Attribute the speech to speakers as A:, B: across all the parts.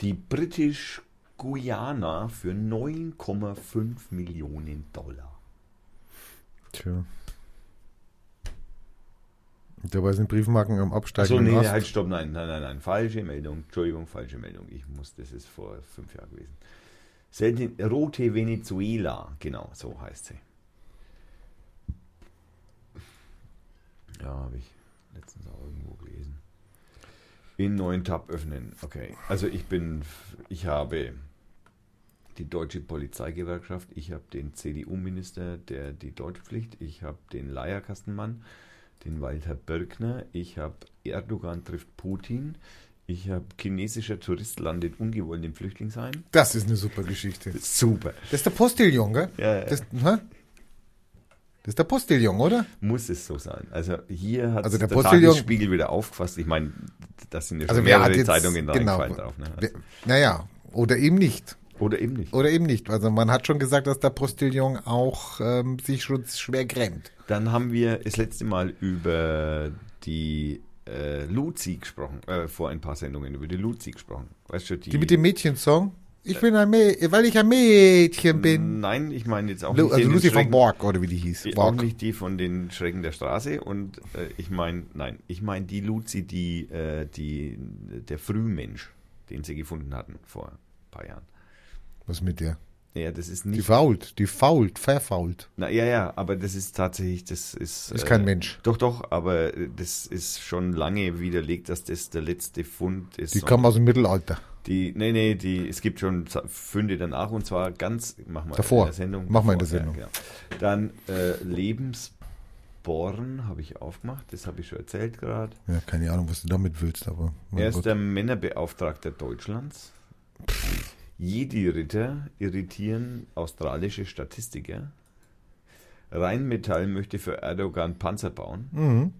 A: die British Guyana für 9,5 Millionen Dollar.
B: Tja. Da war es in Briefmarken am Absteigen.
A: Achso, nee, halt, stopp, nein, nein, nein, nein, falsche Meldung. Entschuldigung, falsche Meldung. Ich muss, das ist vor fünf Jahren gewesen. Selten, Rote Venezuela, genau, so heißt sie. Ja, habe ich letztens auch irgendwo gelesen. In neuen Tab öffnen. Okay. Also ich bin, ich habe die deutsche Polizeigewerkschaft, ich habe den CDU-Minister, der die Deutschpflicht, ich habe den Leierkastenmann, den Walter Birkner, ich habe Erdogan trifft Putin, ich habe chinesischer Tourist landet ungewollt im Flüchtlingsheim.
B: Das ist eine super Geschichte. Das
A: Super.
B: ist der Postillon, gell?
A: Ja, ja.
B: Das, hä? das ist der Postillon, oder?
A: Muss es so sein. Also hier hat also
B: Also der
A: der,
B: Postillon-
A: Tagesspiegel wieder aufgefasst. Ich meine, das sind ja schon
B: Also wer hat
A: mehrere
B: jetzt-
A: Zeitungen da
B: genau.
A: reingefallen drauf. Ne?
B: Wer- Naja, oder eben nicht.
A: Oder eben nicht.
B: Oder eben nicht. Also man hat schon gesagt, dass der Postillon auch ähm, sich schon schwer grämt.
A: Dann haben wir das letzte Mal über die äh, Luzi gesprochen, äh, vor ein paar Sendungen über die Luzi gesprochen. Weißt du, die,
B: Die mit dem Mädchensong. Ich bin ein Mädchen, weil ich ein Mädchen bin.
A: Nein, ich meine jetzt auch
B: Lu
A: nicht
B: also
A: den
B: Lucy von
A: Schrecken-
B: Borg, oder wie die hieß.
A: die- Auch
B: Borg.
A: nicht die von den Schrecken der Straße und äh, ich meine, nein, ich meine die Luzi, die, äh, die, der Frühmensch, den sie gefunden hatten vor ein paar Jahren.
B: Was mit der?
A: Ja, das ist
B: Die
A: nicht
B: fault, die fault, verfault.
A: Na ja, ja, aber das ist tatsächlich, das ist. äh,
B: Ist kein Mensch.
A: Doch, doch, aber äh, das ist schon lange widerlegt, dass das der letzte Fund ist.
B: Die
A: Und
B: kam aus dem Mittelalter.
A: die, nee, nee, die, es gibt schon Z- Funde danach und zwar ganz, machen wir
B: Davor.
A: in der Sendung.
B: Machen wir in
A: davor,
B: der Sendung.
A: Ja, genau. Dann äh, Lebensborn habe ich aufgemacht, das habe ich schon erzählt gerade.
B: Ja, keine Ahnung, was du damit willst, aber. mein
A: Er ist
B: Gott.
A: der Männerbeauftragter Deutschlands. Jedi-Ritter irritieren australische Statistiker. Rheinmetall möchte für Erdogan Panzer bauen.
B: Mhm.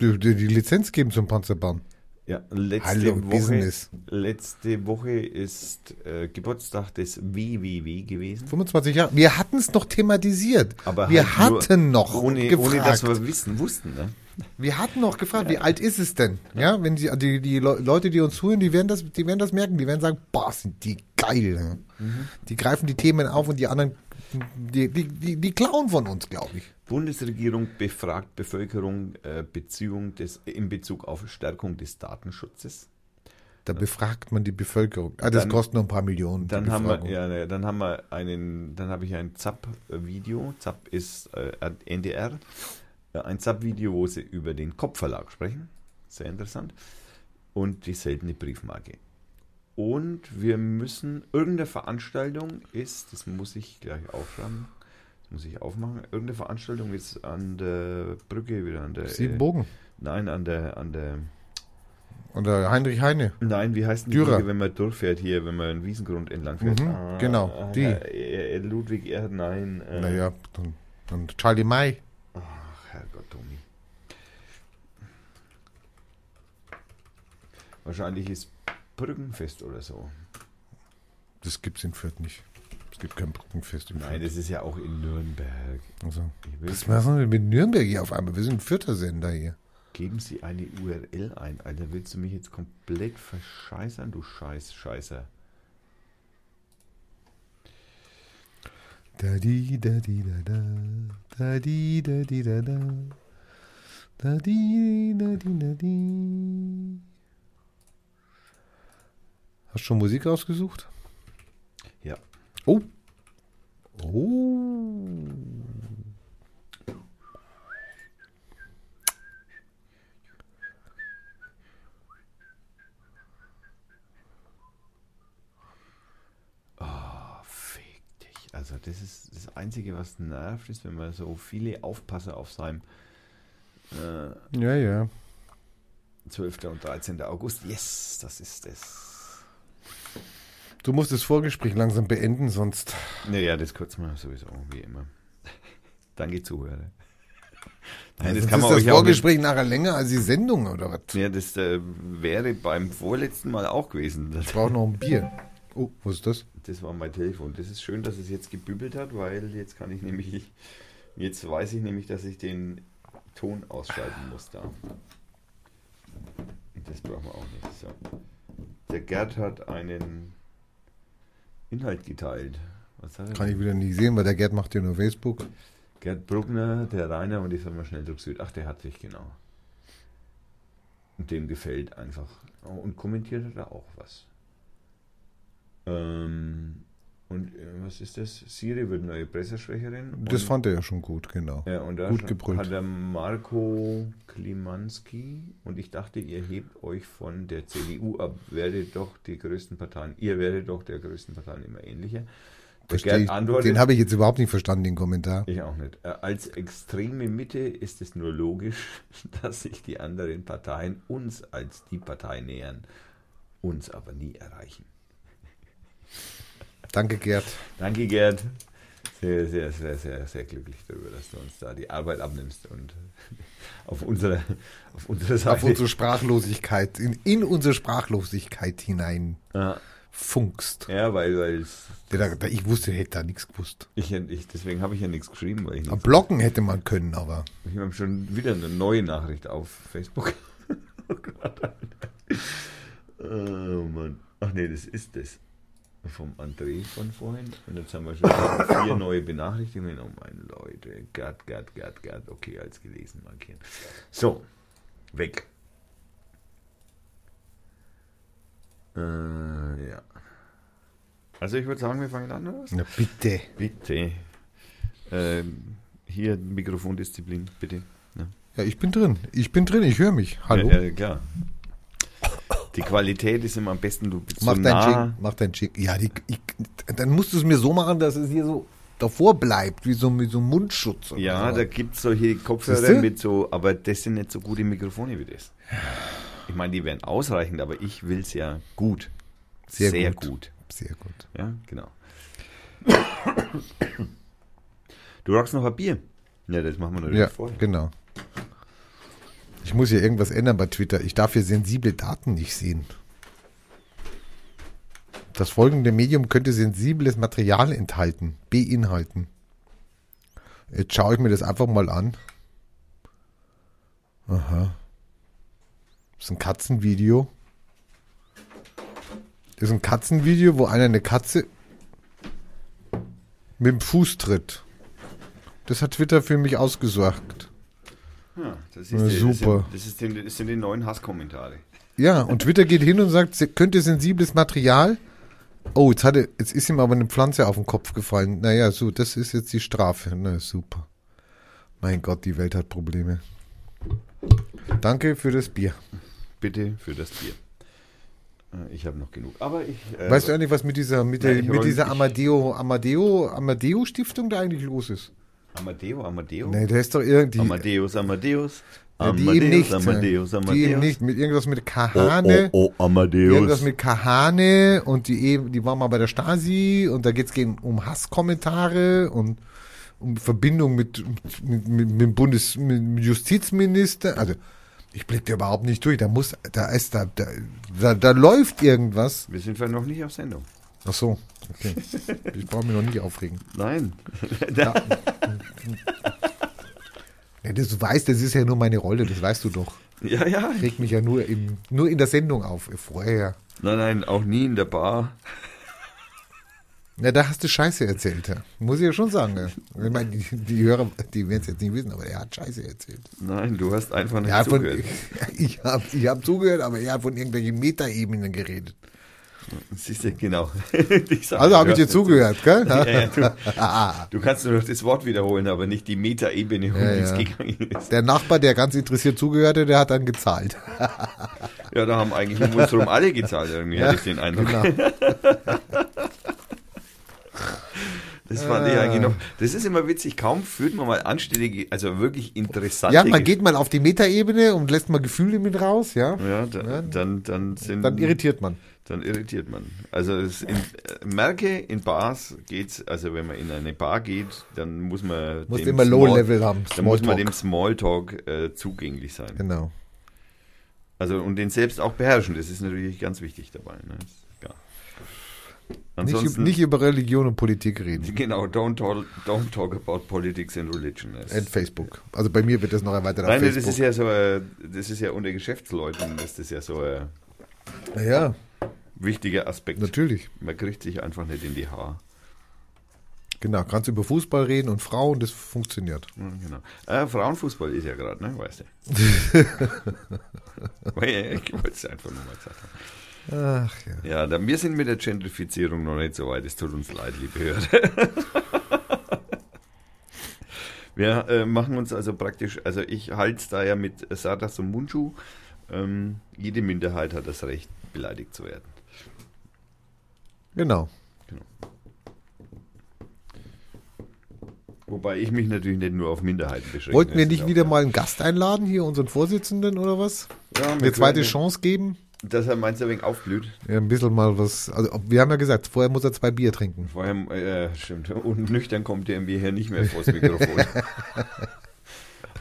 B: Die, die, die Lizenz geben zum Panzerbahn.
A: Ja, letzte,
B: Hallo,
A: Woche,
B: Business.
A: letzte Woche ist äh, Geburtstag des WWW gewesen.
B: 25 Jahre. Wir hatten es noch thematisiert. wir
A: halt nur
B: hatten noch
A: ohne,
B: gefragt.
A: ohne dass wir wissen, wussten. Ne?
B: wir hatten noch gefragt, wie alt ist es denn? Ja, wenn die, die, die Le- Leute, die uns zuhören, die werden das, die werden das merken. Die werden sagen, boah, sind die geil. ne?
A: Mhm.
B: Die greifen die Themen auf und die anderen, die, die, die, die klauen von uns, glaube ich.
A: Bundesregierung befragt Bevölkerung äh, Beziehung des, in Bezug auf Stärkung des Datenschutzes.
B: Da befragt man die Bevölkerung. Ah, das
A: Dann-
B: kostet nur ein paar Millionen. die
A: Dann haben, wir,
B: Befragung.
A: ja, ne, dann haben wir einen, dann habe ich ein ZAP-Video. ZAP ist äh, NDR. Ja, Ein ZAP-Video, wo sie über den Kopfverlag sprechen. Sehr interessant. Und die seltene Briefmarke. Und wir müssen, irgendeine Veranstaltung ist, das muss ich gleich aufschreiben, das muss ich aufmachen, irgendeine Veranstaltung ist an der Brücke, wieder an der. äh,
B: Sieben Bogen.
A: nein, an der, an der.
B: Oder Heinrich Heine.
A: Nein, wie heißt denn
B: Dürer.
A: die Brücke, wenn man durchfährt hier, wenn man einen Wiesengrund entlang fährt?
B: Mhm, genau,
A: ah,
B: die.
A: äh, äh, Ludwig er, nein. Äh,
B: Naja, dann, dann Charlie May.
A: Ach, Herrgott, Tommy. Wahrscheinlich ist Brückenfest oder so.
B: Das gibt's in Fürth nicht. Es gibt kein Brückenfest in
A: Nein,
B: Fürth.
A: das ist ja auch in Nürnberg.
B: Also,
A: Ich will,
B: was machen wir mit Nürnberg hier auf einmal? Wir sind ein vierter Sender hier.
A: geben Sie eine URL ein, Alter. Willst du mich jetzt komplett verscheißern, du Scheiß, Scheißer?
B: Da di da di da da, da di da di da da, da di da di da di. Hast du schon Musik ausgesucht?
A: Ja.
B: Oh. Oh.
A: Ah, fick dich. Also das ist das Einzige, was nervt, ist, wenn man so viele Aufpasser auf seinem äh,
B: Ja, ja.
A: 12. und 13. August. Yes, das ist es.
B: Du musst das Vorgespräch langsam beenden, sonst.
A: Naja, das kurz mal sowieso, wie immer. Danke, Zuhörer. Nein, das
B: sonst
A: kann man euch auch
B: ist das
A: nicht,
B: Vorgespräch nachher länger als die Sendung oder was?
A: ja, das äh, wäre beim vorletzten Mal auch gewesen. Das,
B: Ich brauche noch ein Bier. Oh, was ist das?
A: das war mein Telefon. Das ist schön, dass es jetzt gebübelt hat, weil jetzt kann ich nämlich, jetzt weiß ich nämlich, dass ich den Ton ausschalten muss da. Und Das brauchen wir auch nicht. So. Der Gerd hat einen Inhalt geteilt. Was hat er?
B: Kann ich wieder nicht sehen, weil der Gerd macht ja nur Facebook.
A: Gerd Bruckner, der Rainer und die Firma Schnelldruck Süd. Ach, der hat sich genau. Und dem gefällt einfach. Oh, Und kommentiert hat er auch was. Ähm, und äh, was ist das? Siri wird neue Pressesprecherin. Und,
B: Das fand er ja schon gut, genau.
A: ja, und da
B: gut
A: sch-
B: gebrüllt.
A: hat der Marco Klimanski. Und ich dachte, ihr hebt euch von der CDU ab. Werdet doch die größten Parteien. Ihr werdet doch der größten Parteien immer ähnlicher. Der
B: Versteh ich-
A: Gerd antwortet,
B: Den habe ich jetzt überhaupt nicht verstanden, den Kommentar.
A: ich auch nicht. Äh, Als extreme Mitte ist es nur logisch, dass sich die anderen Parteien uns als die Partei nähern, uns aber nie erreichen.
B: Danke, Gerd.
A: Danke, Gerd. Sehr, sehr, sehr, sehr, sehr glücklich darüber, dass du uns da die Arbeit abnimmst und auf unsere, auf unsere Seite.
B: Auf unsere Sprachlosigkeit, in, in unsere Sprachlosigkeit hinein
A: ja,
B: funkst.
A: ja, weil, weil es-
B: Der, der, ich wusste, hätte da nichts gewusst.
A: ich, hätte- ich, deswegen habe ich ja nichts geschrieben, weil ich,
B: Aber
A: nichts,
B: Blocken hätte man können, aber
A: ich habe schon wieder eine neue Nachricht auf Facebook. oh Gott, Alter. Oh Mann. Ach nee, das ist das. Vom André von vorhin. Und jetzt haben wir schon vier neue Benachrichtigungen. Oh meine Leute. Gerd, Gerd, Gerd, Gerd. Okay, als gelesen markieren. So, weg. Äh, ja. Also ich würde sagen, wir fangen an, oder was?
B: na bitte.
A: Bitte. Ähm, hier Mikrofondisziplin, bitte. Ja.
B: Ja, ich bin drin. Ich bin drin, ich höre mich. Hallo.
A: Ja, ja, klar. Die Qualität ist immer am besten, du bist
B: mach
A: so
B: dein
A: nah.
B: Chick, mach dein Chick. Ja, die, ich, dann musst du es mir so machen, dass es hier so davor bleibt, wie so, wie so ein Mundschutz. oder
A: Ja,
B: so.
A: da gibt es solche Kopfhörer
B: Also, Siehste?
A: mit so, aber das sind nicht so gute Mikrofone wie das. Ich meine, die wären ausreichend, aber ich will es ja gut.
B: Sehr
A: gut.
B: gut. Sehr gut.
A: Ja, genau. Du rockst noch ein Bier. Ja, das machen wir natürlich
B: Ja,
A: vorher.
B: genau. Ich muss hier irgendwas ändern bei Twitter. Ich darf hier sensible Daten nicht sehen. Das folgende Medium könnte sensibles Material enthalten, beinhalten. Jetzt schaue ich mir das einfach mal an. Aha. Das ist ein Katzenvideo. Das ist ein Katzenvideo, wo einer eine Katze mit dem Fuß tritt. Das hat Twitter für mich ausgesorgt.
A: Ja, das ist
B: Ja,
A: die-
B: super.
A: Das, sind, das, ist die, das sind die neuen Hasskommentare.
B: Ja, und Twitter geht hin und sagt, se- könnte sensibles Material. Oh, jetzt, hatte, jetzt ist ihm aber eine Pflanze auf den Kopf gefallen. Naja, so, das ist jetzt die Strafe. Na, super. Mein Gott, die Welt hat Probleme. Danke für das Bier.
A: Bitte für das Bier. Äh, Ich habe noch genug. Aber ich. Äh,
B: Weißt du eigentlich, was mit dieser, mit,
A: Ja,
B: der,
A: ich
B: mit
A: räum-
B: dieser
A: ich-
B: Amadeo, Amadeo, Amadeo Stiftung da eigentlich los ist?
A: Amadeo, Amadeo.
B: Nee, der ist doch irgendwie.
A: Amadeus, Amadeus.
B: ja, die eben nicht.
A: Amadeus,
B: ne?
A: Amadeus.
B: Die eben nicht. Mit irgendwas mit Kahane.
A: Oh, oh, oh, Amadeus.
B: Irgendwas mit Kahane und die, eben- die waren mal bei der Stasi und da geht's gegen um Hasskommentare und um Verbindung mit, mit, mit, mit dem Bundes mit dem Justizminister. Also ich blicke da überhaupt nicht durch. Da muss, da ist, da, da, da, da läuft irgendwas.
A: Wir sind vielleicht noch nicht auf Sendung.
B: Ach so, okay. Ich brauche mich noch nicht aufregen.
A: Nein.
B: Ja, das du weißt, das ist ja nur meine Rolle, das weißt du doch.
A: Ja, ja.
B: Ich reg mich ja nur, im, nur in der Sendung auf. Vorher.
A: Nein, nein, auch nie in der Bar.
B: Na, da hast du Scheiße erzählt, ja. muss ich ja schon sagen. Ja. Ich meine, die, die Hörer, die werden es jetzt nicht wissen, aber er hat Scheiße erzählt.
A: Nein, du hast einfach nicht
B: Ja, von,
A: zugehört.
B: ich habe ich hab zugehört, aber er hat von irgendwelchen Metaebenen geredet.
A: Siehst du, genau.
B: Also habe ich dir
A: zugehört.
B: zugehört, gell?
A: Ja, du, du kannst nur noch das Wort wiederholen, aber nicht die Metaebene, um
B: Ja,
A: die es
B: ja.
A: gegangen ist.
B: Der Nachbar, der ganz interessiert zugehörte, der hat dann gezahlt.
A: Ja, da haben eigentlich um uns herum alle gezahlt, irgendwie hatte ich den Eindruck.
B: Genau.
A: Das fand
B: Ah.
A: ich eigentlich noch. Das ist immer witzig, kaum führt man mal anständige, also wirklich interessante
B: Ja, man geht mal auf die Metaebene und lässt mal Gefühle mit raus, ja?
A: Ja, da, dann, dann, sind,
B: Dann irritiert man.
A: dann irritiert man. Also es in, äh, merke, in Bars geht's, also wenn man in eine Bar geht, dann muss man
B: Muss
A: dem
B: immer
A: Small-
B: Low-Level haben,
A: Dann muss man dem
B: Smalltalk.
A: Smalltalk äh, zugänglich sein.
B: Genau.
A: Also und den selbst auch beherrschen, das ist natürlich ganz wichtig dabei. Ne? Ist klar.
B: Nicht, üb-
A: Ansonsten,
B: nicht über Religion und Politik reden.
A: genau, don't talk, don't talk about politics and religion. Das-
B: In Facebook. Also bei mir wird das noch erweitert
A: Nein,
B: auf
A: das ist
B: Facebook.
A: ja so, äh, das ist ja unter Geschäftsleuten, ist das ja so, äh,
B: ja, ja.
A: Wichtiger Aspekt.
B: Natürlich.
A: Man kriegt sich einfach nicht in die Haare.
B: Genau, kannst über Fußball reden und Frauen, das funktioniert.
A: Ja, Genau. Äh, Frauenfußball ist ja gerade, ne? Weißt du. Weil, ich wollte es einfach nur mal gesagt haben.
B: Ach ja.
A: Ja, da, wir sind mit der Gentrifizierung noch nicht so weit. Es tut uns leid, liebe Hörer. wir äh, machen uns also praktisch, also ich halte es da ja mit Sadas und Mundschuh. Ähm, jede Minderheit hat das Recht, beleidigt zu werden.
B: Genau.
A: Wobei ich mich natürlich nicht nur auf Minderheiten beschränke.
B: Wollten wir
A: Das
B: nicht
A: ist
B: wieder
A: auch-
B: mal einen Gast einladen, hier unseren Vorsitzenden oder was?
A: Ja, wir
B: Eine zweite
A: können-
B: Chance geben?
A: Dass er meinst du ein wenig aufblüht.
B: Ja, ein bisschen mal was. Also, wir haben ja gesagt, vorher muss er zwei Bier trinken.
A: Vorher, äh, stimmt. Und nüchtern kommt der mir hier nicht mehr vors Mikrofon.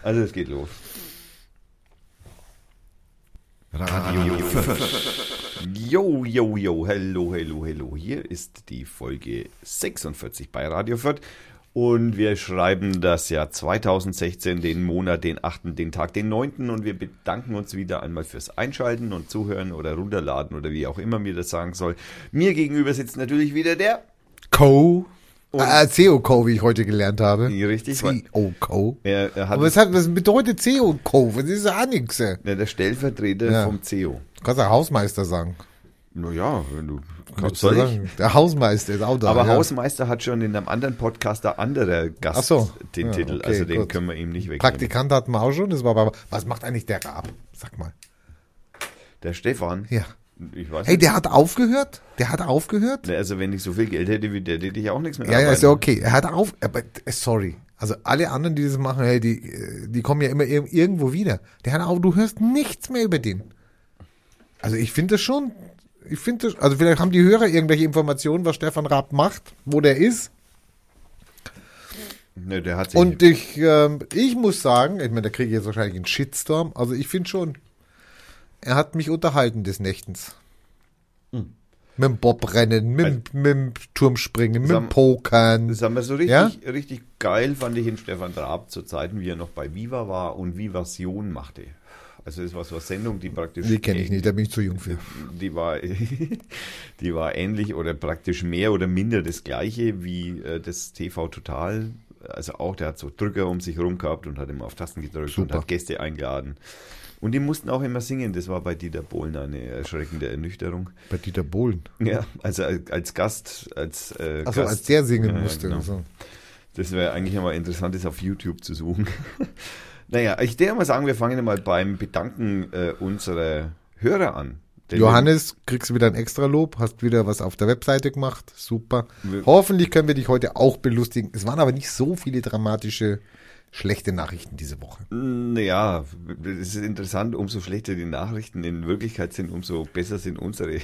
A: also es geht los. Radio Yo, yo, yo, hello, hello, hello. Hier ist die Folge 46 bei Radio Fürth. Und wir schreiben das Jahr 2016, den Monat, den 8., den Tag, den 9. Und wir bedanken uns wieder einmal fürs Einschalten und Zuhören oder runterladen oder wie auch immer mir das sagen soll. Mir gegenüber sitzt natürlich wieder der
B: Co.
A: Und-
B: Ah, CO-Co, wie ich heute gelernt habe.
A: Richtig, weil-
B: CO-Co.
A: Er, er hat
B: Aber was, hat, was bedeutet CO-Co? Das ist ja auch nichts. Du
A: na, der Stellvertreter
B: Ja.
A: vom E CEO.
B: kannst ja Hausmeister sagen.
A: Naja, wenn du
B: Kannst
A: soll
B: du
A: ich?
B: sagen. Der Hausmeister ist auch da.
A: Aber
B: ja.
A: Hausmeister hat schon in einem anderen Podcast ein anderer Gast
B: Ach so.
A: den
B: Ja,
A: Titel.
B: okay,
A: also den
B: gut.
A: können wir ihm nicht wegnehmen.
B: Praktikant hatten wir auch schon. Das war aber, was macht eigentlich der Raab? Sag mal.
A: Der Stefan.
B: Ja.
A: Ich weiß
B: Hey,
A: nicht.
B: der hat aufgehört? Der hat aufgehört?
A: Na, Also wenn ich so viel Geld hätte wie der, hätte ich auch nichts mehr
B: Ja, ja,
A: arbeiten.
B: ist ja okay. Er hat auf, aber äh, sorry. Also alle anderen, die das machen, hey, die, äh, die kommen ja immer ir- irgendwo wieder. Der hat auch, du hörst nichts mehr über den. Also ich finde das schon, ich finde das, also vielleicht haben die Hörer irgendwelche Informationen, was Stefan Raab macht, wo der ist.
A: Ne, der hat sich
B: Und ich, ähm, ich muss sagen, ich meine, da kriege ich jetzt wahrscheinlich einen Shitstorm. Also ich finde schon, er hat mich unterhalten des Nächtens.
A: Hm.
B: Mit dem Bobrennen, mit, dem- mit dem Turmspringen, mit
A: Sam-
B: dem Pokern.
A: sagen wir so richtig,
B: Ja?
A: richtig geil fand ich den Stefan Raab zu Zeiten, wie er noch bei Viva war und Vivasion machte. Also das war so eine Sendung, die praktisch
B: Die kenne ich nicht, da bin ich zu jung für.
A: die war, die war ähnlich oder praktisch mehr oder minder das gleiche wie äh, das TV Total. Also auch, der hat so Drücker um sich rum gehabt und hat immer auf Tasten gedrückt und
B: Super.
A: hat Gäste eingeladen. Und die mussten auch immer singen. Das war bei Dieter Bohlen eine erschreckende Ernüchterung.
B: Bei Dieter Bohlen.
A: Ja, also als als Gast, als äh,
B: Achso,
A: Gast.
B: Also als der singen
A: Ja, ja,
B: musste.
A: genau.
B: so.
A: Das wäre eigentlich einmal interessant, das auf YouTube zu suchen. naja, ich denke mal sagen, wir fangen mal beim Bedanken äh, unserer Hörer an. Denn
B: Johannes, kriegst du wieder ein extra Lob, hast wieder was auf der Webseite gemacht. Super.
A: Wir-
B: Hoffentlich können wir dich heute auch belustigen. Es waren aber nicht so viele dramatische, schlechte Nachrichten diese Woche.
A: Naja, es ist interessant, umso schlechter die Nachrichten in Wirklichkeit sind, umso besser sind unsere.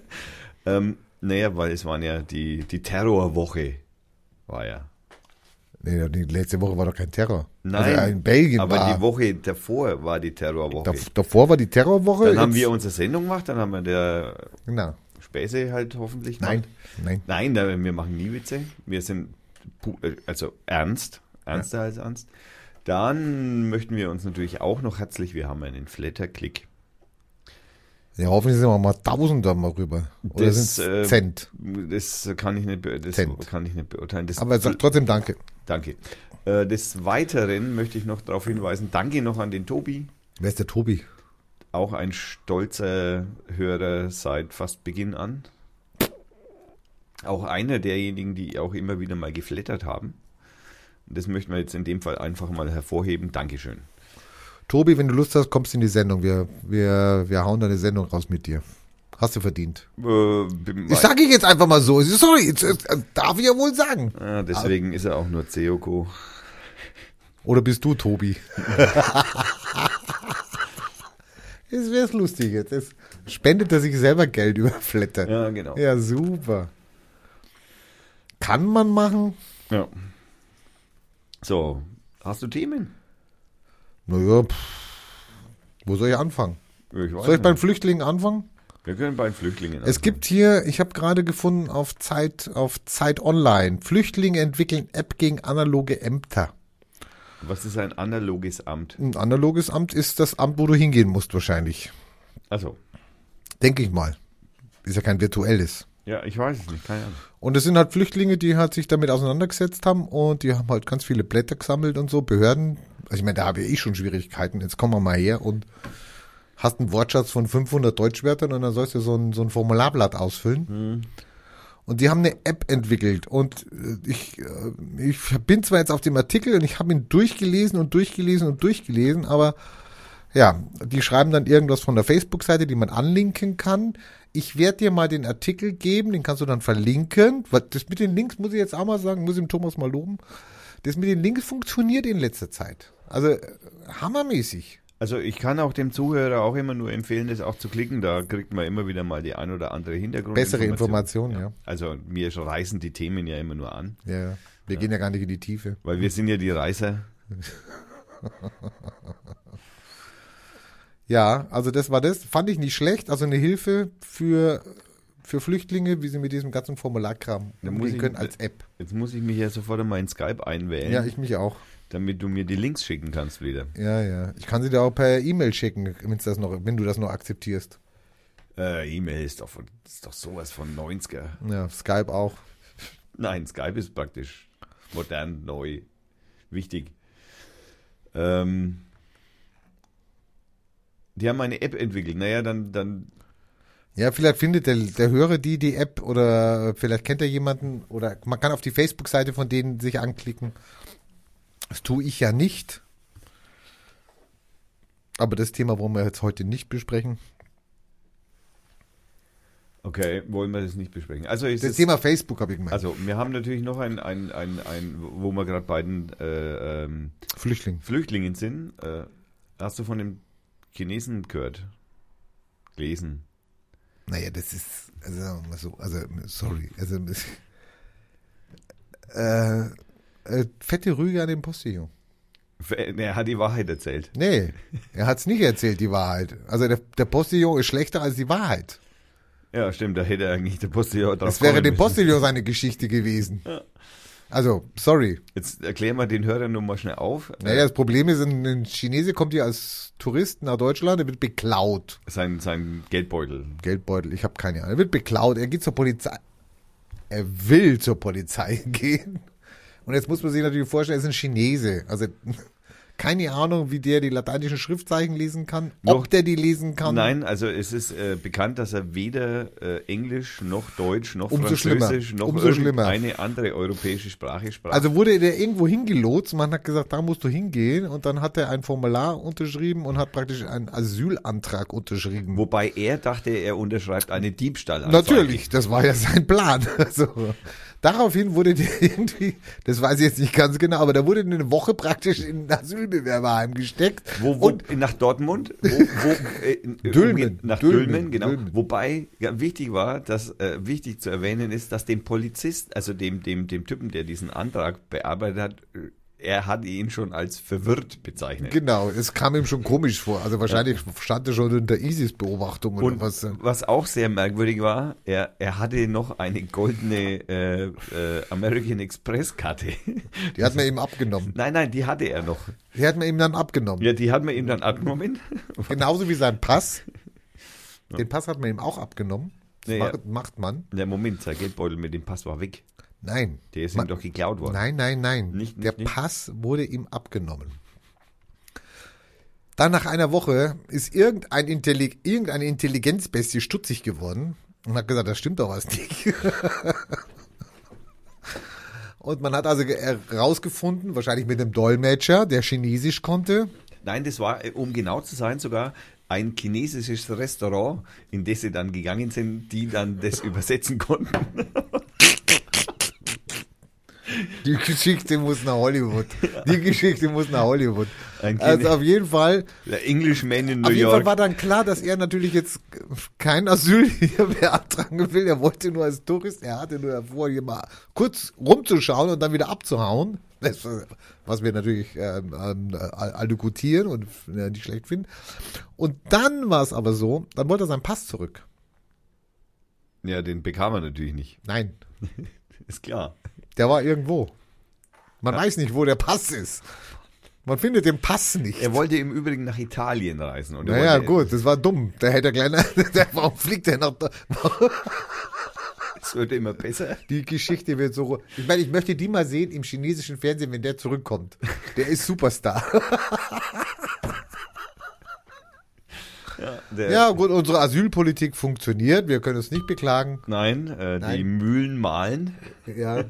A: ähm, naja, weil es waren ja die, die Terrorwoche, war ja.
B: Nee, die letzte Woche war doch kein Terror.
A: Nein,
B: also in Belgien
A: aber
B: war.
A: die Woche davor war die Terrorwoche.
B: Dav- Davor war die Terrorwoche.
A: Dann haben
B: jetzt-
A: wir unsere Sendung gemacht, dann haben wir der
B: Na,
A: Späße halt hoffentlich gemacht.
B: nein, nein.
A: Nein, da- wir machen nie Witze. Wir sind pu- äh, also ernst, ernster als ernst. Dann möchten wir uns natürlich auch noch herzlich, wir haben einen Flatterklick.
B: Ja, hoffentlich sind wir mal Tausender mal rüber. Oder
A: Das,
B: sind
A: äh,
B: Cent.
A: Das kann ich nicht, be das
B: Cent.
A: kann ich nicht beurteilen. Das,
B: Aber sag trotzdem Danke.
A: danke. Äh, Des Weiteren möchte ich noch darauf hinweisen, danke noch an den Tobi,
B: Wer ist der Tobi?
A: auch ein stolzer Hörer seit fast Beginn an. Auch einer derjenigen, die auch immer wieder mal geflattert haben. Und Das möchten wir jetzt in dem Fall einfach mal hervorheben. Dankeschön.
B: Tobi, wenn du Lust hast, kommst du in die Sendung. Wir, wir, wir hauen da eine Sendung raus mit dir. Hast du verdient.
A: Äh,
B: Das sage ich jetzt einfach mal so. Sorry, jetzt, jetzt, äh, darf ich ja wohl sagen.
A: ah, deswegen ist er auch nur Ceoko.
B: Oder bist du Tobi? Jetzt wäre es lustig. Jetzt ist, spendet er sich selber Geld über Flatter. Ja.
A: Ja, genau.
B: super. Kann man machen?
A: Ja. So, hast du Themen?
B: Naja, pff. wo soll ich anfangen?
A: Ich weiß
B: Soll ich
A: nicht. Also.
B: beim Flüchtlingen anfangen?
A: Wir können bei den Flüchtlingen
B: Es gibt hier, ich habe gerade gefunden auf Zeit, auf Zeit Online, Flüchtlinge entwickeln App gegen analoge Ämter.
A: anfangen. Was ist ein analoges Amt?
B: Ein analoges Amt ist das Amt, wo du hingehen musst wahrscheinlich.
A: Also,
B: Denke ich mal. ist ja kein virtuelles.
A: Ja, ich weiß es nicht, keine Ahnung.
B: Und es sind halt Flüchtlinge, die halt sich damit auseinandergesetzt haben und die haben halt ganz viele Blätter gesammelt und so, Behörden. Also ich meine, da habe ich schon Schwierigkeiten. Jetzt kommen wir mal her und hast einen Wortschatz von 500 Deutschwörtern und dann sollst du so ein, so ein Formularblatt ausfüllen. Und die haben eine App entwickelt und äh, ich, äh, ich bin zwar jetzt auf dem Artikel und ich habe ihn durchgelesen und durchgelesen und durchgelesen, aber ja, die schreiben dann irgendwas von der Facebook-Seite, die man anlinken kann. Ich werde dir mal den Artikel geben, den kannst du dann verlinken. Was- Das mit den Links muss ich jetzt auch mal sagen, muss ich dem Thomas mal loben. Das mit den Links funktioniert in letzter Zeit. Also äh, hammermäßig.
A: Also ich kann auch dem Zuhörer auch immer nur empfehlen, das auch zu klicken. Da kriegt man immer wieder mal die ein oder andere Hintergrund.
B: Bessere Informationen, ja.
A: Also mir reißen die Themen ja immer nur an,
B: ja. Wir gehen ja gar nicht in die Tiefe.
A: weil wir sind ja die Reißer.
B: Ja, also das war das. Fand ich nicht schlecht. Also eine Hilfe für, für Flüchtlinge, wie sie mit diesem ganzen Formularkram
A: Da muss ich-
B: umgehen
A: äh,
B: können als App.
A: Jetzt muss ich mich ja sofort in mein Skype einwählen,
B: Ja, ich mich auch.
A: damit du mir die Links schicken kannst wieder.
B: Ja, ja. Ich kann sie dir auch per E-Mail schicken, wenn's das noch, wenn du das noch akzeptierst.
A: Äh, E-Mail ist doch, von, ist doch sowas von 90er.
B: Ja, Skype auch.
A: Nein, Skype ist praktisch modern, neu, wichtig. Ähm, die haben eine App entwickelt. Naja, dann, dann
B: Ja, vielleicht findet der, der Hörer die, die App oder vielleicht kennt er jemanden oder man kann auf die Facebook-Seite von denen sich anklicken. Das tue ich ja nicht. Aber das Thema wollen wir jetzt heute nicht besprechen.
A: Okay, wollen wir das nicht besprechen. Also, es
B: Das
A: ist,
B: Thema Facebook habe ich gemeint.
A: also wir haben natürlich noch ein, ein, ein, ein wo wir gerade bei den äh, ähm,
B: Flüchtling.
A: Flüchtlingen sind. Äh, hast du von dem Chinesen gehört? Gelesen.
B: Naja, das ist, also, sagen wir mal so, also, sorry, also, äh, äh, fette Rüge an den Postillon.
A: Er hat die Wahrheit erzählt.
B: Nee, er hat's nicht erzählt, die Wahrheit. Also, der, der Postillon ist schlechter als die Wahrheit.
A: Ja, stimmt, da hätte eigentlich der Postillon drauf
B: Das wäre
A: kommen
B: dem
A: müssen.
B: Postillon seine Geschichte gewesen. Also, sorry.
A: Jetzt erklär mal den Hörern nur mal schnell auf.
B: Naja, das Problem ist, ein ein Chinese kommt hier als Tourist nach Deutschland, er wird beklaut.
A: Sein, sein Geldbeutel.
B: Geldbeutel, ich habe keine Ahnung. Er wird beklaut, er geht zur Polizei. Er will zur Polizei gehen. Und jetzt muss man sich natürlich vorstellen, er ist ein Chinese. Also keine Ahnung, wie der die lateinischen Schriftzeichen lesen kann,
A: Noch-
B: ob der die lesen kann.
A: Nein, also es ist äh, bekannt, dass er weder äh, Englisch noch Deutsch noch
B: Umso schlimmer.
A: Französisch noch
B: Umso schlimmer.
A: eine andere europäische Sprache sprach.
B: Also wurde der irgendwo hingelotst und man hat gesagt, da musst du hingehen. Und dann hat er ein Formular unterschrieben und hat praktisch einen Asylantrag unterschrieben.
A: Wobei er dachte, er unterschreibt eine Diebstahlanzeige.
B: Natürlich, das war ja sein Plan. Also, daraufhin wurde der irgendwie, das weiß ich jetzt nicht ganz genau, aber da wurde eine Woche praktisch in ein Asylbewerberheim gesteckt.
A: Wo, wo,
B: Und
A: nach Dortmund? Wo, wo, äh, in-
B: Dülmen,
A: Nach Dülmen,
B: Dülmen,
A: genau.
B: Dülmen.
A: Wobei ja, wichtig war, dass äh, wichtig zu erwähnen ist, dass dem Polizist, also dem, dem, dem Typen, der diesen Antrag bearbeitet hat, äh, er hat ihn schon als verwirrt bezeichnet.
B: genau, es kam ihm schon komisch vor. Also wahrscheinlich stand er schon unter ISIS-Beobachtung oder
A: Und
B: was. äh,
A: was, auch sehr merkwürdig war, er, er hatte noch eine goldene äh, äh, American Express Karte.
B: Die hat man ihm abgenommen.
A: nein, nein, die hatte er noch.
B: Die hat man ihm dann abgenommen.
A: Ja, die hat man ihm dann abgenommen.
B: Genauso wie sein Pass. Den Pass hat man ihm auch abgenommen. Das
A: Ja, ja.
B: macht, macht man.
A: Na, Moment, sein Geldbeutel mit dem Pass war weg.
B: Nein.
A: Der ist
B: Ma-
A: ihm doch geklaut worden.
B: Nein, nein, nein.
A: Nicht-
B: der
A: nicht- nicht?
B: Pass wurde ihm abgenommen. Dann nach einer Woche ist irgendein Intelli irgendeine Intelligenzbestie stutzig geworden und hat gesagt, das stimmt doch was nicht. und man hat also herausgefunden, wahrscheinlich mit einem Dolmetscher, der Chinesisch konnte.
A: Nein, das war, äh, um genau zu sein, sogar ein chinesisches Restaurant, in das sie dann gegangen sind, die dann das übersetzen konnten.
B: Die Geschichte muss nach Hollywood. Die Geschichte muss nach Hollywood.
A: Ein
B: Also
A: Chine-
B: auf jeden Fall
A: Der Englishman in New
B: Auf jeden Fall
A: York.
B: war dann klar, dass er natürlich jetzt kein Asyl hier beantragen will. Er wollte nur als Tourist, er hatte nur vor, hier mal kurz rumzuschauen und dann wieder abzuhauen. Das, äh, was wir natürlich ähm, ähm, äh, allokutieren und äh, nicht schlecht finden. Und dann war es aber so, dann wollte er seinen Pass zurück.
A: ja, den bekam er natürlich nicht.
B: Nein,
A: Ist klar.
B: der war irgendwo. Man weiß nicht, wo der Pass ist. Man findet den Pass nicht.
A: Er wollte im Übrigen nach Italien reisen. Und er
B: naja,
A: wollte,
B: gut, das war dumm. Da hätte er kleiner. Der, warum fliegt er noch da?
A: Es wird immer besser.
B: Die Geschichte wird so. Ich meine, ich möchte die mal sehen im chinesischen Fernsehen, wenn der zurückkommt. Der ist Superstar.
A: Der,
B: Ja, gut, unsere Asylpolitik funktioniert. Wir können uns nicht beklagen.
A: Nein, äh, die
B: Nein.
A: Mühlen mahlen.
B: Ja.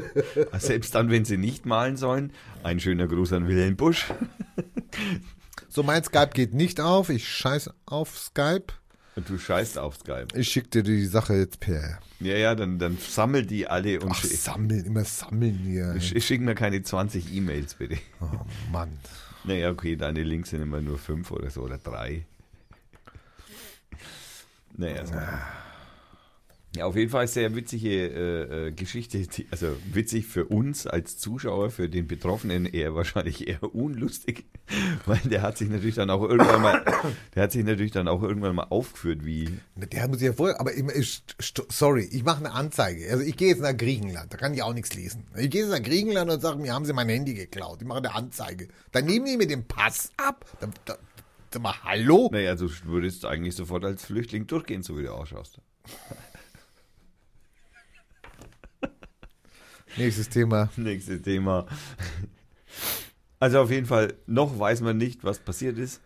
A: Selbst dann, wenn sie nicht mahlen sollen. Ein schöner Gruß an Wilhelm Busch.
B: So, mein Skype geht nicht auf. Ich scheiß auf Skype.
A: Und du scheißt auf Skype.
B: Ich schicke dir die Sache jetzt per.
A: Ja, ja, dann, dann sammel die alle und
B: Ach,
A: sch
B: sammeln, immer sammeln hier.
A: sch schick mir keine 20 E-Mails, bitte.
B: Oh Mann.
A: Naja, okay, deine Links sind immer nur fünf oder so oder drei. Naja, so. ja, auf jeden Fall sehr witzige äh, äh, Geschichte. Die, also witzig für uns als Zuschauer, für den Betroffenen eher wahrscheinlich eher unlustig, weil der hat sich natürlich dann auch irgendwann mal, der hat sich natürlich dann auch irgendwann mal aufgeführt, wie
B: Der muss ich ja wohl, aber ich, ich, st- sorry, ich mache eine Anzeige. Also ich gehe jetzt nach Griechenland, da kann ich auch nichts lesen. Ich gehe jetzt nach Griechenland und sage, mir haben sie mein Handy geklaut. Ich mache eine Anzeige. Dann nehmen die mir den Pass ab. Dann, dann, sag mal, hallo?
A: Naja, du würdest eigentlich sofort als Flüchtling durchgehen, so wie du ausschaust.
B: Nächstes Thema.
A: Nächstes Thema. Also auf jeden Fall, noch weiß man nicht, was passiert ist.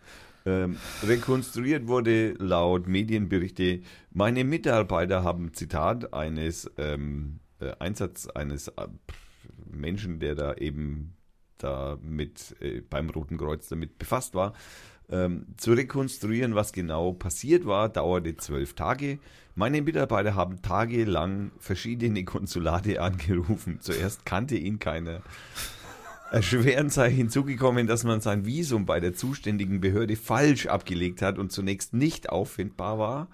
A: Ähm, rekonstruiert wurde laut Medienberichte, meine Mitarbeiter haben, Zitat, eines ähm, äh, Einsatz eines äh, pff, Menschen, der da eben da mit, äh, beim Roten Kreuz damit befasst war, ähm, zu rekonstruieren, was genau passiert war, dauerte zwölf Tage. Meine Mitarbeiter haben tagelang verschiedene Konsulate angerufen. Zuerst kannte ihn keiner. Erschwerend sei hinzugekommen, dass man sein Visum bei der zuständigen Behörde falsch abgelegt hat und zunächst nicht auffindbar war.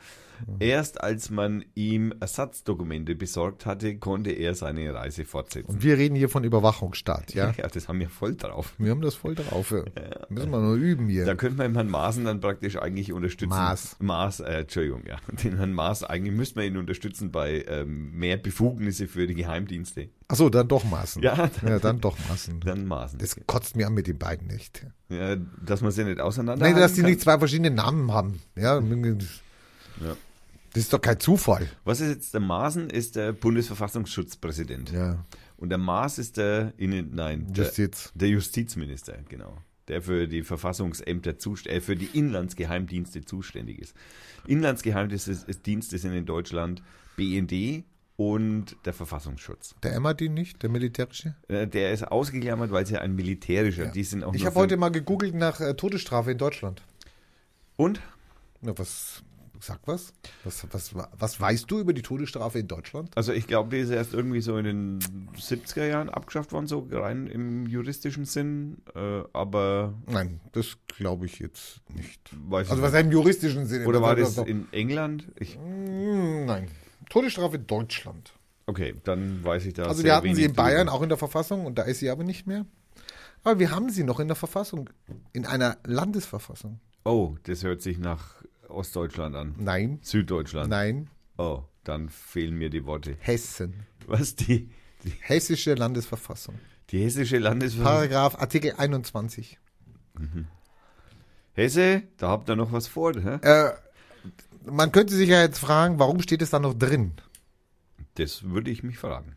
A: Erst als man ihm Ersatzdokumente besorgt hatte, konnte er seine Reise fortsetzen.
B: Und wir reden hier von Überwachungsstaat, ja?
A: Ja, das haben wir voll drauf.
B: Wir haben das voll drauf. ja. Müssen wir nur üben
A: Da
B: hier.
A: könnte man Herrn Maaßen dann praktisch eigentlich unterstützen.
B: Maas.
A: Maas, äh, Entschuldigung, ja. Den Herrn Maas, eigentlich müsste man ihn unterstützen bei ähm, mehr Befugnisse für die Geheimdienste.
B: Achso, dann doch Maßen.
A: Ja,
B: ja, dann doch Maßen.
A: Dann Maaßen.
B: Das kotzt mir an mit den beiden nicht.
A: ja, dass man sie nicht auseinander
B: Nein, dass
A: halten
B: die
A: kann.
B: nicht zwei verschiedene Namen haben. Ja, das
A: Ja.
B: ist doch kein Zufall.
A: Was ist jetzt der Maaßen? Ist der Bundesverfassungsschutzpräsident.
B: Ja,
A: Und der Maas ist der Innen, nein, der,
B: Justiz.
A: der Justizminister, genau. Der für die Verfassungsämter zuständig, äh, für die Inlandsgeheimdienste zuständig ist. Inlandsgeheimdienste ist- Dienste sind in Deutschland BND und der Verfassungsschutz.
B: Der Emma die nicht, der militärische?
A: Äh, Der ist ausgeklammert, weil es ja ein militärischer, die sind auch
B: Ich
A: nur
B: habe heute
A: für-
B: mal gegoogelt nach äh, Todesstrafe in Deutschland.
A: Und?
B: Na, was, sag was. was. Was was weißt du über die Todesstrafe in Deutschland?
A: Also ich glaube, die ist erst irgendwie so in den 70er Jahren abgeschafft worden, so rein im juristischen Sinn, äh, aber
B: Nein, das glaube ich jetzt nicht.
A: weiß
B: Also
A: ich
B: was
A: nicht.
B: im juristischen Sinne.
A: Oder war das
B: Also doch-
A: in England? Ich,
B: Mm, Nein. Todesstrafe in Deutschland.
A: okay, dann weiß ich da
B: Also
A: sehr
B: wir hatten sie
A: wenig
B: in Bayern
A: drüber.
B: auch in der Verfassung und da ist sie aber nicht mehr. Aber wir haben sie noch in der Verfassung. In einer Landesverfassung.
A: Oh, das hört sich nach Ostdeutschland an.
B: Nein.
A: Süddeutschland.
B: Nein.
A: Oh, dann fehlen mir die Worte.
B: Hessen.
A: Was die, die,
B: Hessische Landesverfassung.
A: die hessische Landesverfassung.
B: Paragraph Artikel 21.
A: Hesse, da habt ihr noch was vor, hä?
B: Äh, man könnte sich ja jetzt fragen, warum steht es da noch drin?
A: Das würde ich mich fragen.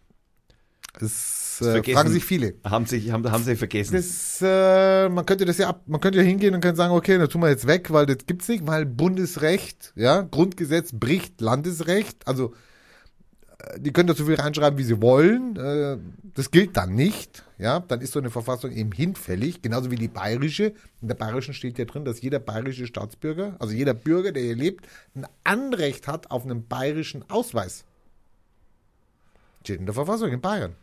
B: Das,
A: Das
B: äh,
A: vergessen-
B: fragen sich viele.
A: Haben sich haben, haben sie vergessen.
B: Das, äh, man könnte das ja ab, man könnte ja hingehen und könnte sagen, okay, das tun wir jetzt weg, weil das gibt's nicht, weil Bundesrecht, ja, Grundgesetz bricht Landesrecht, also äh, die können da so viel reinschreiben, wie sie wollen. äh, Das gilt dann nicht. Ja, dann ist so eine Verfassung eben hinfällig, genauso wie die bayerische. In der bayerischen steht ja drin, dass jeder bayerische Staatsbürger, also jeder Bürger, der hier lebt, ein Anrecht hat auf einen bayerischen Ausweis. Steht in der Verfassung in Bayern.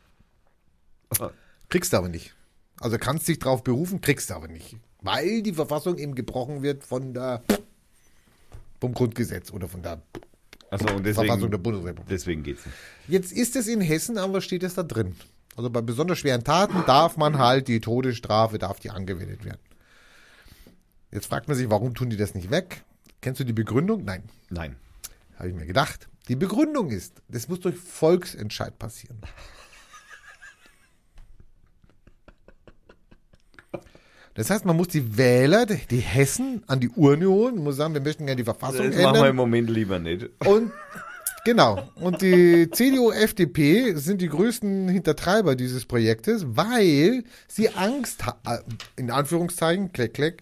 B: Kriegst du aber nicht. Also kannst dich drauf berufen, kriegst du aber nicht. Weil die Verfassung eben gebrochen wird von der vom Grundgesetz oder von der
A: Also und
B: Verfassung der
A: deswegen,
B: Bundesrepublik.
A: deswegen geht's nicht.
B: Jetzt ist es in Hessen, aber steht es da drin. Also bei besonders schweren Taten darf man halt die Todesstrafe, darf die angewendet werden. Jetzt fragt man sich, warum tun die das nicht weg? Kennst du die Begründung? Nein,
A: Nein.
B: habe ich mir gedacht. Die Begründung ist, das muss durch Volksentscheid passieren. Das heißt, man muss die Wähler, die die Hessen, an die Urne holen und muss sagen, wir möchten gerne die Verfassung
A: Das machen wir im
B: ändern.
A: Moment lieber nicht.
B: Und genau. Und die CDU, FDP sind die größten Hintertreiber dieses Projektes, weil sie Angst ha- äh, in Anführungszeichen, kleck, kleck,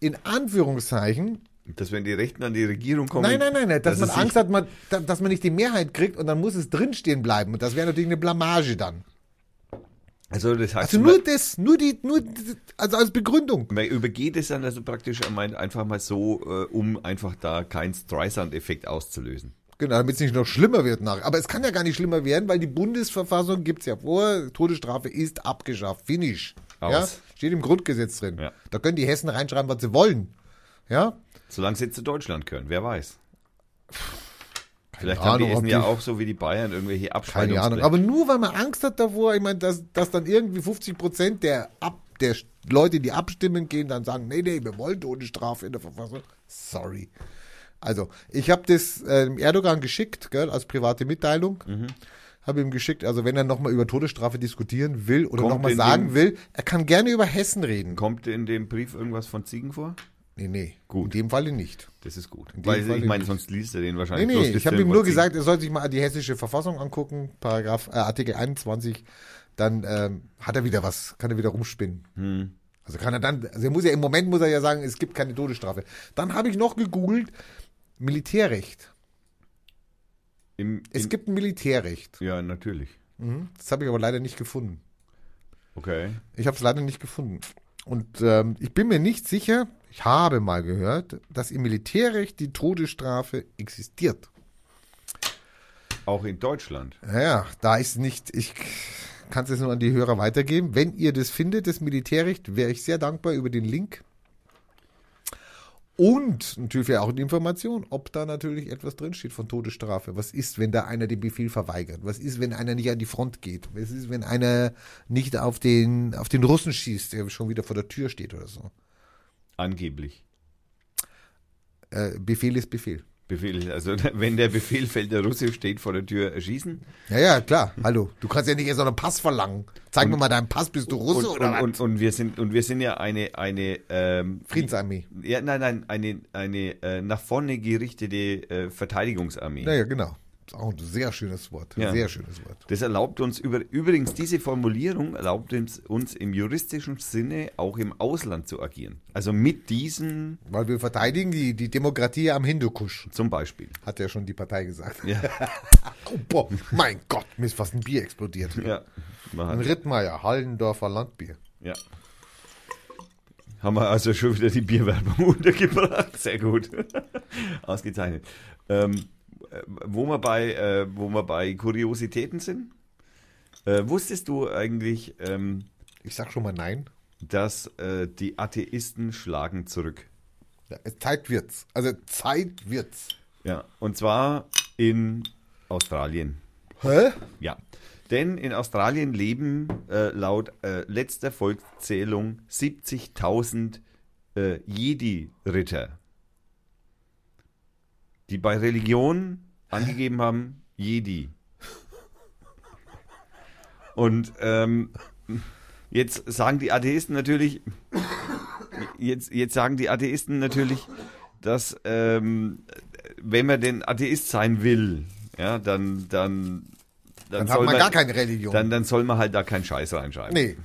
B: in Anführungszeichen,
A: Dass wenn die Rechten an die Regierung kommen.
B: nein, nein, nein, nein dass, man
A: es
B: Angst
A: sich-
B: hat, man, da- dass man nicht die Mehrheit kriegt und dann muss es drinstehen bleiben. Und das wäre natürlich eine Blamage dann.
A: Also das heißt,
B: Also nur das, nur die, nur, die- also als Begründung.
A: man, man übergeht es dann also praktisch einmal- einfach mal so, äh, um einfach da keinen Streisand-Effekt auszulösen.
B: Genau, damit es nicht noch schlimmer wird nachher. Aber es kann ja gar nicht schlimmer werden, weil die Bundesverfassung gibt's ja vor, Todesstrafe ist abgeschafft. Finish.
A: Aus.
B: Ja? Steht im Grundgesetz drin.
A: Ja.
B: Da können die Hessen reinschreiben, was sie wollen. Ja?
A: Solange sie zu Deutschland können, wer weiß. Vielleicht
B: Keine
A: haben die
B: Ahnung,
A: Essen
B: ob
A: ja
B: die-
A: auch so wie die Bayern irgendwelche Abschreibungen.
B: Keine Ahnung. Aber nur weil man Angst hat davor, ich meine, dass, dass dann irgendwie 50 Prozent der, Ab, der Sch- Leute, die abstimmen gehen, dann sagen, nee, nee, wir wollen Todesstrafe in der Verfassung. Sorry. Also, ich habe das äh, dem Erdogan geschickt, gell, als private Mitteilung.
A: Mhm.
B: Habe ihm geschickt, also wenn er nochmal über Todesstrafe diskutieren will oder
A: Kommt
B: nochmal
A: in
B: sagen
A: den-
B: will, er kann gerne über Hessen reden.
A: Kommt in dem Brief irgendwas von Ziegen vor?
B: Nee, nee,
A: Gut.
B: in dem Falle nicht.
A: Das ist gut.
B: dem
A: Weil
B: Fall
A: ich meine,
B: nicht.
A: sonst liest er den
B: Nee,
A: wahrscheinlich
B: nee,
A: bloß
B: ich
A: das
B: habe
A: Film
B: ihm nur
A: von Ziegen.
B: gesagt, er soll sich mal die hessische Verfassung angucken, Paragraph, äh, Artikel 21, dann ähm, hat er wieder was, kann er wieder rumspinnen. Also kann er dann, also er muss ja im Moment muss er ja sagen, es gibt keine Todesstrafe. Dann habe ich noch gegoogelt, Militärrecht.
A: Im,
B: Es
A: im,
B: gibt ein Militärrecht. Mhm.
A: ja, natürlich.
B: Das habe ich aber leider nicht gefunden.
A: Okay.
B: Ich habe es leider nicht gefunden. Und ähm, ich bin mir nicht sicher, ich habe mal gehört, dass im Militärrecht die Todesstrafe existiert.
A: Auch in Deutschland.
B: Naja, da ist nicht, ich kann es jetzt nur an die Hörer weitergeben. Wenn ihr das findet, das Militärrecht, wäre ich sehr dankbar über den Link. Und natürlich wäre auch eine Information, ob da natürlich etwas drinsteht von Todesstrafe. Was ist, wenn da einer den Befehl verweigert? Was ist, wenn einer nicht an die Front geht? Was ist, wenn einer nicht auf den, auf den Russen schießt, der schon wieder vor der Tür steht oder so?
A: Angeblich.
B: Äh, Befehl ist Befehl.
A: Befehl, also wenn der Befehl fällt, der Russe steht vor der Tür, äh, erschießen.
B: Ja, ja, klar. Hallo. Du kannst ja nicht erst noch einen Pass verlangen. Zeig mir mal deinen Pass, bist du Russe
A: und,
B: oder
A: und, und,
B: was?
A: und wir sind und wir sind ja eine eine ähm,
B: Friedensarmee.
A: Ja, nein, nein, eine eine äh, nach vorne gerichtete äh, Verteidigungsarmee.
B: Naja, genau. Ist auch ein sehr schönes Wort.
A: Ja.
B: Sehr schönes Wort.
A: Das erlaubt uns über, übrigens diese Formulierung erlaubt uns, uns im juristischen Sinne auch im Ausland zu agieren. Also mit diesem
B: Weil wir verteidigen die, die Demokratie am Hindukusch,
A: zum Beispiel.
B: hat ja schon die Partei gesagt.
A: Ja,
B: Oh, boah, mein Gott, mir ist fast ein Bier explodiert.
A: ja, man
B: Ein
A: hat,
B: Rittmeier, Hallendorfer Landbier.
A: ja. Haben wir also schon wieder die Bierwerbung untergebracht. Sehr gut. Ausgezeichnet. Ähm, äh, wo, wir bei, äh, wo wir bei Kuriositäten sind, äh, wusstest du eigentlich, ähm,
B: Ich sag schon mal nein.
A: dass äh, die Atheisten schlagen zurück?
B: Ja, es- Zeit wird's. Also Zeit wird's.
A: Ja, und zwar in Australien.
B: Hä?
A: Ja. Denn in Australien leben äh, laut äh, letzter Volkszählung 70.000 äh, Jedi-Ritter, die bei Religion angegeben haben, Jedi. Und ähm, jetzt sagen die Atheisten natürlich, jetzt, jetzt sagen die Atheisten natürlich, dass ähm, wenn man denn Atheist sein will, ja, dann dann
B: Dann,
A: soll
B: hat man gar keine Religion.
A: dann, dann soll man halt da keinen Scheiß reinschreiben.
B: nee,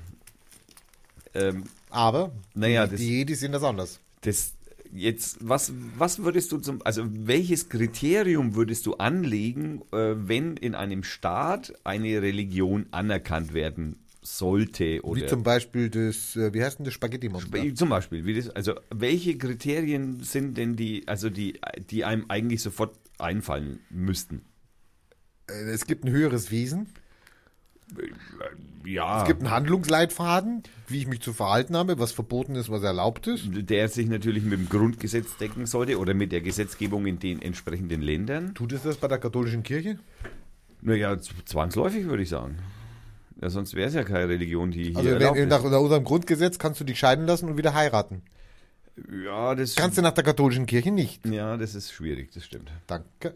A: Ähm,
B: aber
A: naja, das,
B: die Jedis sehen das anders.
A: das jetzt, was, was würdest du zum, also welches Kriterium würdest du anlegen, äh, wenn in einem Staat eine Religion anerkannt werden sollte? Oder
B: Wie zum Beispiel das, äh, wie heißt denn das Spaghetti-Monster?
A: Wie zum Beispiel, wie das, also welche Kriterien sind denn die, also die, die einem eigentlich sofort einfallen müssten?
B: Äh, es gibt ein höheres Wesen.
A: Äh, Ja.
B: Es gibt einen Handlungsleitfaden, wie ich mich zu verhalten habe, was verboten ist, was erlaubt ist.
A: der sich natürlich mit dem Grundgesetz decken sollte oder mit der Gesetzgebung in den entsprechenden Ländern.
B: Tut es das bei der katholischen Kirche?
A: Naja, z- zwangsläufig würde ich sagen. Ja, sonst wäre es ja keine Religion, die hier
B: Also
A: erlaubt
B: wenn, nach, nach unserem Grundgesetz kannst du dich scheiden lassen und wieder heiraten.
A: ist. Ja das,
B: Kannst du nach der katholischen Kirche nicht.
A: ja, das ist schwierig, das stimmt.
B: Danke.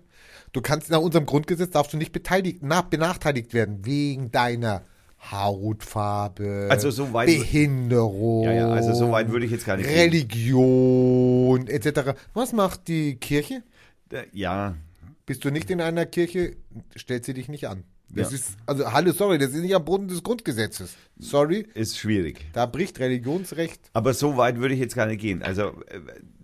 B: Du kannst nach unserem Grundgesetz darfst du nicht beteiligt, nach, benachteiligt werden wegen deiner Hautfarbe,
A: Also so weit-
B: Behinderung,
A: Ja, ja, also so weit würde ich jetzt gar nicht gehen.
B: Religion etc. Was macht die Kirche?
A: Äh, Ja,
B: Bist du nicht in einer Kirche, stellt sie dich nicht an. Das
A: Ja.
B: ist, also hallo, sorry, das ist nicht am Boden des Grundgesetzes. Sorry,
A: ist schwierig.
B: da bricht Religionsrecht.
A: Aber so weit würde ich jetzt gar nicht gehen. Also äh,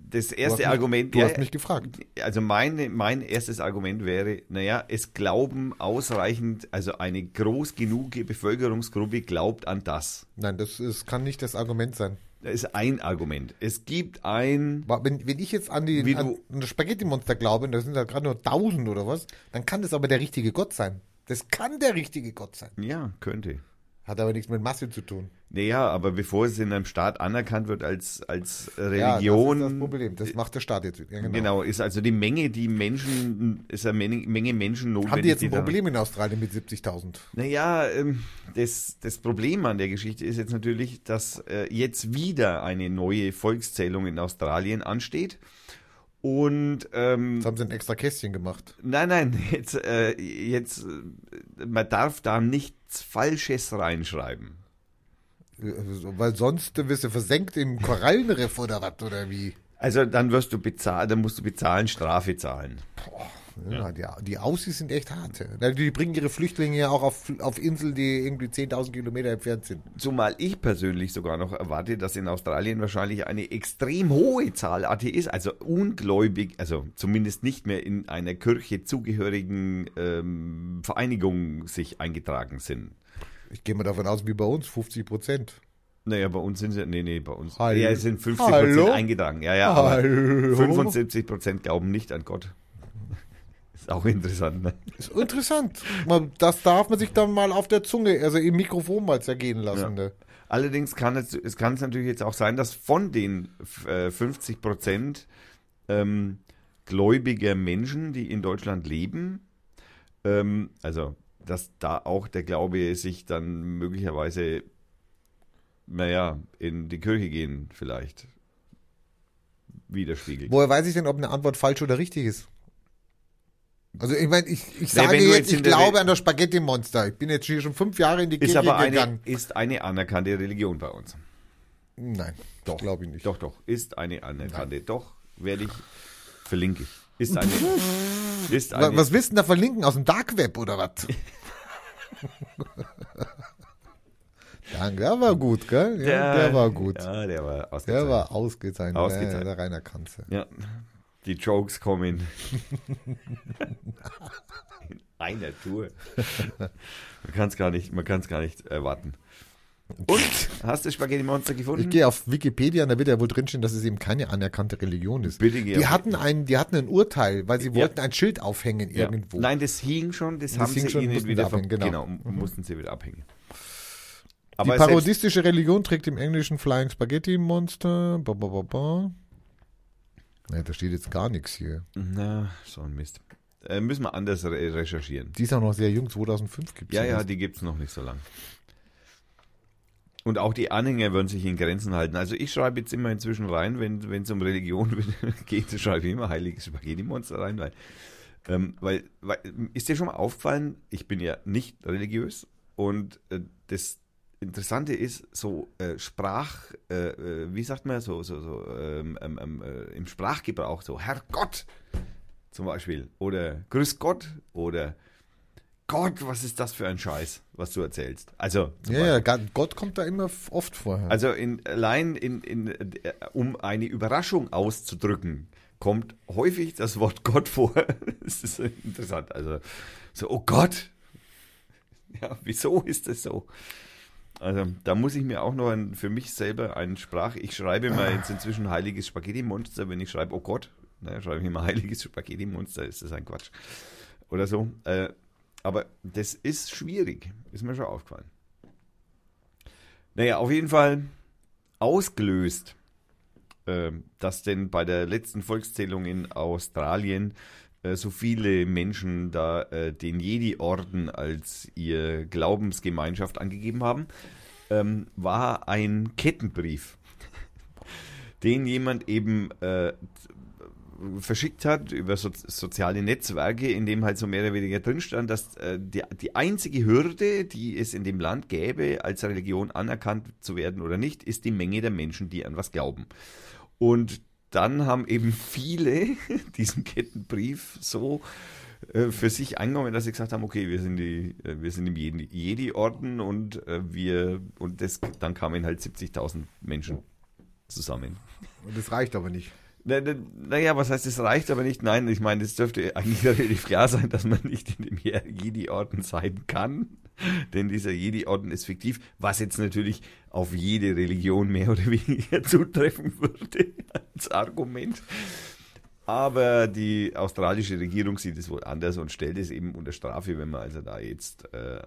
A: das erste
B: mich-
A: Argument,
B: du
A: ja,
B: hast mich gefragt.
A: Also meine, mein erstes Argument wäre, naja, es glauben ausreichend, also eine groß genug Bevölkerungsgruppe glaubt an das.
B: Nein, das ist, kann nicht das Argument sein.
A: Das ist ein Argument. Es gibt ein,
B: Wa- Wenn, wenn ich jetzt an die
A: Wie
B: an
A: du-
B: an das Spaghetti-Monster glaube, und da sind da gerade nur tausend oder was, dann kann das aber der richtige Gott sein. Das kann der richtige Gott sein.
A: ja, könnte.
B: Hat aber nichts mit Masse zu tun.
A: Naja, aber bevor es in einem Staat anerkannt wird als, als
B: Ja, das ist das
A: Religion,
B: Problem. Das macht der Staat jetzt. Ja, genau.
A: genau, ist also die Menge, die Menschen, ist eine Menge, Menge Menschen notwendig.
B: Haben die jetzt ein
A: da-
B: Problem in Australien mit 70.000?
A: Naja, ähm, das, das Problem an der Geschichte ist jetzt natürlich, dass äh, jetzt wieder eine neue Volkszählung in Australien ansteht. Und ähm,
B: Jetzt haben sie ein extra Kästchen gemacht.
A: nein, nein, jetzt, äh, jetzt äh, man darf da nichts Falsches reinschreiben.
B: Äh, Weil sonst wirst du versenkt im Korallenriff oder was, oder wie?
A: Also dann wirst du bezahlen, dann musst du bezahlen, Strafe zahlen.
B: Ja, Die, die Aussies sind echt hart. Na, Die bringen ihre Flüchtlinge ja auch auf, auf Inseln, die irgendwie 10.000 Kilometer entfernt sind.
A: Zumal ich persönlich sogar noch erwarte, dass in Australien wahrscheinlich eine extrem hohe Zahl Atheisten, also ungläubig, also zumindest nicht mehr in einer Kirche zugehörigen ähm, Vereinigung sich eingetragen sind.
B: Ich gehe mal davon aus, wie bei uns, 50 Prozent.
A: Naja, bei uns sind sie, nee, nee, bei uns.
B: Hallo?
A: Ja, es sind 50
B: Hallo?
A: Prozent eingetragen. Ja, ja, aber
B: Hallo?
A: 75 Prozent glauben nicht an Gott. Ist auch interessant, ne?
B: Ist interessant. Man, das darf man sich dann mal auf der Zunge, also im Mikrofon mal zergehen lassen. Ne?
A: Allerdings kann es, es kann es natürlich jetzt auch sein, dass von den äh, 50 Prozent ähm, gläubiger Menschen, die in Deutschland leben, ähm, also dass da auch der Glaube sich dann möglicherweise, naja, in die Kirche gehen vielleicht widerspiegelt.
B: Woher weiß ich denn, ob eine Antwort falsch oder richtig ist? Also ich meine, ich, ich sage
A: wenn du
B: jetzt,
A: jetzt
B: ich
A: in der
B: glaube
A: Re-
B: an das Spaghetti-Monster. Ich bin jetzt hier schon fünf Jahre in die
A: Ist
B: Kirche
A: aber eine,
B: gegangen.
A: ist eine anerkannte Religion bei uns.
B: Nein, doch, glaube ich nicht.
A: Doch, doch, ist eine anerkannte. Doch, werde ich, verlinke ich. Ist eine, ist
B: Wa-
A: eine
B: Was willst du denn da verlinken? Aus dem Dark Web oder was? Danke, der war gut, gell? Ja, der, war gut.
A: Ja, der war ausgezeichnet.
B: der war ausgezeichnet.
A: Ausgezeichnet.
B: Ja, der Rainer Kanze.
A: Ja, die Jokes kommen. In einer Tour. Man kann es gar nicht, man kann es gar nicht erwarten. Und hast du Spaghetti Monster
B: Ich
A: gefunden?
B: gehe auf Wikipedia und da wird ja wohl drinstehen, dass es eben keine anerkannte Religion ist.
A: Bitte geh
B: die,
A: auf-
B: hatten ein, die hatten ein Urteil, weil sie
A: Ja.
B: wollten ein Schild aufhängen
A: Ja.
B: irgendwo.
A: Nein, das hing schon, das,
B: Das
A: haben
B: hing
A: sie
B: schon,
A: ihnen
B: mussten
A: wieder
B: sie abhängen,
A: ver-
B: genau.
A: genau, mussten sie wieder abhängen.
B: die
A: Aber selbst,
B: parodistische Religion trägt im Englischen Flying Spaghetti Monster. Ba, ba, ba, ba. Ja, da steht jetzt gar nichts hier.
A: na, so ein Mist. Äh, müssen wir anders re recherchieren.
B: Die ist auch noch sehr jung, 2005 gibt es
A: Ja, ja, die gibt's noch nicht so lang. Und auch die Anhänger würden sich in Grenzen halten. Also ich schreibe jetzt immer inzwischen rein, wenn wenn's um Religion geht, schreibe ich immer heiliges Spaghetti-Monster rein. Weil, ähm, weil, weil, ist dir schon mal aufgefallen, ich bin ja nicht religiös und äh, das Interessante ist, so äh, Sprach, äh, äh, wie sagt man, so, so, so ähm, ähm, ähm, äh, im Sprachgebrauch, so Herrgott zum Beispiel oder Grüß Gott oder Gott, was ist das für ein Scheiß, was du erzählst. Also, zum
B: Ja, ja,
A: Beispiel.
B: Ga- Gott kommt da immer f- oft vorher.
A: also in, allein in, in, äh, um eine Überraschung auszudrücken, kommt häufig das Wort Gott vor. das ist interessant. Also so, oh Gott. Ja, wieso ist das so? Also, da muss ich mir auch noch ein, für mich selber einen Sprach. Ich schreibe mal jetzt inzwischen heiliges Spaghetti-Monster, wenn ich schreibe, oh Gott, ne, schreibe ich immer heiliges Spaghetti-Monster, ist das ein Quatsch. Oder so. Äh, aber das ist schwierig, ist mir schon aufgefallen. Naja, auf jeden Fall ausgelöst, ähm, dass denn bei der letzten Volkszählung in Australien äh, so viele Menschen da äh, den Jedi-Orden als ihr Glaubensgemeinschaft angegeben haben, ähm, war ein Kettenbrief, den jemand eben äh, verschickt hat über so, soziale Netzwerke, in dem halt so mehr oder weniger drin stand, dass äh, die, die einzige Hürde, die es in dem Land gäbe, als Religion anerkannt zu werden oder nicht, ist die Menge der Menschen, die an was glauben. Und dann haben eben viele diesen Kettenbrief so äh, für sich angenommen, dass sie gesagt haben, okay, wir sind, die, äh, wir sind im Jedi- Jedi-Orden und äh, wir, und das, dann kamen halt 70.000 Menschen zusammen.
B: Und das reicht aber nicht.
A: Na- na- Naja, was heißt, es reicht aber nicht? Nein, ich meine, es dürfte eigentlich relativ klar sein, dass man nicht in dem Jedi-Orden sein kann. Denn dieser Jedi-Orden ist fiktiv, was jetzt natürlich auf jede Religion mehr oder weniger zutreffen würde als Argument. Aber die australische Regierung sieht es wohl anders und stellt es eben unter Strafe, wenn man also da jetzt äh,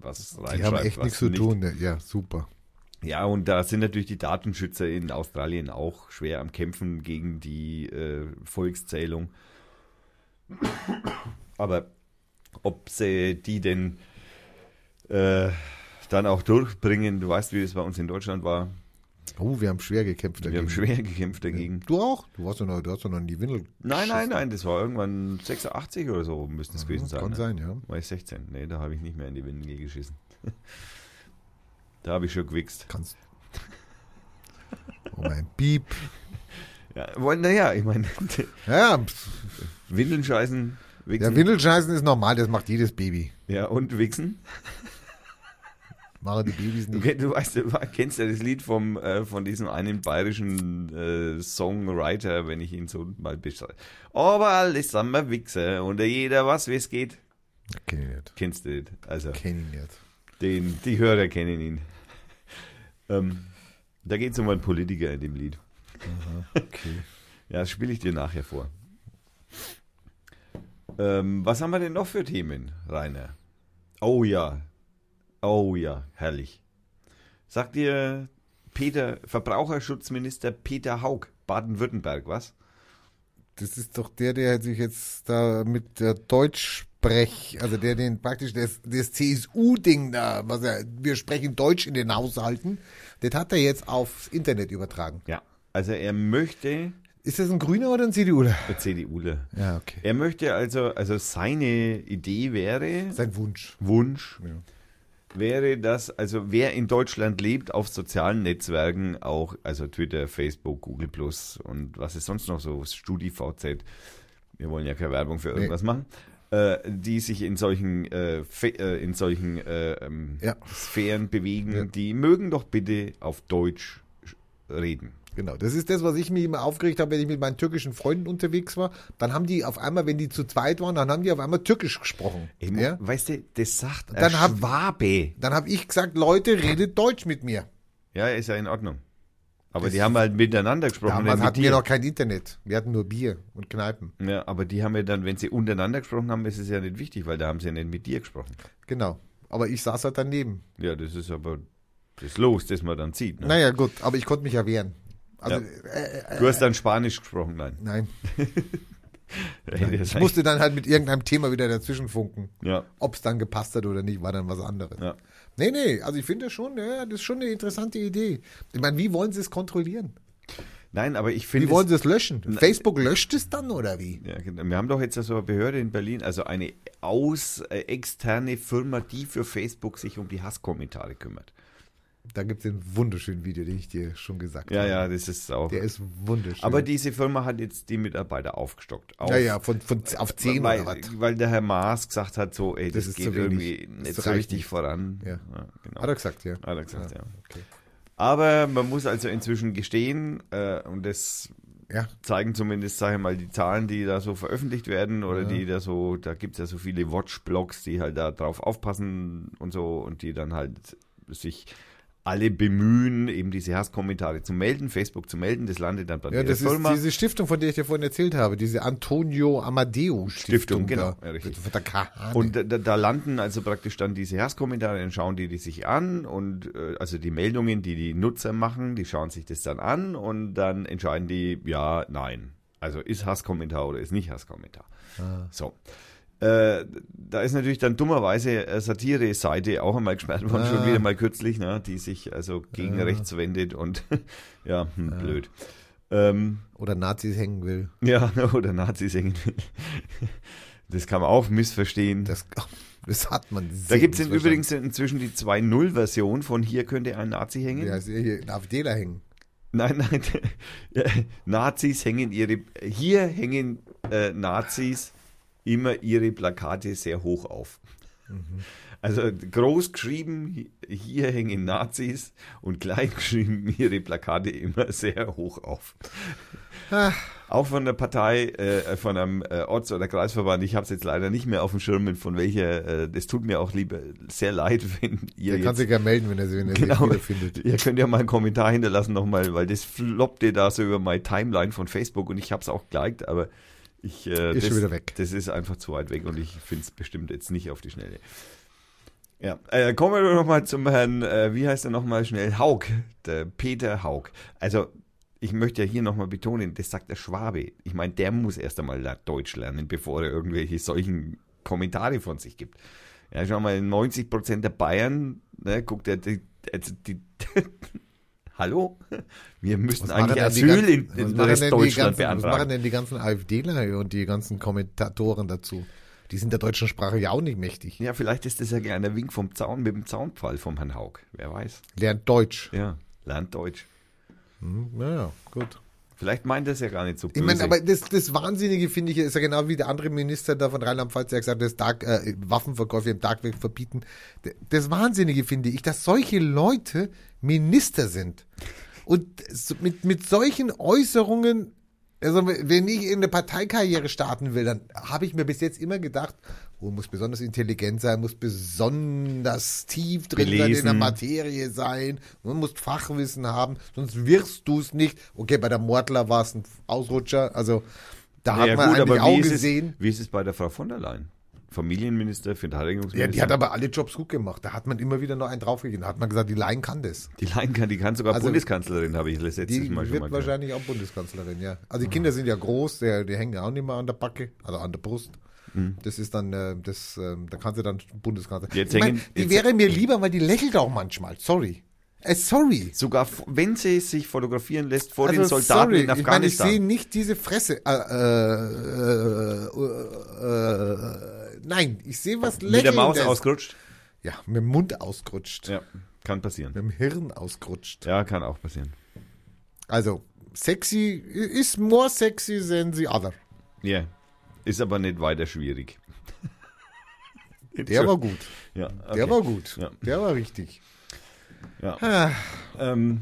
A: was reinschreibt.
B: Die haben echt
A: was
B: nichts zu
A: nicht
B: tun. ne? Ja, super.
A: ja, und da sind natürlich die Datenschützer in Australien auch schwer am Kämpfen gegen die äh, Volkszählung. Aber ob sie die denn äh, dann auch durchbringen, du weißt, wie es bei uns in Deutschland war.
B: Oh, wir haben schwer gekämpft
A: Wir haben
B: dagegen.
A: schwer gekämpft dagegen.
B: Du auch? Du, warst doch noch, du hast doch noch in die Windel.
A: Nein, nein, nein, das war irgendwann 86 oder so, müsste es gewesen sein.
B: Kann
A: ne?
B: sein, ja.
A: War ich 16? Nee, da habe ich nicht mehr in die Windel geschissen. da habe ich schon gewichst.
B: Kannst. Oh mein Piep.
A: Ja, naja, ich meine,
B: Ja, pf,
A: Windeln scheißen,
B: ja,
A: wichsen.
B: Windelscheißen ist normal, das macht jedes Baby.
A: Ja, und Wichsen.
B: Machen die Babys
A: Du,
B: nicht.
A: kenn- du, weißt, du kennst ja das Lied vom, äh, von diesem einen bayerischen äh, Songwriter, wenn ich ihn so mal beschreibe. Overall ist Sommer Wichse und jeder was, wie es geht.
B: Kenn ich nicht.
A: Kennst du das? Also,
B: Kenn ich nicht.
A: den, die Hörer kennen ihn. Ähm, da geht es um einen Politiker in dem Lied.
B: Okay.
A: Ja, das spiele ich dir nachher vor. Ähm, was haben wir denn noch für Themen, Rainer? Oh ja. Oh ja, herrlich. Sagt dir Peter, Verbraucherschutzminister Peter Haug, Baden-Württemberg, was?
B: Das ist doch der, der sich jetzt da mit der Deutschsprech, also der den praktisch das, das CSU-Ding da, was er, wir sprechen Deutsch in den Haushalten, das hat er jetzt aufs Internet übertragen.
A: Ja. Also er möchte,
B: Ist das ein Grüner oder ein CDUler?
A: der CDUler,
B: Ja, okay.
A: er möchte also, also seine Idee wäre,
B: Sein Wunsch.
A: Wunsch
B: Ja.
A: wäre, dass, also wer in Deutschland lebt, auf sozialen Netzwerken auch, also Twitter, Facebook, Google Plus und was ist sonst noch so, StudiVZ, wir wollen ja keine Werbung für irgendwas machen, äh, die sich in solchen, äh, Fe- äh, in solchen äh, ähm,
B: Ja.
A: Sphären bewegen,
B: Ja.
A: die mögen doch bitte auf Deutsch sch- reden.
B: Genau, das ist das, was ich mich immer aufgeregt habe, wenn ich mit meinen türkischen Freunden unterwegs war. Dann haben die auf einmal, wenn die zu zweit waren, dann haben die auf einmal türkisch gesprochen.
A: Ich mu-
B: Ja?
A: Weißt du, das sagt ein
B: Dann hab-
A: Schwabe.
B: Dann habe ich gesagt, Leute, redet Deutsch mit mir.
A: Ja, ist ja in Ordnung. Aber die haben halt miteinander gesprochen.
B: Damals
A: nicht mit
B: hatten
A: dir.
B: wir noch kein Internet. Wir hatten nur Bier und Kneipen.
A: Ja, aber die haben ja dann, wenn sie untereinander gesprochen haben, ist es ja nicht wichtig, weil da haben sie ja nicht mit dir gesprochen.
B: Genau. Aber ich saß halt daneben.
A: Ja, das ist aber das Los, das man dann zieht. Ne?
B: Naja, gut, aber ich konnte mich ja wehren. Also, äh, äh,
A: Du hast dann Spanisch gesprochen, nein.
B: nein.
A: Hey, das
B: Ich musste dann halt mit irgendeinem Thema wieder dazwischen funken.
A: ja,
B: Ob es dann gepasst hat oder nicht, war dann was anderes.
A: ja.
B: Nee, nee, also ich finde das schon, ja, das ist schon eine interessante Idee. Ich meine, wie wollen sie es kontrollieren?
A: Nein, aber ich
B: Wie
A: finde.
B: wollen
A: es-
B: sie es löschen? Facebook löscht es dann oder wie?
A: Ja, genau. wir haben doch jetzt so eine Behörde in Berlin, also eine aus äh, externe Firma, die für Facebook sich um die Hasskommentare kümmert.
B: Da gibt es ein wunderschönes Video, den ich dir schon gesagt
A: Ja,
B: habe.
A: ja, das ist auch.
B: Der ist wunderschön.
A: Aber diese Firma hat jetzt die Mitarbeiter aufgestockt. Auf,
B: ja, ja, von, von auf 10
A: weil, Genau.
B: oder was.
A: weil der Herr Maas gesagt hat, so, ey, das,
B: Das ist
A: geht
B: zu wenig.
A: irgendwie
B: Das
A: nicht so
B: reicht
A: richtig
B: nicht.
A: voran.
B: Ja.
A: genau.
B: Hat er gesagt, ja.
A: Hat er gesagt, ja.
B: Okay.
A: Aber man muss also inzwischen gestehen, äh, und das
B: Ja,
A: zeigen zumindest, sage ich mal, die Zahlen, die da so veröffentlicht werden oder die da so, da gibt es ja so viele Watchblogs, die halt da drauf aufpassen und so und die dann halt sich alle bemühen, eben diese Hasskommentare zu melden, Facebook zu melden, das landet dann bei
B: Ja,
A: der
B: das ist
A: Firma.
B: diese Stiftung, von der ich dir vorhin erzählt habe, diese Antonio Amadeo Stiftung.
A: Stiftung, genau,
B: Da,
A: ja, richtig.
B: Von der Kahane.
A: Und da, da landen also praktisch dann diese Hasskommentare, dann schauen die die sich an und äh, also die Meldungen, die die Nutzer machen, die schauen sich das dann an und dann entscheiden die, ja, nein. Also ist Hasskommentar oder ist nicht Hasskommentar.
B: Ah.
A: So. Äh, da ist natürlich dann dummerweise äh, Satire-Seite auch einmal gesperrt worden, schon
B: Ah.
A: wieder mal kürzlich, ne, die sich also gegen rechts wendet und ja, hm, blöd. Ähm,
B: Oder Nazis hängen will.
A: ja, oder Nazis hängen. Das kann man auch missverstehen.
B: Das, das hat man
A: da
B: sehr
A: gibt es
B: missverstanden.
A: übrigens inzwischen die 2.0-Version von Hier könnte ein Nazi hängen.
B: Ja, ist hier ein AfDler hängen.
A: Nein, nein. Ja, Nazis hängen ihre. Hier hängen äh, Nazis immer ihre Plakate sehr hoch auf.
B: Mhm.
A: Also groß geschrieben, hier hängen Nazis und klein geschrieben ihre Plakate immer sehr hoch auf.
B: Ah.
A: Auch von der Partei, äh, von einem äh, Orts- oder Kreisverband, ich habe es jetzt leider nicht mehr auf dem Schirm, von welcher, äh, es tut mir auch lieber sehr leid, wenn ihr
B: Der
A: jetzt
B: kann sich ja melden, wenn er, wenn er sich
A: Genau.
B: wiederfindet.
A: Ihr könnt ja mal einen Kommentar hinterlassen nochmal, weil das floppte da so über meine Timeline von Facebook und ich habe es auch geliked, aber ich. Äh,
B: Ist
A: das,
B: schon wieder weg.
A: Das ist einfach zu weit weg und ich finde es bestimmt jetzt nicht auf die Schnelle. Ja, äh, kommen wir doch nochmal zum Herrn, äh, wie heißt er nochmal schnell? Haug, der Peter Haug. Also, ich möchte ja hier nochmal betonen, das sagt der Schwabe. Ich meine, der muss erst einmal la- Deutsch lernen, bevor er irgendwelche solchen Kommentare von sich gibt. Ja, schau mal, 90 Prozent der Bayern, ne, guckt der, die, also die Hallo? Wir müssen
B: Was
A: eigentlich
B: machen denn die
A: Asyl in, in
B: ganzen- was machen denn die
A: Restdeutschland
B: ganzen- Was machen
A: beantragen.
B: denn die ganzen AfDler und die ganzen Kommentatoren dazu? Die sind der deutschen Sprache ja auch nicht mächtig.
A: Ja, vielleicht ist das ja ein kleiner Wink vom Zaun mit dem Zaunpfahl vom Herrn Haug. Wer weiß.
B: Lernt Deutsch.
A: Ja, lernt Deutsch.
B: Hm, naja, gut.
A: Vielleicht meint er es ja gar nicht so böse.
B: Ich meine, aber das, das Wahnsinnige finde ich, ist ja genau wie der andere Minister da von Rheinland-Pfalz, der gesagt hat, das Tag, äh, Waffenverkäufe im Tagwerk verbieten. D- Das Wahnsinnige finde ich, dass solche Leute Minister sind. Und so- mit, mit solchen Äußerungen, also wenn ich in eine Parteikarriere starten will, dann habe ich mir bis jetzt immer gedacht, oh, muss besonders intelligent sein, muss besonders tief drin sein in der
A: Belesen.
B: Materie. Materie sein, man muss Fachwissen haben, sonst wirst du es nicht. Okay, bei der Mortler war es ein Ausrutscher, also da
A: Naja,
B: hat man eigentlich auch
A: wie ist
B: gesehen.
A: Es, wie ist es bei der Frau von der Leyen? Familienminister, Verteidigungsminister.
B: Ja, die hat aber alle Jobs gut gemacht. Da hat man immer wieder noch einen draufgegeben. Da hat man gesagt, die Laien kann das.
A: die Leyen kann, die kann sogar
B: Also,
A: Bundeskanzlerin, habe ich letztes
B: Die
A: Mal schon mal
B: wird
A: gehört.
B: wahrscheinlich auch Bundeskanzlerin, ja. Also die Kinder sind ja groß, der, die hängen ja auch nicht mehr an der Backe, also an der Brust. Das ist dann, äh, das, ähm, da kann sie dann Bundeskanzlerin.
A: Mhm. Jetzt
B: ich
A: hängen-
B: mein, die
A: jetzt-
B: wäre mir lieber, weil die lächelt auch manchmal. Sorry. Äh, sorry.
A: Sogar f- wenn sie sich fotografieren lässt vor den Soldaten in
B: Also, ich meine, ich
A: Afghanistan.
B: sehe nicht diese Fresse. Äh, äh, äh, äh, äh, nein, ich sehe was
A: mit der
B: Lächelndes.
A: Maus ausgerutscht.
B: Ja, mit dem Mund ausgerutscht.
A: Ja, kann passieren.
B: Mit dem Hirn ausgerutscht.
A: Ja, kann auch passieren.
B: Also, sexy is more sexy than the other.
A: Ja. Ist aber nicht weiter schwierig.
B: Der war gut.
A: ja, okay.
B: Der war gut.
A: Ja.
B: Der war richtig.
A: ja.
B: Ah,
A: Ähm,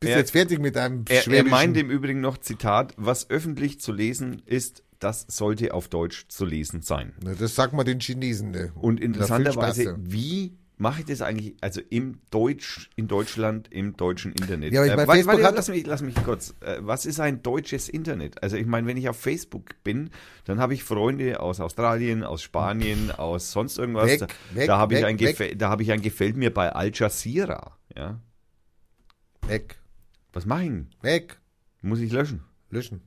B: bist
A: Er-
B: jetzt fertig mit deinem
A: er, er
B: schwäbischen-
A: meint im Übrigen noch, Zitat, was öffentlich zu lesen ist, das sollte auf Deutsch zu lesen sein.
B: Na, Das sagt man den Chinesen. Ne?
A: Und
B: Na, viel
A: interessanterweise,
B: Spaß,
A: wie mache ich das eigentlich, also im Deutsch, in Deutschland, im deutschen Internet?
B: Ja, aber ich
A: Äh,
B: meine,
A: warte,
B: Facebook
A: warte,
B: hat-
A: lass, mich, lass mich kurz. Äh, was ist ein deutsches Internet? Also ich meine, wenn ich auf Facebook bin, dann habe ich Freunde aus Australien, aus Spanien, aus sonst irgendwas.
B: Weg,
A: da
B: weg,
A: da habe ich,
B: weg,
A: ein Gefä- da habe ich ein Gefällt mir bei Al Jazeera. Ja?
B: Weg,
A: Was mache ich denn?
B: weg.
A: Muss ich löschen?
B: Löschen.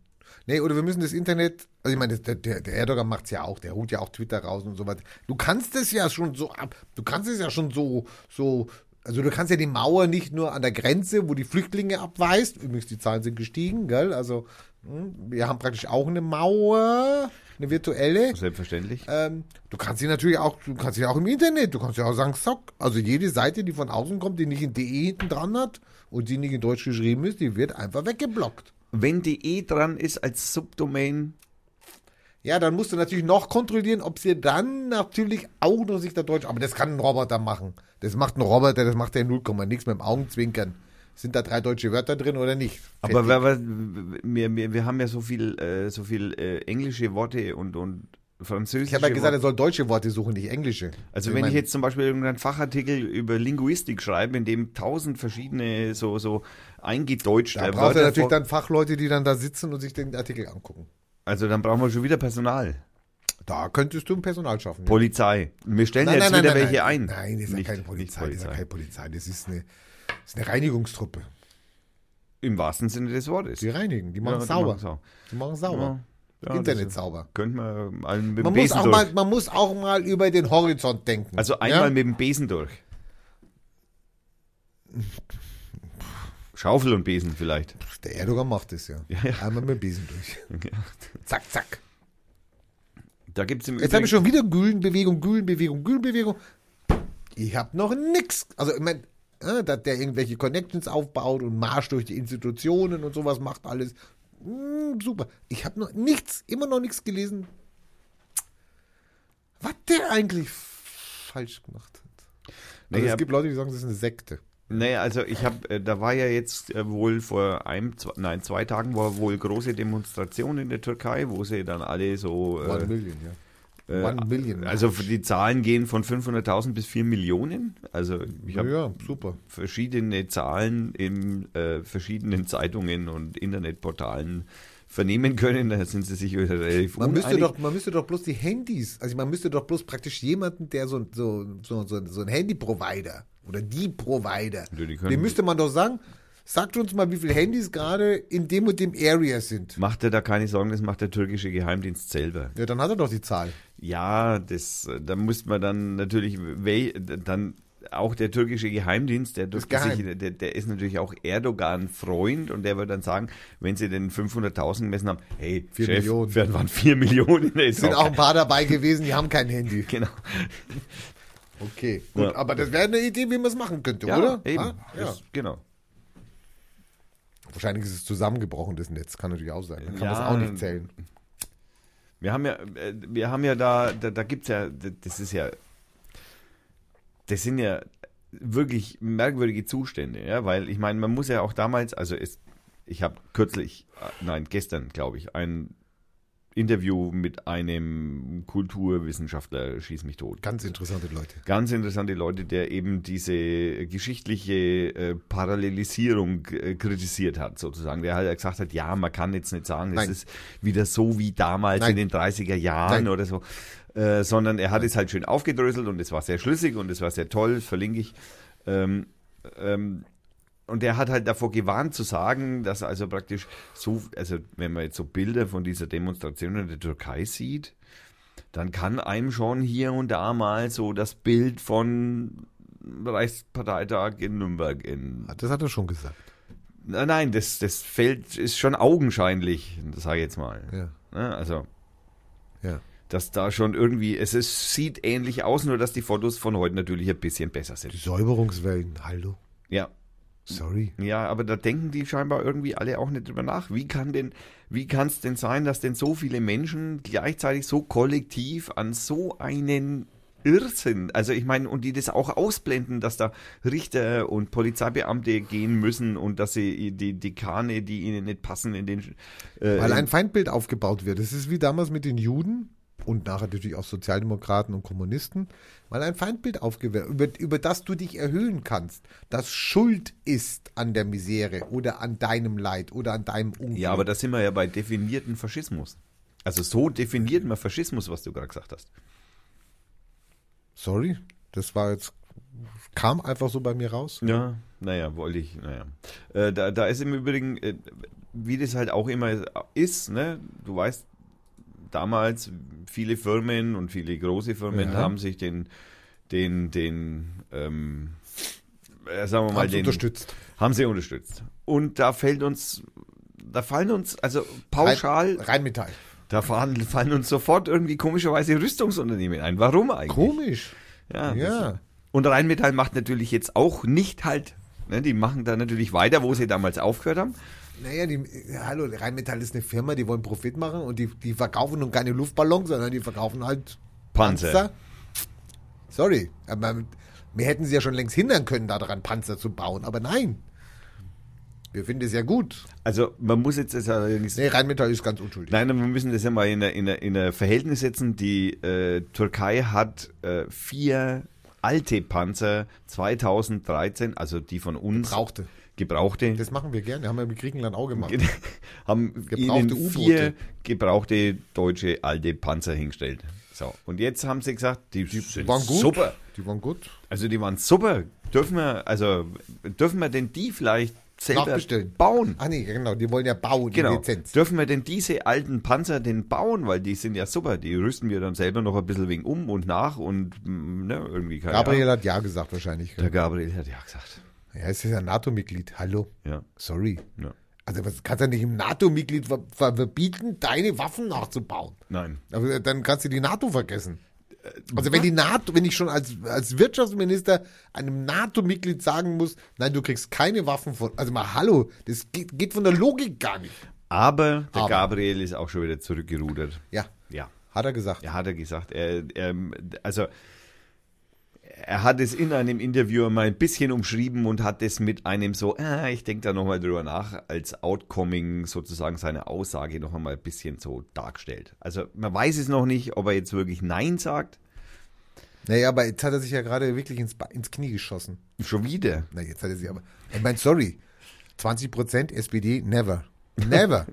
B: Nee, oder wir müssen das Internet, also ich meine, das- der, der, der Erdogan macht's ja auch, der holt ja auch Twitter raus und so weiter. Du kannst es ja schon so ab, du kannst es ja schon so, so, also du kannst ja die Mauer nicht nur an der Grenze, wo die Flüchtlinge abweist, übrigens die Zahlen sind gestiegen, gell, also hm, wir haben praktisch auch eine Mauer, eine virtuelle.
A: Selbstverständlich.
B: Ähm, du kannst sie natürlich auch, du kannst sie auch im Internet, du kannst ja auch sagen, Sock. Also jede Seite, die von außen kommt, die nicht in DE hinten dran hat und die nicht in Deutsch geschrieben ist, die wird einfach weggeblockt.
A: Wenn die E dran ist als Subdomain,
B: Ja, dann musst du natürlich noch kontrollieren, ob sie dann natürlich auch noch sich da Deutsch. Aber das kann ein Roboter machen. Das macht ein Roboter, das macht der 0, nichts mit dem Augenzwinkern. Sind da drei deutsche Wörter drin oder nicht?
A: Aber
B: Fertig.
A: wer, wer, wir, wir, wir haben ja so viel, äh, so viel äh, englische Worte und, und französische
B: ich habe ja gesagt,
A: Worte.
B: er soll deutsche Worte suchen, nicht englische.
A: Also wenn ich
B: meine,
A: jetzt zum Beispiel irgendeinen Fachartikel über Linguistik schreibe, in dem tausend verschiedene so, so eingedeutschte
B: da braucht er natürlich
A: Äh, vor-
B: dann Fachleute, die dann da sitzen und sich den Artikel angucken.
A: Also dann brauchen wir schon wieder Personal.
B: Da könntest du ein Personal schaffen. ja.
A: Polizei. Wir stellen ja jetzt wieder welche ein.
B: Nein, das ist
A: Nicht-
B: ja keine
A: nicht
B: Polizei, Das ist ja keine Polizei. Das ist eine, das ist eine Reinigungstruppe.
A: Im wahrsten Sinne des Wortes.
B: Die reinigen, die machen
A: die
B: sauber.
A: machen's sauber.
B: Die machen
A: Ja,
B: sauber.
A: ja,
B: Internet
A: das
B: sauber.
A: Könnte man allen mit dem
B: Man muss,
A: Besen
B: auch
A: durch.
B: mal, man muss auch mal über den Horizont denken.
A: also einmal
B: ja?
A: mit dem Besen durch. Schaufel und Besen vielleicht.
B: Der Erdogan macht das ja.
A: Ja, ja.
B: Einmal mit dem Besen durch. Zack, zack.
A: Da gibt es im
B: Jetzt habe ich schon wieder Gülenbewegung, Gülenbewegung, Gülenbewegung. Ich habe noch nix. Also, ich meine, äh, dass der irgendwelche Connections aufbaut und Marsch durch die Institutionen und sowas macht alles. Mm, super. Ich habe noch nichts, immer noch nichts gelesen. Was der eigentlich f- falsch gemacht hat. Also,
A: Naja,
B: es gibt Leute, die sagen, das ist eine Sekte.
A: Naja, also ich habe, äh, da war ja jetzt äh, wohl vor einem, zwei, nein, zwei Tagen war wohl große Demonstration in der Türkei, wo sie dann alle so,
B: One
A: äh,
B: Million, ja.
A: äh,
B: One Million.
A: also für die Zahlen gehen von 500.000 bis 4 Millionen. Also ich
B: ja,
A: habe
B: ja, super.
A: verschiedene Zahlen in äh, verschiedenen Zeitungen und Internetportalen vernehmen können. Da sind sie sich wieder relativ
B: Man müsste,
A: uneinig.
B: doch, man müsste doch bloß die Handys, also man müsste doch bloß praktisch jemanden, der so, so, so, so, so ein Handy-Provider oder die Provider,
A: Ja, die können-
B: dem müsste man doch sagen, sagt uns mal, wie viele Handys gerade in dem und dem Area sind.
A: Macht er da keine Sorgen, das macht der türkische Geheimdienst selber.
B: Ja, dann hat er doch die Zahl.
A: Ja, das, äh, da muss man dann natürlich, wel- dann auch der türkische Geheimdienst, der, dürfte
B: geheim.
A: sich, der, der ist natürlich auch Erdogan-Freund und der wird dann sagen, wenn sie den 500.000 gemessen haben, hey,
B: Vier
A: Chef,
B: Millionen.
A: werden waren 4 Millionen. Das
B: Es sind auch ein paar dabei gewesen, die haben kein Handy.
A: genau.
B: Okay, gut,
A: Ja.
B: aber das wäre eine Idee, wie man es machen könnte,
A: Ja,
B: oder?
A: eben.
B: Ah, ja.
A: Das, genau.
B: Wahrscheinlich ist es zusammengebrochen, das Netz, kann natürlich auch sein. Dann kann
A: Ja.
B: man es auch nicht zählen.
A: Wir haben ja, äh, wir haben ja da, da, da gibt's ja, d- das ist ja, das sind ja wirklich merkwürdige Zustände, ja, weil ich meine, man muss ja auch damals, also es, ich habe kürzlich, äh, nein, gestern, glaube ich, ein Interview mit einem Kulturwissenschaftler, schieß mich tot.
B: Ganz interessante Leute.
A: Ganz interessante Leute, der eben diese geschichtliche äh, Parallelisierung äh, kritisiert hat, sozusagen. Der halt ja gesagt hat, ja, man kann jetzt nicht sagen, es
B: Nein.
A: ist wieder so wie damals
B: Nein.
A: in den 30er Jahren
B: Nein.
A: oder so. Äh, sondern er hat es halt schön aufgedröselt und es war sehr schlüssig und es war sehr toll, verlinke ich. Ähm, ähm, und er hat halt davor gewarnt zu sagen, dass also praktisch so, also wenn man jetzt so Bilder von dieser Demonstration in der Türkei sieht, dann kann einem schon hier und da mal so das Bild von Reichsparteitag in Nürnberg in.
B: Ah, Das hat er schon gesagt.
A: Nein, nein, das, das Feld ist schon augenscheinlich, sage ich jetzt mal.
B: Ja,
A: Ne, Also,
B: ja.
A: dass da schon irgendwie, es ist, sieht ähnlich aus, nur dass die Fotos von heute natürlich ein bisschen besser
B: Die
A: sind.
B: Säuberungswellen, hallo.
A: Ja,
B: Sorry.
A: Ja, aber da denken die scheinbar irgendwie alle auch nicht drüber nach. Wie kann denn, wie kann es denn sein, dass denn so viele Menschen gleichzeitig so kollektiv an so einen Irrsinn, also ich meine, und die das auch ausblenden, dass da Richter und Polizeibeamte gehen müssen und dass sie die Dekane, die ihnen nicht passen, in den äh,
B: Weil ein Feindbild aufgebaut wird. Es ist wie damals mit den Juden und nachher natürlich auch Sozialdemokraten und Kommunisten, weil ein Feindbild aufgebaut über, über das du dich erhöhen kannst, das Schuld ist an der Misere oder an deinem Leid oder an deinem Unglück.
A: ja, aber da sind wir ja bei definierten Faschismus. Also so definiert man Faschismus, was du gerade gesagt hast.
B: Sorry, das war jetzt, kam einfach so bei mir raus.
A: Ja, naja, wollte ich, naja. Äh, da, da ist im Übrigen, äh, wie das halt auch immer ist, ne, du weißt, damals viele Firmen und viele große Firmen
B: Ja.
A: haben sich den, den, den, ähm, äh, sagen wir mal,
B: Haben
A: den,
B: unterstützt.
A: haben sie unterstützt. Und da fällt uns, da fallen uns, also pauschal,
B: Rein, Rheinmetall.
A: da fallen, fallen uns sofort irgendwie komischerweise Rüstungsunternehmen ein. Warum eigentlich?
B: Komisch.
A: Ja. Das,
B: Ja.
A: und Rheinmetall macht natürlich jetzt auch nicht halt. Ne? Die machen da natürlich weiter, wo sie damals aufgehört haben.
B: Naja, die, ja, hallo, Rheinmetall ist eine Firma, die wollen Profit machen und die, die verkaufen nun keine Luftballons, sondern die verkaufen halt
A: Panzer.
B: Panzer. Sorry, aber wir hätten sie ja schon längst hindern können, daran Panzer zu bauen, aber nein. Wir finden es ja gut.
A: Also man muss jetzt das allerdings.
B: Nee, Rheinmetall ist ganz unschuldig.
A: Nein, aber wir müssen das ja mal in ein in der- in der Verhältnis setzen. Die äh, Türkei hat äh, vier alte Panzer 2013, also die von uns
B: Brauchte.
A: gebrauchte,
B: Das machen wir gerne, haben wir mit Griechenland auch gemacht.
A: Genau. haben
B: Gebrauchte
A: ihnen
B: U-Boote.
A: vier gebrauchte deutsche alte Panzer hingestellt. So, und jetzt haben sie gesagt, die, sind
B: Waren gut.
A: super.
B: Die waren gut.
A: Also die waren super. Dürfen wir, also dürfen wir denn die vielleicht selber
B: Nachbestellen.
A: bauen?
B: Ach nee, genau, die wollen ja bauen, die
A: Genau.
B: Lizenz.
A: Dürfen wir denn diese alten Panzer denn bauen? Weil die sind ja super. Die rüsten wir dann selber noch ein bisschen wegen um und nach und mm, ne, irgendwie keine
B: Gabriel
A: Ahnung.
B: hat ja gesagt wahrscheinlich.
A: Der Gabriel hat ja gesagt.
B: Ja, es ist ja NATO-Mitglied. Hallo.
A: Ja.
B: Sorry.
A: ja.
B: Also was kannst du ja nicht im NATO-Mitglied ver ver verbieten, deine Waffen nachzubauen.
A: Nein. Äh,
B: Aber äh, dann kannst du die NATO vergessen. Also wenn die NATO, wenn ich schon als, als Wirtschaftsminister einem NATO-Mitglied sagen muss, nein, du kriegst keine Waffen von. Also mal hallo, das geht, geht von der Logik gar nicht.
A: Aber der
B: Aber.
A: Gabriel ist auch schon wieder zurückgerudert.
B: Ja,
A: Ja.
B: hat er gesagt.
A: Ja, hat er gesagt. Er, er, also er hat es in einem Interview mal ein bisschen umschrieben und hat es mit einem so, ah, ich denke da nochmal drüber nach, als Outcoming sozusagen seine Aussage noch einmal ein bisschen so dargestellt. Also man weiß es noch nicht, ob er jetzt wirklich Nein sagt.
B: Naja, aber jetzt hat er sich ja gerade wirklich ins, Be- ins Knie geschossen.
A: Schon wieder.
B: Na, jetzt hat er sich aber. Ich meine, sorry. 20% SPD, never. Never.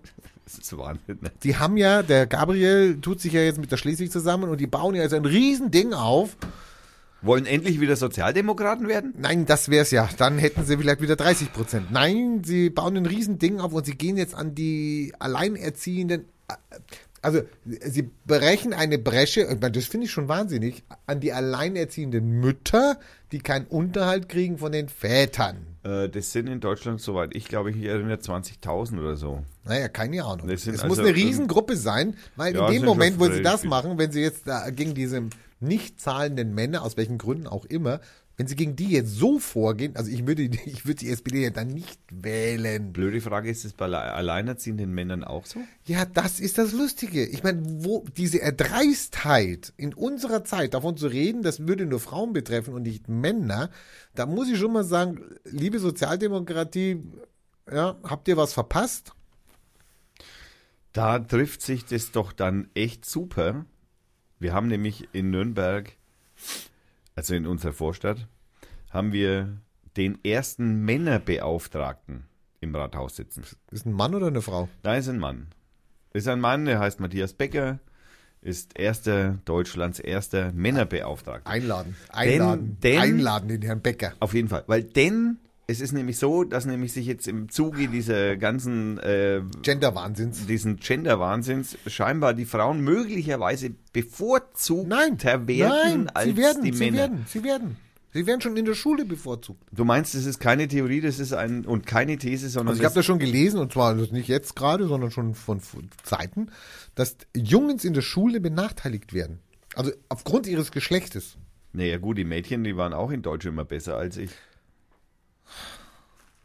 A: Das ist Wahnsinn. Ne?
B: Die haben ja, der Gabriel tut sich ja jetzt mit der Schleswig zusammen und die bauen ja jetzt ein Riesending auf.
A: Wollen endlich wieder Sozialdemokraten werden?
B: Nein, das wär's ja. Dann hätten sie vielleicht wieder 30 Prozent. Nein, sie bauen ein Riesending auf und sie gehen jetzt an die Alleinerziehenden. Also, sie brechen eine Bresche, ich meine, das finde ich schon wahnsinnig, an die alleinerziehenden Mütter, die keinen Unterhalt kriegen von den Vätern.
A: Äh, das sind in Deutschland soweit. Ich glaube, ich erinnere 20.000 oder so.
B: Naja, keine Ahnung.
A: Das
B: Es
A: sind
B: muss
A: also
B: eine
A: irgend-
B: Riesengruppe sein, weil
A: Ja,
B: in
A: sind
B: dem
A: schon
B: Moment, wo sie das
A: richtig.
B: machen, wenn sie jetzt da gegen diese nicht zahlenden Männer, aus welchen Gründen auch immer, wenn sie gegen die jetzt so vorgehen, also ich würde, ich würde die SPD ja dann nicht wählen.
A: Blöde Frage, ist es bei alle- alleinerziehenden Männern auch so?
B: Ja, das ist das Lustige. Ich meine, wo diese Erdreistheit in unserer Zeit davon zu reden, das würde nur Frauen betreffen und nicht Männer, da muss ich schon mal sagen, liebe Sozialdemokratie, ja, habt ihr was verpasst?
A: Da trifft sich das doch dann echt super. Wir haben nämlich in Nürnberg, also in unserer Vorstadt, haben wir den ersten Männerbeauftragten im Rathaus sitzen.
B: Ist ein Mann oder eine Frau?
A: Da ist ein Mann. Ist ein Mann, der heißt Matthias Becker, ist erster, Deutschlands erster Männerbeauftragter.
B: Einladen, einladen,
A: denn-
B: einladen den Herrn Becker.
A: Auf jeden Fall, weil denn es ist nämlich so, dass nämlich sich jetzt im Zuge dieser ganzen äh,
B: Gender-Wahnsinns.
A: diesen Gender-Wahnsinns scheinbar die Frauen möglicherweise bevorzugt
B: Nein,
A: werden
B: nein,
A: als
B: sie werden,
A: die
B: sie
A: Männer. Also
B: werden, sie werden. Sie werden schon in der Schule bevorzugt.
A: Du meinst, das ist keine Theorie, das ist ein und keine These, sondern
B: Also ich habe
A: das,
B: das schon gelesen, und zwar das nicht jetzt gerade, sondern schon von von Zeiten, dass Jungs in der Schule benachteiligt werden. Also aufgrund ihres Geschlechtes.
A: naja gut, die Mädchen, die waren auch in Deutsch immer besser als ich.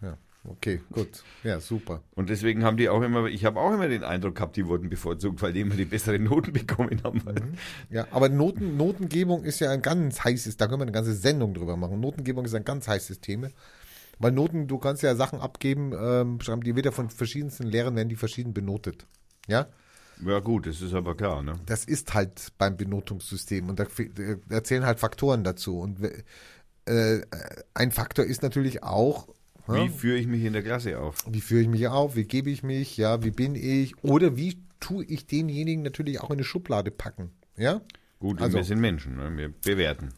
B: Ja, okay, gut. Ja, super.
A: Und deswegen haben die auch immer, ich habe auch immer den Eindruck gehabt, die wurden bevorzugt, weil die immer die besseren Noten bekommen haben.
B: Ja, aber Noten, Notengebung ist ja ein ganz heißes, da können wir eine ganze Sendung drüber machen. Notengebung ist ein ganz heißes Thema. Weil Noten, du kannst ja Sachen abgeben, ähm, schreiben, die wird ja von verschiedensten Lehrern, werden die verschieden benotet. Ja,
A: Ja gut, das ist aber klar, ne?
B: das ist halt beim Benotungssystem und da fe- äh, da zählen halt Faktoren dazu. Und we- äh, ein Faktor ist natürlich auch,
A: Wie
B: ja,
A: führe ich mich in der Klasse auf?
B: wie führe ich mich auf, wie gebe ich mich, ja, wie bin ich oder wie tue ich denjenigen natürlich auch in eine Schublade packen. Ja,
A: Gut,
B: Also-
A: wir sind Menschen, ne? wir bewerten.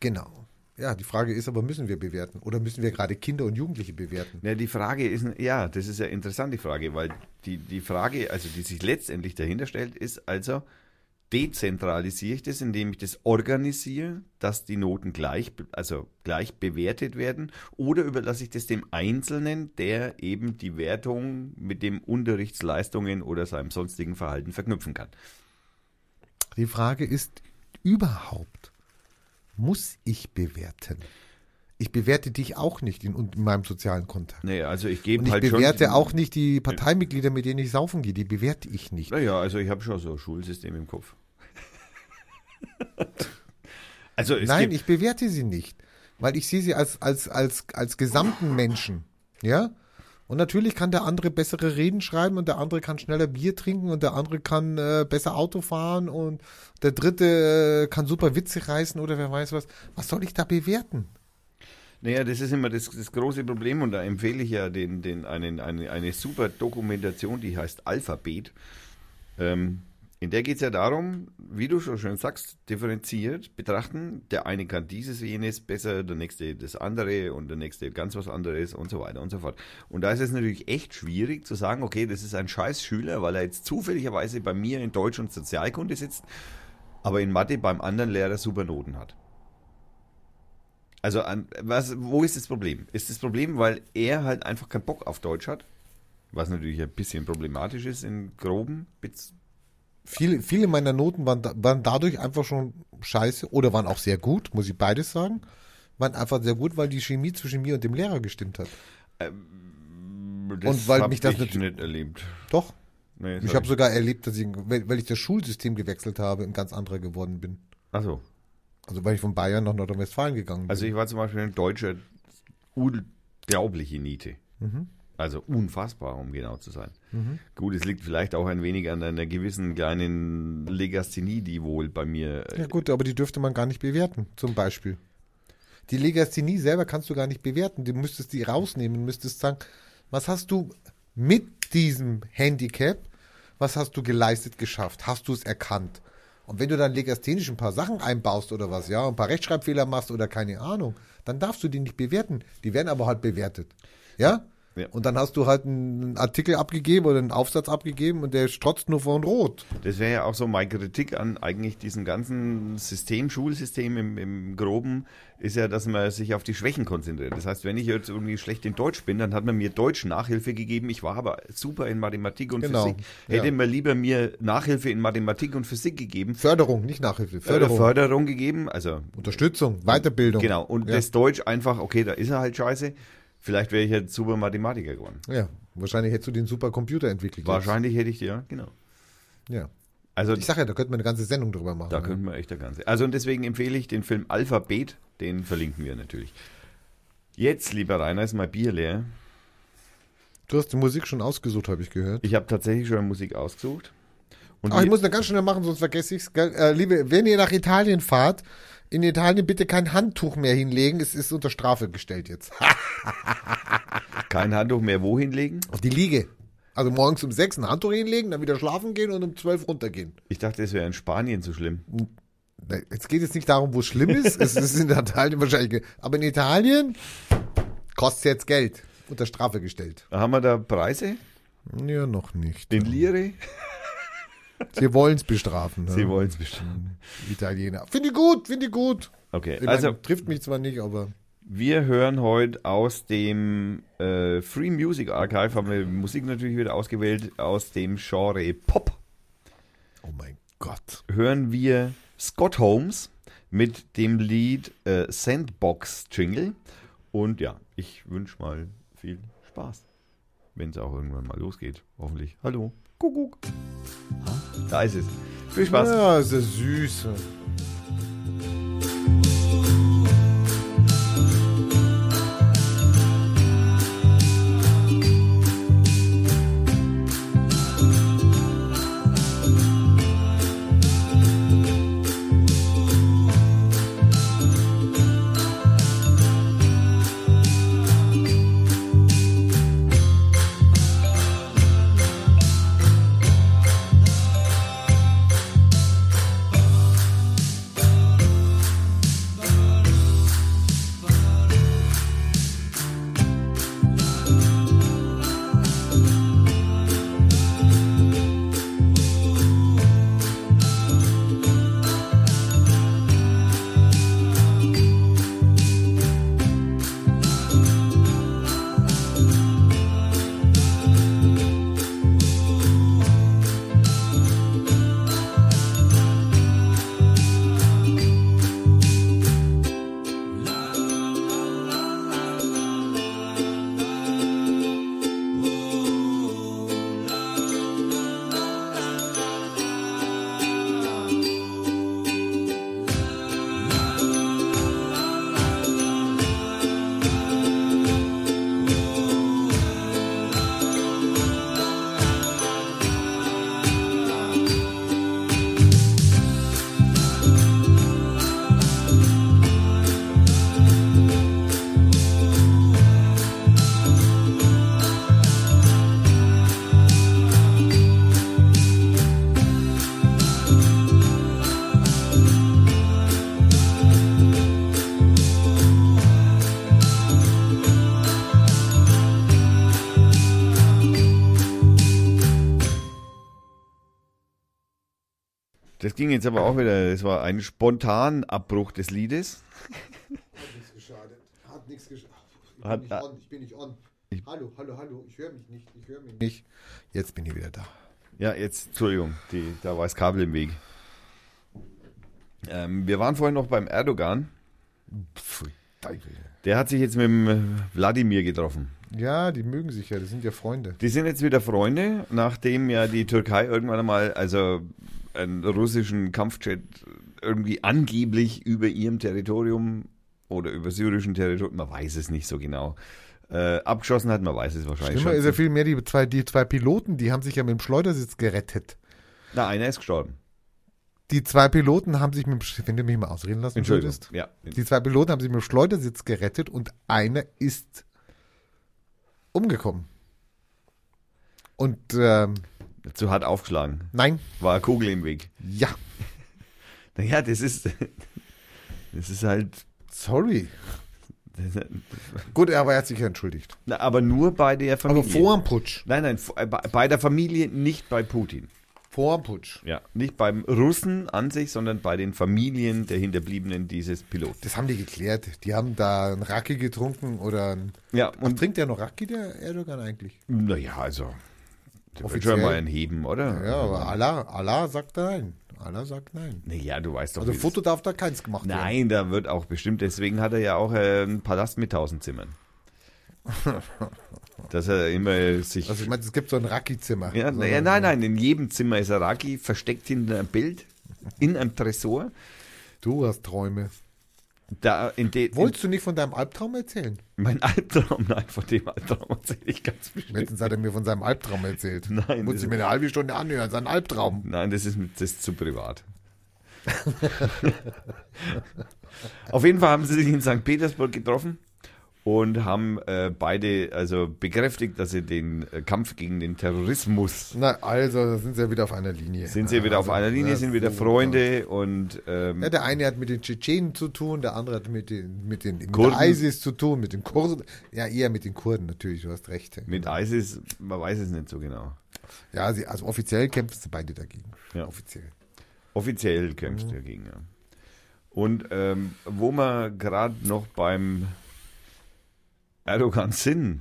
B: genau. Ja, die Frage ist aber, müssen wir bewerten oder müssen wir gerade Kinder und Jugendliche bewerten?
A: Na, die Frage ist, ja, das ist ja interessant, die Frage, weil die, die Frage, also die sich letztendlich dahinter stellt, ist also, dezentralisiere ich das, indem ich das organisiere, dass die Noten gleich, be- also gleich bewertet werden, oder überlasse ich das dem Einzelnen, der eben die Wertung mit dem Unterrichtsleistungen oder seinem sonstigen Verhalten verknüpfen kann?
B: Die Frage ist überhaupt, muss ich bewerten? Ich bewerte dich auch nicht in, in meinem sozialen Kontakt.
A: Naja, also ich gebe
B: Und ich
A: halt
B: bewerte
A: schon.
B: auch nicht die Parteimitglieder, mit denen ich saufen gehe. Die bewerte ich nicht.
A: Naja, also ich habe schon so ein Schulsystem im Kopf. Also es
B: Nein,
A: gibt,
B: ich bewerte sie nicht, weil ich sehe sie als, als, als, als gesamten Menschen. Ja? Und natürlich kann der andere bessere Reden schreiben und der andere kann schneller Bier trinken und der andere kann äh, besser Auto fahren und der dritte äh, kann super Witze reißen oder wer weiß was. Was soll ich da bewerten?
A: Naja, das ist immer das, das große Problem und da empfehle ich ja den, den, einen, eine, eine super Dokumentation, die heißt Alphabet. Ähm, in der geht es ja darum, wie du schon schön sagst, differenziert betrachten. Der eine kann dieses, jenes besser, der nächste das andere und der nächste ganz was anderes und so weiter und so fort. Und da ist es natürlich echt schwierig zu sagen, okay, das ist ein scheiß Schüler, weil er jetzt zufälligerweise bei mir in Deutsch und Sozialkunde sitzt, aber in Mathe beim anderen Lehrer super Noten hat. Also an, was, wo ist das Problem? Ist das Problem, weil er halt einfach keinen Bock auf Deutsch hat? Was natürlich ein bisschen problematisch ist in groben Bits.
B: Viele, viele meiner Noten waren, da- waren dadurch einfach schon scheiße oder waren auch sehr gut, muss ich beides sagen. Waren einfach sehr gut, weil die Chemie zwischen mir und dem Lehrer gestimmt hat. Und weil
A: hab
B: mich das
A: ich
B: nicht-
A: nicht erlebt.
B: Doch.
A: Nee,
B: Ich habe sogar erlebt, dass ich, weil weil ich das Schulsystem gewechselt habe, ein ganz anderer geworden bin.
A: Achso.
B: Also weil ich von Bayern nach Nordrhein-Westfalen gegangen bin.
A: Also ich war zum Beispiel ein deutscher unglaubliche Niete.
B: Mhm.
A: Also unfassbar, um genau zu sein. Gut, es liegt vielleicht auch ein wenig an einer gewissen kleinen Legasthenie, die wohl bei mir. äh,
B: ja gut, aber die dürfte man gar nicht bewerten, zum Beispiel. Die Legasthenie selber kannst du gar nicht bewerten. Du müsstest die rausnehmen, müsstest sagen, was hast du mit diesem Handicap, was hast du geleistet, geschafft? Hast du es erkannt? Und wenn du dann legasthenisch ein paar Sachen einbaust oder was, ja, ein paar Rechtschreibfehler machst oder keine Ahnung, dann darfst du die nicht bewerten. Die werden aber halt bewertet. Ja?
A: Ja.
B: Und dann hast du halt einen Artikel abgegeben oder einen Aufsatz abgegeben und der strotzt nur von Rot.
A: Das wäre ja auch so meine Kritik an eigentlich diesem ganzen System, Schulsystem im, im Groben, ist ja, dass man sich auf die Schwächen konzentriert. Das heißt, wenn ich jetzt irgendwie schlecht in Deutsch bin, dann hat man mir Deutsch Nachhilfe gegeben. Ich war aber super in Mathematik und
B: Genau,
A: Physik. Hätte
B: ja.
A: man lieber mir Nachhilfe in Mathematik und Physik gegeben,
B: Förderung, nicht Nachhilfe.
A: Förderung,
B: Förderung.
A: Förderung gegeben, also
B: Unterstützung, Weiterbildung.
A: genau. Und
B: ja.
A: das Deutsch einfach, okay, da ist er halt scheiße. Vielleicht wäre ich jetzt super Mathematiker geworden.
B: Ja, wahrscheinlich hättest du den Supercomputer entwickelt.
A: Wahrscheinlich hätte ich die, ja, genau.
B: Jetzt. Ja.
A: Also
B: Ich sag ja, da könnte man eine ganze Sendung drüber machen. ne?
A: Da
B: ja.
A: könnten wir echt der ganze. Also und deswegen empfehle ich den Film Alphabet, den verlinken wir natürlich. Jetzt, lieber Rainer, ist mein Bier leer.
B: Du hast die Musik schon ausgesucht, habe ich gehört.
A: Ich habe tatsächlich schon Musik ausgesucht. Und
B: Ach, Ah, ich
A: wir-
B: muss eine ganz schnell machen, sonst vergesse ich's. gell? Äh, liebe, wenn ihr nach Italien fahrt, in Italien bitte kein Handtuch mehr hinlegen. Es ist unter Strafe gestellt jetzt.
A: kein Handtuch mehr wohin legen.
B: Auf die Liege. Also morgens um sechs ein Handtuch hinlegen, dann wieder schlafen gehen und um zwölf runtergehen.
A: Ich dachte, es wäre in Spanien so schlimm.
B: Na, Jetzt geht es nicht darum, wo es schlimm ist. es ist in Italien wahrscheinlich. ge- Aber in Italien kostet jetzt Geld. Unter Strafe gestellt.
A: Haben wir da Preise?
B: Ja, noch nicht.
A: In Lire?
B: Sie wollen es bestrafen. ne?
A: Sie wollen es bestimmt.
B: Italiener. Finde ich gut, finde ich gut.
A: Okay,
B: Ich
A: also
B: meine, trifft mich zwar nicht, aber
A: wir hören heute aus dem äh, Free Music Archive, haben wir Musik natürlich wieder ausgewählt, aus dem Genre Pop.
B: oh mein Gott.
A: hören wir Scott Holmes mit dem Lied äh, Sandbox Jingle. Und ja, ich wünsche mal viel Spaß, wenn es auch irgendwann mal losgeht. Hoffentlich. Hallo. Kuckuck. Ah, Da ist es. Viel Spaß.
B: Ja, ist ja süß.
A: Das ging jetzt aber auch wieder. Das war ein spontan Abbruch des Liedes.
B: hab nichts geschafft. Ich,
A: Hat-
B: bin nicht on, ich bin nicht on.
A: Ich-
B: hallo, hallo, hallo, ich höre mich nicht, ich höre mich nicht. Jetzt bin ich wieder da.
A: Ja, jetzt, Entschuldigung, die, da war das Kabel im Weg. Ähm, wir waren vorhin noch beim Erdogan.
B: Pfui, Teufel.
A: Der hat sich jetzt mit dem äh, Wladimir getroffen.
B: Ja, die mögen sich ja, das sind ja Freunde.
A: Die sind jetzt wieder Freunde, nachdem ja die Türkei irgendwann einmal, also einen russischen Kampfjet irgendwie angeblich über ihrem Territorium oder über syrischen Territorium, man weiß es nicht so genau, äh, abgeschossen hat, man weiß es wahrscheinlich
B: Schlimmer ist ja
A: schon.
B: vielmehr die zwei, die zwei Piloten, die haben sich ja mit dem Schleudersitz gerettet.
A: Na, einer ist gestorben.
B: Die zwei Piloten haben sich mit dem, Sch- wenn du mich mal ausreden lassen
A: Entschuldigung.
B: würdest.
A: Ja.
B: Die zwei Piloten haben sich mit dem Schleudersitz gerettet und einer ist umgekommen. Und ähm,
A: Zu hart aufgeschlagen.
B: nein,
A: War eine Kugel im Weg.
B: ja,
A: Naja, das ist. Das ist halt.
B: sorry. Gut, aber er hat sich ja entschuldigt.
A: Na, aber nur bei der Familie.
B: Aber vor dem Putsch.
A: Nein, nein, vor- äh, bei- bei der Familie, nicht bei Putin.
B: Vor dem Putsch.
A: Ja, nicht beim Russen an sich, sondern bei den Familien der Hinterbliebenen dieses Piloten.
B: Das haben die geklärt. Die haben da einen Raki getrunken oder ein.
A: Ja,
B: Und
A: und
B: trinkt der noch Raki, der Erdogan eigentlich?
A: naja, also der wird
B: Offiziell.
A: schon mal ein Heben, oder?
B: Ja, aber Allah, Allah sagt nein. Allah sagt nein.
A: Naja, du weißt doch.
B: Also
A: wie das-
B: Foto darf da keins gemacht werden.
A: Nein, da wird auch bestimmt. Deswegen hat er ja auch äh, einen Palast mit tausend Zimmern. Dass er immer sich.
B: Also ich meine, es gibt so ein Raki-Zimmer.
A: ja,
B: so,
A: na, ja, nein, nein, in jedem Zimmer ist er Raki, versteckt hinter einem Bild, in einem Tresor.
B: Du hast Träume.
A: Da, in de, in
B: Wolltest du nicht von deinem Albtraum erzählen?
A: mein Albtraum, nein, von dem Albtraum erzähle ich ganz bestimmt.
B: Letztens hat er mir von seinem Albtraum erzählt.
A: Nein,
B: Muss
A: das-
B: ich mir eine halbe Stunde anhören, sein Albtraum.
A: Nein, das ist, das ist zu privat. Auf jeden Fall haben sie sich in St. Petersburg getroffen und haben äh, beide also bekräftigt, dass sie den äh, Kampf gegen den Terrorismus
B: Na, also, da sind sie ja wieder auf einer Linie.
A: sind sie wieder auf
B: Also,
A: einer Linie,
B: ja,
A: sind wieder
B: so-
A: Freunde und ähm,
B: Ja, der eine hat mit den Tschetschenen zu tun, der andere hat mit den, mit den mit
A: Kurden.
B: der ISIS zu tun, mit den Kurden. Ja, eher mit den Kurden natürlich, du hast recht.
A: mit ISIS, man weiß es nicht so genau.
B: Ja, sie, also offiziell kämpfen sie beide dagegen.
A: Ja.
B: Offiziell.
A: Offiziell kämpfst
B: Mhm.
A: du dagegen, ja. Und ähm, wo wir gerade noch beim Erdogan sind,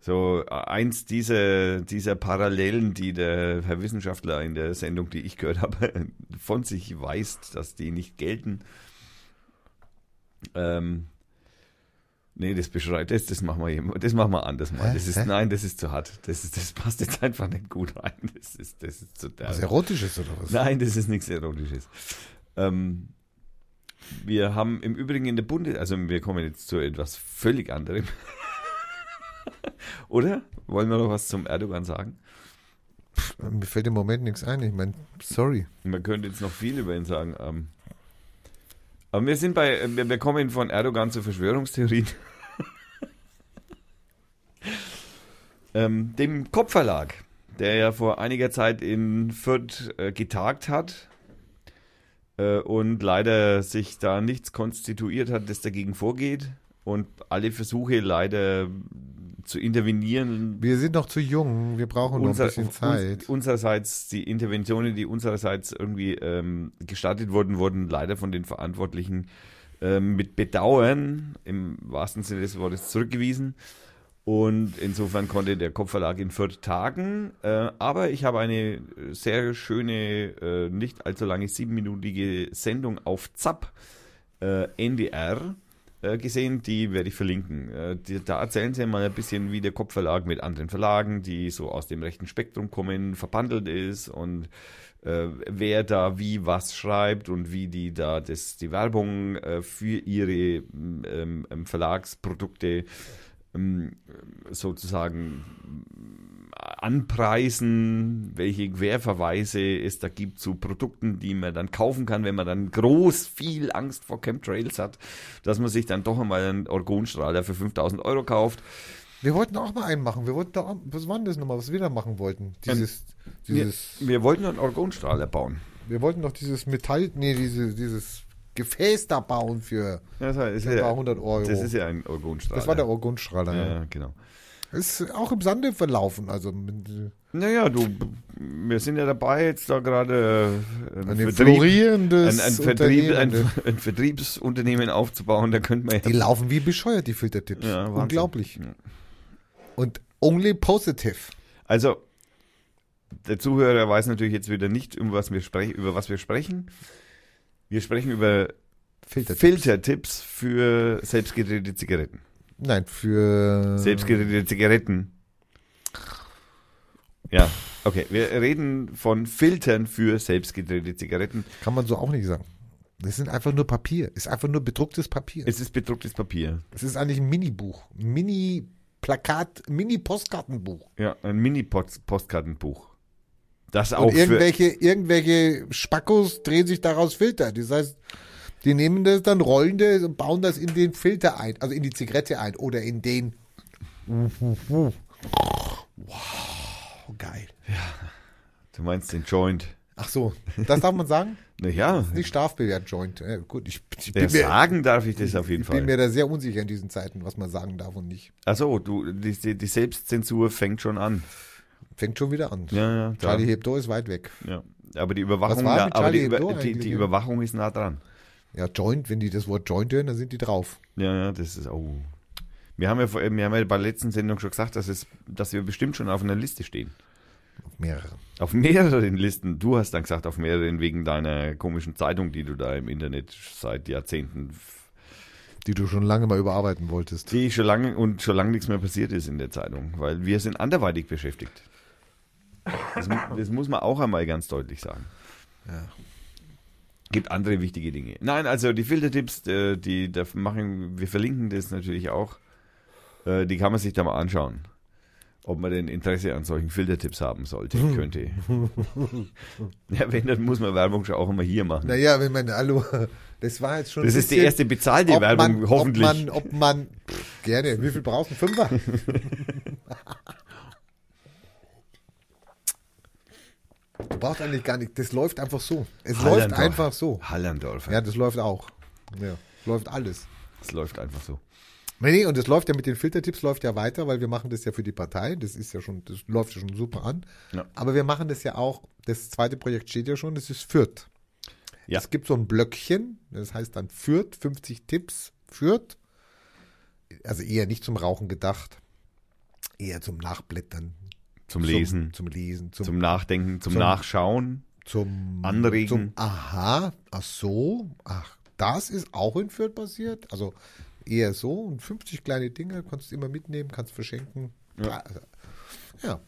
A: so äh, eins dieser, dieser Parallelen, die der Herr Wissenschaftler in der Sendung, die ich gehört habe, von sich weist, dass die nicht gelten. Ähm, nee, das beschreibt das, das machen wir jedem- das machen wir anders mal.
B: Hä?
A: Das ist,
B: Hä?
A: nein, das ist zu hart. Das, ist, das passt jetzt einfach nicht gut rein. Das ist, das ist zu derb.
B: Was Erotisches oder was?
A: Nein, das ist nichts Erotisches. Ähm, wir haben im Übrigen in der Bundes... Also wir kommen jetzt zu etwas völlig anderem. Oder? Wollen wir noch was zum Erdogan sagen?
B: Mir fällt im Moment nichts ein. Ich meine, sorry.
A: Man könnte jetzt noch viel über ihn sagen. Ähm, aber wir sind bei... äh, Wir, wir kommen von Erdogan zu Verschwörungstheorien. ähm, dem Kopfverlag, der ja vor einiger Zeit in Fürth äh, getagt hat äh, und leider sich da nichts konstituiert hat, das dagegen vorgeht und alle Versuche leider zu intervenieren
B: Wir sind noch zu jung. Wir brauchen
A: unser-
B: noch ein bisschen Zeit.
A: uns- unsererseits, die Interventionen, die unsererseits irgendwie ähm, gestartet wurden, wurden leider von den Verantwortlichen ähm, mit Bedauern im wahrsten Sinne des Wortes zurückgewiesen. Und insofern konnte der Kopfverlag in Fürth tagen. Äh, aber ich habe eine sehr schöne, äh, nicht allzu lange, siebenminütige Sendung auf ZAP äh, NDR äh, gesehen, die werde ich verlinken. Äh, die, da erzählen sie mal ein bisschen, wie der Kopfverlag mit anderen Verlagen, die so aus dem rechten Spektrum kommen, verbandelt ist und äh, wer da wie was schreibt und wie die da das, die Werbung äh, für ihre m, ähm, ähm, Verlagsprodukte ähm, sozusagen anpreisen, welche Querverweise es da gibt zu Produkten, die man dann kaufen kann, wenn man dann groß viel Angst vor Chemtrails hat, dass man sich dann doch einmal einen Orgonstrahler für 5000 Euro kauft.
B: Wir wollten auch mal einen machen. Wir wollten da auch, was war denn das nochmal, was wir da machen wollten? Dieses,
A: Ähm, Wir,
B: dieses,
A: wir wollten einen Orgonstrahler bauen.
B: wir wollten doch dieses Metall, nee, diese, dieses Gefäß da bauen für
A: Das, heißt, es
B: ein
A: ist
B: paar
A: ja,
B: hundert Euro.
A: das ist ja ein Orgonstrahler.
B: das war der Orgonstrahler.
A: Ja,
B: Ja.
A: ja, genau.
B: Ist auch im Sande verlaufen. Also mit,
A: Naja, du, wir sind ja dabei, jetzt da gerade äh, einen
B: ein
A: Vertrieb,
B: florierendes
A: ein, ein, Vertrieb, ein,
B: Unternehmen.
A: ein Vertriebsunternehmen aufzubauen, da könnte man ja.
B: Die laufen wie bescheuert, die Filtertipps.
A: Ja, Wahnsinn.
B: Unglaublich.
A: Ja.
B: Und only positive.
A: Also, der Zuhörer weiß natürlich jetzt wieder nicht, um was wir sprech, über was wir sprechen. Wir sprechen über
B: Filtertipps.
A: Filtertipps für selbstgedrehte Zigaretten.
B: Nein, für
A: Selbstgedrehte Zigaretten. Ja, okay. Wir reden von Filtern für selbstgedrehte Zigaretten.
B: kann man so auch nicht sagen. Das sind einfach nur Papier. Ist einfach nur bedrucktes Papier.
A: Es ist bedrucktes Papier.
B: Es ist eigentlich ein Mini-Buch. Mini-Plakat, Mini-Postkartenbuch.
A: Ja, ein Mini-Postkartenbuch. Das auch
B: Und
A: für,
B: irgendwelche, irgendwelche Spackos drehen sich daraus Filter. Das heißt, die nehmen das dann, rollen das und bauen das in den Filter ein. Also in die Zigarette ein oder in den. Wow, geil.
A: du meinst den Joint.
B: Ach so, das darf man sagen?
A: Naja,
B: Nicht strafbewehrt Joint. Ja, gut, ich, ich,
A: ja,
B: bin, mir,
A: sagen darf ich das auf jeden
B: ich bin
A: Fall.
B: mir da sehr unsicher in diesen Zeiten, was man sagen darf und nicht.
A: Achso, du, die, die die Selbstzensur fängt schon an.
B: Fängt schon wieder an.
A: Ja, ja, klar.
B: Charlie Hebdo ist weit weg.
A: ja. Aber die Überwachung,
B: Was war
A: na,
B: mit
A: aber die,
B: Charlie
A: Über,
B: Hebdo
A: die, die
B: eigentlich?
A: Überwachung ist nah dran.
B: Ja, Joint, wenn die das Wort Joint hören, dann sind die drauf.
A: Ja, ja, das ist, oh. Wir haben ja, vor, wir haben ja bei der letzten Sendung schon gesagt, dass, es, dass wir bestimmt schon auf einer Liste stehen.
B: Mehrere.
A: Auf mehreren Listen. Du hast dann gesagt, auf mehreren wegen deiner komischen Zeitung, die du da im Internet seit Jahrzehnten, f-
B: Die du schon lange mal überarbeiten wolltest.
A: die schon lange und schon lange nichts mehr passiert ist in der Zeitung, weil wir sind anderweitig beschäftigt. Das, mu- das muss man auch einmal ganz deutlich sagen.
B: Ja.
A: Gibt andere wichtige Dinge. Nein, also die Filtertipps, äh, die da machen, wir verlinken das natürlich auch. Äh, Die kann man sich da mal anschauen. Ob man denn Interesse an solchen Filtertipps haben sollte, könnte. Ja, wenn, dann muss man Werbung schon auch immer hier machen.
B: Naja, wenn man, hallo, das war jetzt schon.
A: Das
B: ein
A: ist die
B: bisschen-
A: erste bezahlte Werbung,
B: man,
A: hoffentlich.
B: Ob man, ob man pff, gerne, wie viel brauchst du? Fünfer? du brauchst eigentlich gar nicht, das läuft einfach so. Es läuft
A: Hallandorf.
B: einfach so.
A: Hallandorf.
B: Ja, das läuft auch. Ja, läuft alles.
A: Das läuft einfach so.
B: Nee, nee, und das läuft ja mit den Filtertipps, läuft ja weiter, weil wir machen das ja für die Partei. Das ist ja schon, das läuft ja schon super an.
A: Ja.
B: Aber wir machen das ja auch, das zweite Projekt steht ja schon, das ist Fürth.
A: Ja.
B: Es gibt so ein Blöckchen, das heißt dann Fürth, 50 Tipps, Fürth. Also eher nicht zum Rauchen gedacht, eher zum Nachblättern.
A: Zum Lesen,
B: Zum, zum Lesen,
A: zum,
B: zum, zum,
A: Nachdenken, zum,
B: zum-
A: Nachschauen, Anregen.
B: Zum Aha, ach so, ach, das ist auch in Fürth passiert. Also eher so und 50 kleine Dinge kannst du immer mitnehmen, kannst verschenken. Ja. ja.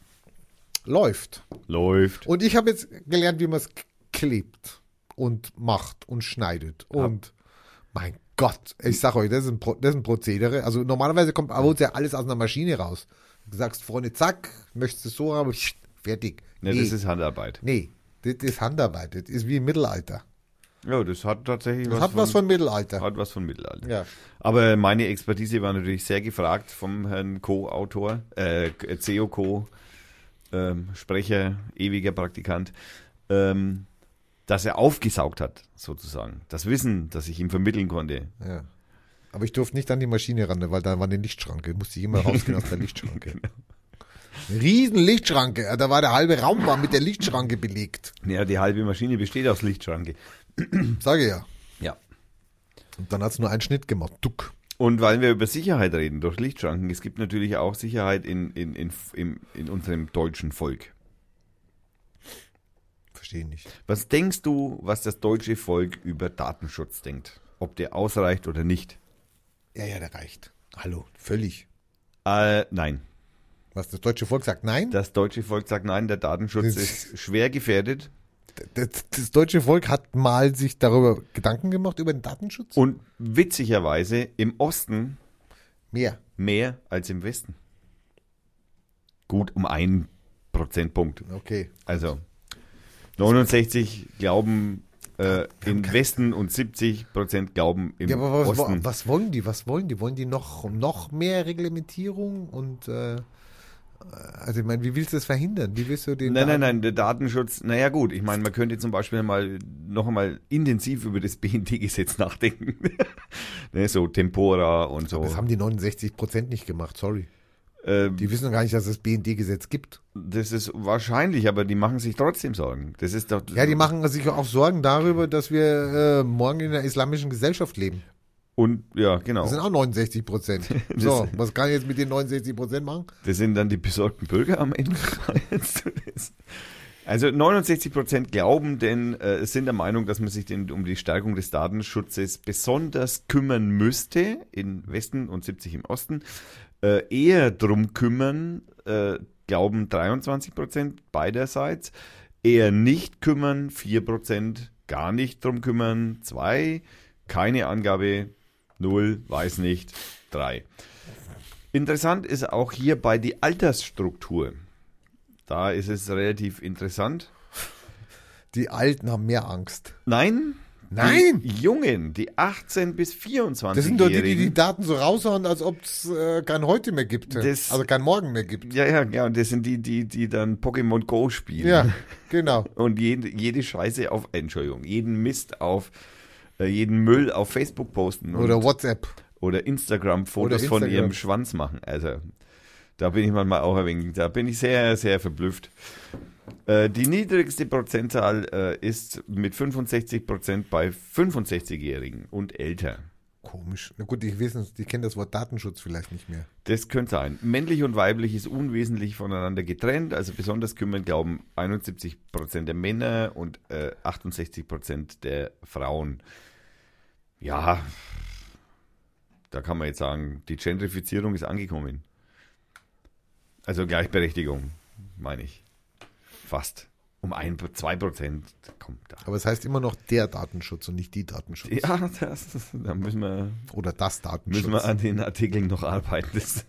B: Läuft.
A: läuft.
B: Und ich habe jetzt gelernt, wie man es klebt und macht und schneidet. Und mein Gott, ich sag euch, das ist ein, Pro das ist ein Prozedere. Also normalerweise kommt bei uns ja alles aus einer Maschine raus. Du sagst Freunde, zack, möchtest du es so haben, fertig.
A: Ne, das ist Handarbeit.
B: Nee, das ist Handarbeit. Das ist wie im Mittelalter.
A: Ja, das hat tatsächlich
B: Das
A: was,
B: hat was von Mittelalter.
A: hat was von Mittelalter.
B: ja.
A: Aber meine Expertise war natürlich sehr gefragt vom Herrn Co-Autor, äh, CEO Co, ähm, Sprecher, ewiger Praktikant, ähm, dass er aufgesaugt hat, sozusagen. Das Wissen, das ich ihm vermitteln konnte.
B: ja. Aber ich durfte nicht an die Maschine ran, weil da war eine Lichtschranke. Musste ich immer rausgehen aus der Lichtschranke. Eine riesen Lichtschranke. Da war der halbe Raum war mit der Lichtschranke belegt.
A: Ja, die halbe Maschine besteht aus Lichtschranke.
B: Sage ja.
A: Ja.
B: Und dann hat es nur einen Schnitt gemacht. Duck.
A: Und weil wir über Sicherheit reden durch Lichtschranken, es gibt natürlich auch Sicherheit in, in, in, in, in unserem deutschen Volk.
B: Verstehe nicht.
A: Was denkst du, was das deutsche Volk über Datenschutz denkt? Ob der ausreicht oder nicht?
B: Ja, ja, der reicht. Hallo. Völlig.
A: Äh, nein.
B: Was das deutsche Volk sagt, nein.
A: Das deutsche Volk sagt, nein, der Datenschutz ist schwer gefährdet.
B: Das, das deutsche Volk hat mal sich darüber Gedanken gemacht, über den Datenschutz.
A: Und witzigerweise im Osten
B: Mehr.
A: mehr als im Westen. Gut um einen Prozentpunkt.
B: Okay.
A: Also 69 glauben
B: Ah,
A: äh, im Westen und 70 Prozent glauben im
B: Ja, aber was,
A: Osten.
B: was wollen die? Was wollen die? Wollen die noch, noch mehr Reglementierung und äh, also ich meine, wie willst du das verhindern? Wie willst du den
A: Nein, nein,
B: Daten-
A: nein, der Datenschutz, naja gut, ich meine, man könnte zum Beispiel mal noch einmal intensiv über das BND-Gesetz nachdenken. ne, so Tempora und so.
B: Das haben die 69 Prozent nicht gemacht, sorry.
A: Ähm,
B: Die wissen doch gar nicht, dass es BND-Gesetz gibt.
A: das ist wahrscheinlich, aber die machen sich trotzdem Sorgen. Das ist doch.
B: Ja, die machen sich auch Sorgen darüber, dass wir äh, morgen in einer islamischen Gesellschaft leben.
A: Und ja, genau.
B: Das sind auch 69 Prozent. So, was kann ich jetzt mit den 69 Prozent machen?
A: Das sind dann die besorgten Bürger am Ende. Meinst du das? Also 69 Prozent glauben denn, äh, sind der Meinung, dass man sich denn um die Stärkung des Datenschutzes besonders kümmern müsste, im Westen und 70 im Osten. Äh, eher drum kümmern, äh, glauben 23 Prozent beiderseits. Eher nicht kümmern, 4 Prozent. Gar nicht drum kümmern, 2. Keine Angabe, 0, weiß nicht, 3. Interessant ist auch hierbei die Altersstruktur. Da ist es relativ interessant.
B: Die Alten haben mehr Angst.
A: Nein.
B: Nein!
A: Die Jungen, die 18 bis 24
B: Das sind doch die, die die Daten so raushauen, als ob es äh, kein heute mehr gibt.
A: Das-
B: also kein morgen mehr gibt.
A: Ja, ja, ja, das sind die, die, die dann Pokémon Go spielen.
B: Ja, genau.
A: Und jede, jede Scheiße auf, Entschuldigung, jeden Mist auf, äh, jeden Müll auf Facebook posten. Und,
B: Oder WhatsApp.
A: oder Instagram Fotos
B: Oder
A: von
B: Instagram.
A: ihrem Schwanz machen. Also da bin ich manchmal auch ein wenig, da bin ich sehr, sehr verblüfft. Äh, Die niedrigste Prozentzahl äh, ist mit 65 Prozent bei 65-Jährigen und älter.
B: Komisch. Na gut, die wissen, die kennen das Wort Datenschutz vielleicht nicht mehr.
A: Das könnte sein. Männlich und weiblich ist unwesentlich voneinander getrennt. Also besonders kümmern glauben 71 Prozent der Männer und äh, 68 Prozent der Frauen. Ja, da kann man jetzt sagen, die Gentrifizierung ist angekommen. Also Gleichberechtigung, meine ich. Fast. Um ein, zwei Prozent kommt da.
B: Aber es heißt immer noch der Datenschutz und nicht die Datenschutz.
A: Ja, das, da müssen wir
B: Oder das Datenschutz.
A: Müssen wir an den Artikeln noch arbeiten. Das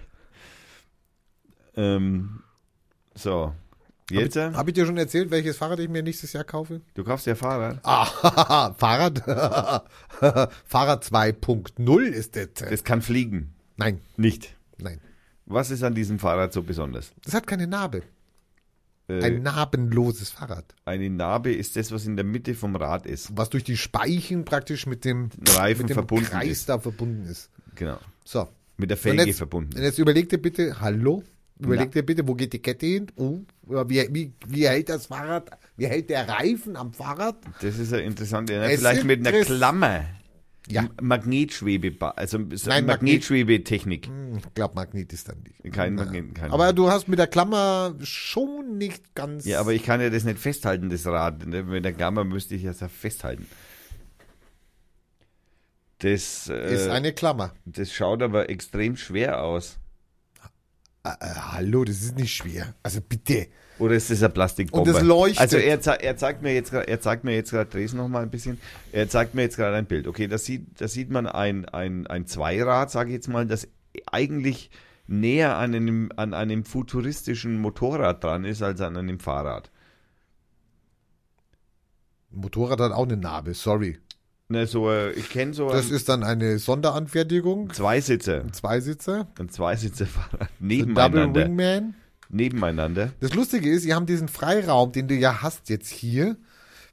A: ähm, so. Jetzt, äh,
B: Habe ich dir schon erzählt, welches Fahrrad ich mir nächstes Jahr kaufe?
A: du kaufst ja Fahrrad.
B: Ah, Fahrrad. Fahrrad 2.0 ist das.
A: Das kann fliegen.
B: Nein,
A: Nicht.
B: nein.
A: Was ist an diesem Fahrrad so besonders?
B: Das hat keine Narbe.
A: Äh,
B: Ein narbenloses Fahrrad.
A: eine Narbe ist das, was in der Mitte vom Rad ist.
B: Was durch die Speichen praktisch mit dem,
A: Reifen
B: mit dem
A: verbunden
B: Kreis
A: ist.
B: da verbunden ist.
A: Genau.
B: So.
A: Mit der
B: Und
A: Felge
B: jetzt, und
A: verbunden.
B: jetzt überleg dir bitte, hallo? Überleg
A: Na.
B: dir bitte, wo geht die Kette hin? Oh, oder wie, wie, wie hält das Fahrrad, wie hält der Reifen am Fahrrad?
A: Das ist ja interessant. Ja,
B: Es
A: vielleicht mit einer
B: interess-
A: Klammer.
B: Ja.
A: M- Magnetschwebe, also so
B: Nein,
A: Magnetschwebetechnik.
B: Hm, Ich glaube, Magnet ist dann nicht.
A: Kein Magnet, kein
B: Aber du hast mit der Klammer schon nicht ganz.
A: Ja, aber ich kann ja das nicht festhalten, das Rad. Ne? Mit der Klammer müsste ich das ja festhalten. Das,
B: Ist
A: äh,
B: eine Klammer.
A: das schaut aber extrem schwer aus.
B: Äh, äh, hallo, das ist nicht schwer. Also bitte.
A: Oder ist das eine Plastikbombe?
B: Und es leuchtet.
A: Also er, zei- er zeigt mir jetzt gra- er zeigt mir jetzt gerade Dresden noch mal ein bisschen. Er zeigt mir jetzt gerade ein Bild. Okay, das sieht das sieht man ein ein ein Zweirad, sage ich jetzt mal, das eigentlich näher an einem an einem futuristischen Motorrad dran ist als an einem Fahrrad.
B: Ein Motorrad hat auch eine Narbe, sorry.
A: Ne, so äh, ich kenne so
B: Das ist dann eine Sonderanfertigung.
A: zwei Sitze.
B: Zwei Sitze.
A: Ein Zweisitzerfahrrad
B: Double
A: nebeneinander.
B: Wingman.
A: Nebeneinander.
B: Das Lustige ist, sie haben diesen Freiraum, den du ja hast jetzt hier.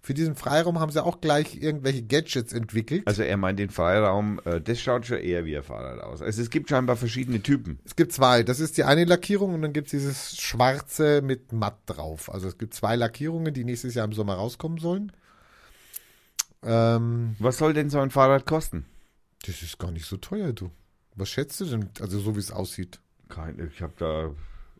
B: Für diesen Freiraum haben sie auch gleich irgendwelche Gadgets entwickelt.
A: Also er meint den Freiraum, äh, das schaut schon eher wie ein Fahrrad aus. Also es gibt scheinbar verschiedene Typen.
B: es gibt zwei. Das ist die eine Lackierung und dann gibt es dieses schwarze mit matt drauf. Also es gibt zwei Lackierungen, die nächstes Jahr im Sommer rauskommen sollen. Ähm,
A: Was soll denn so ein Fahrrad kosten?
B: das ist gar nicht so teuer, du. Was schätzt du denn? Also so wie es aussieht.
A: Kein, ich habe da.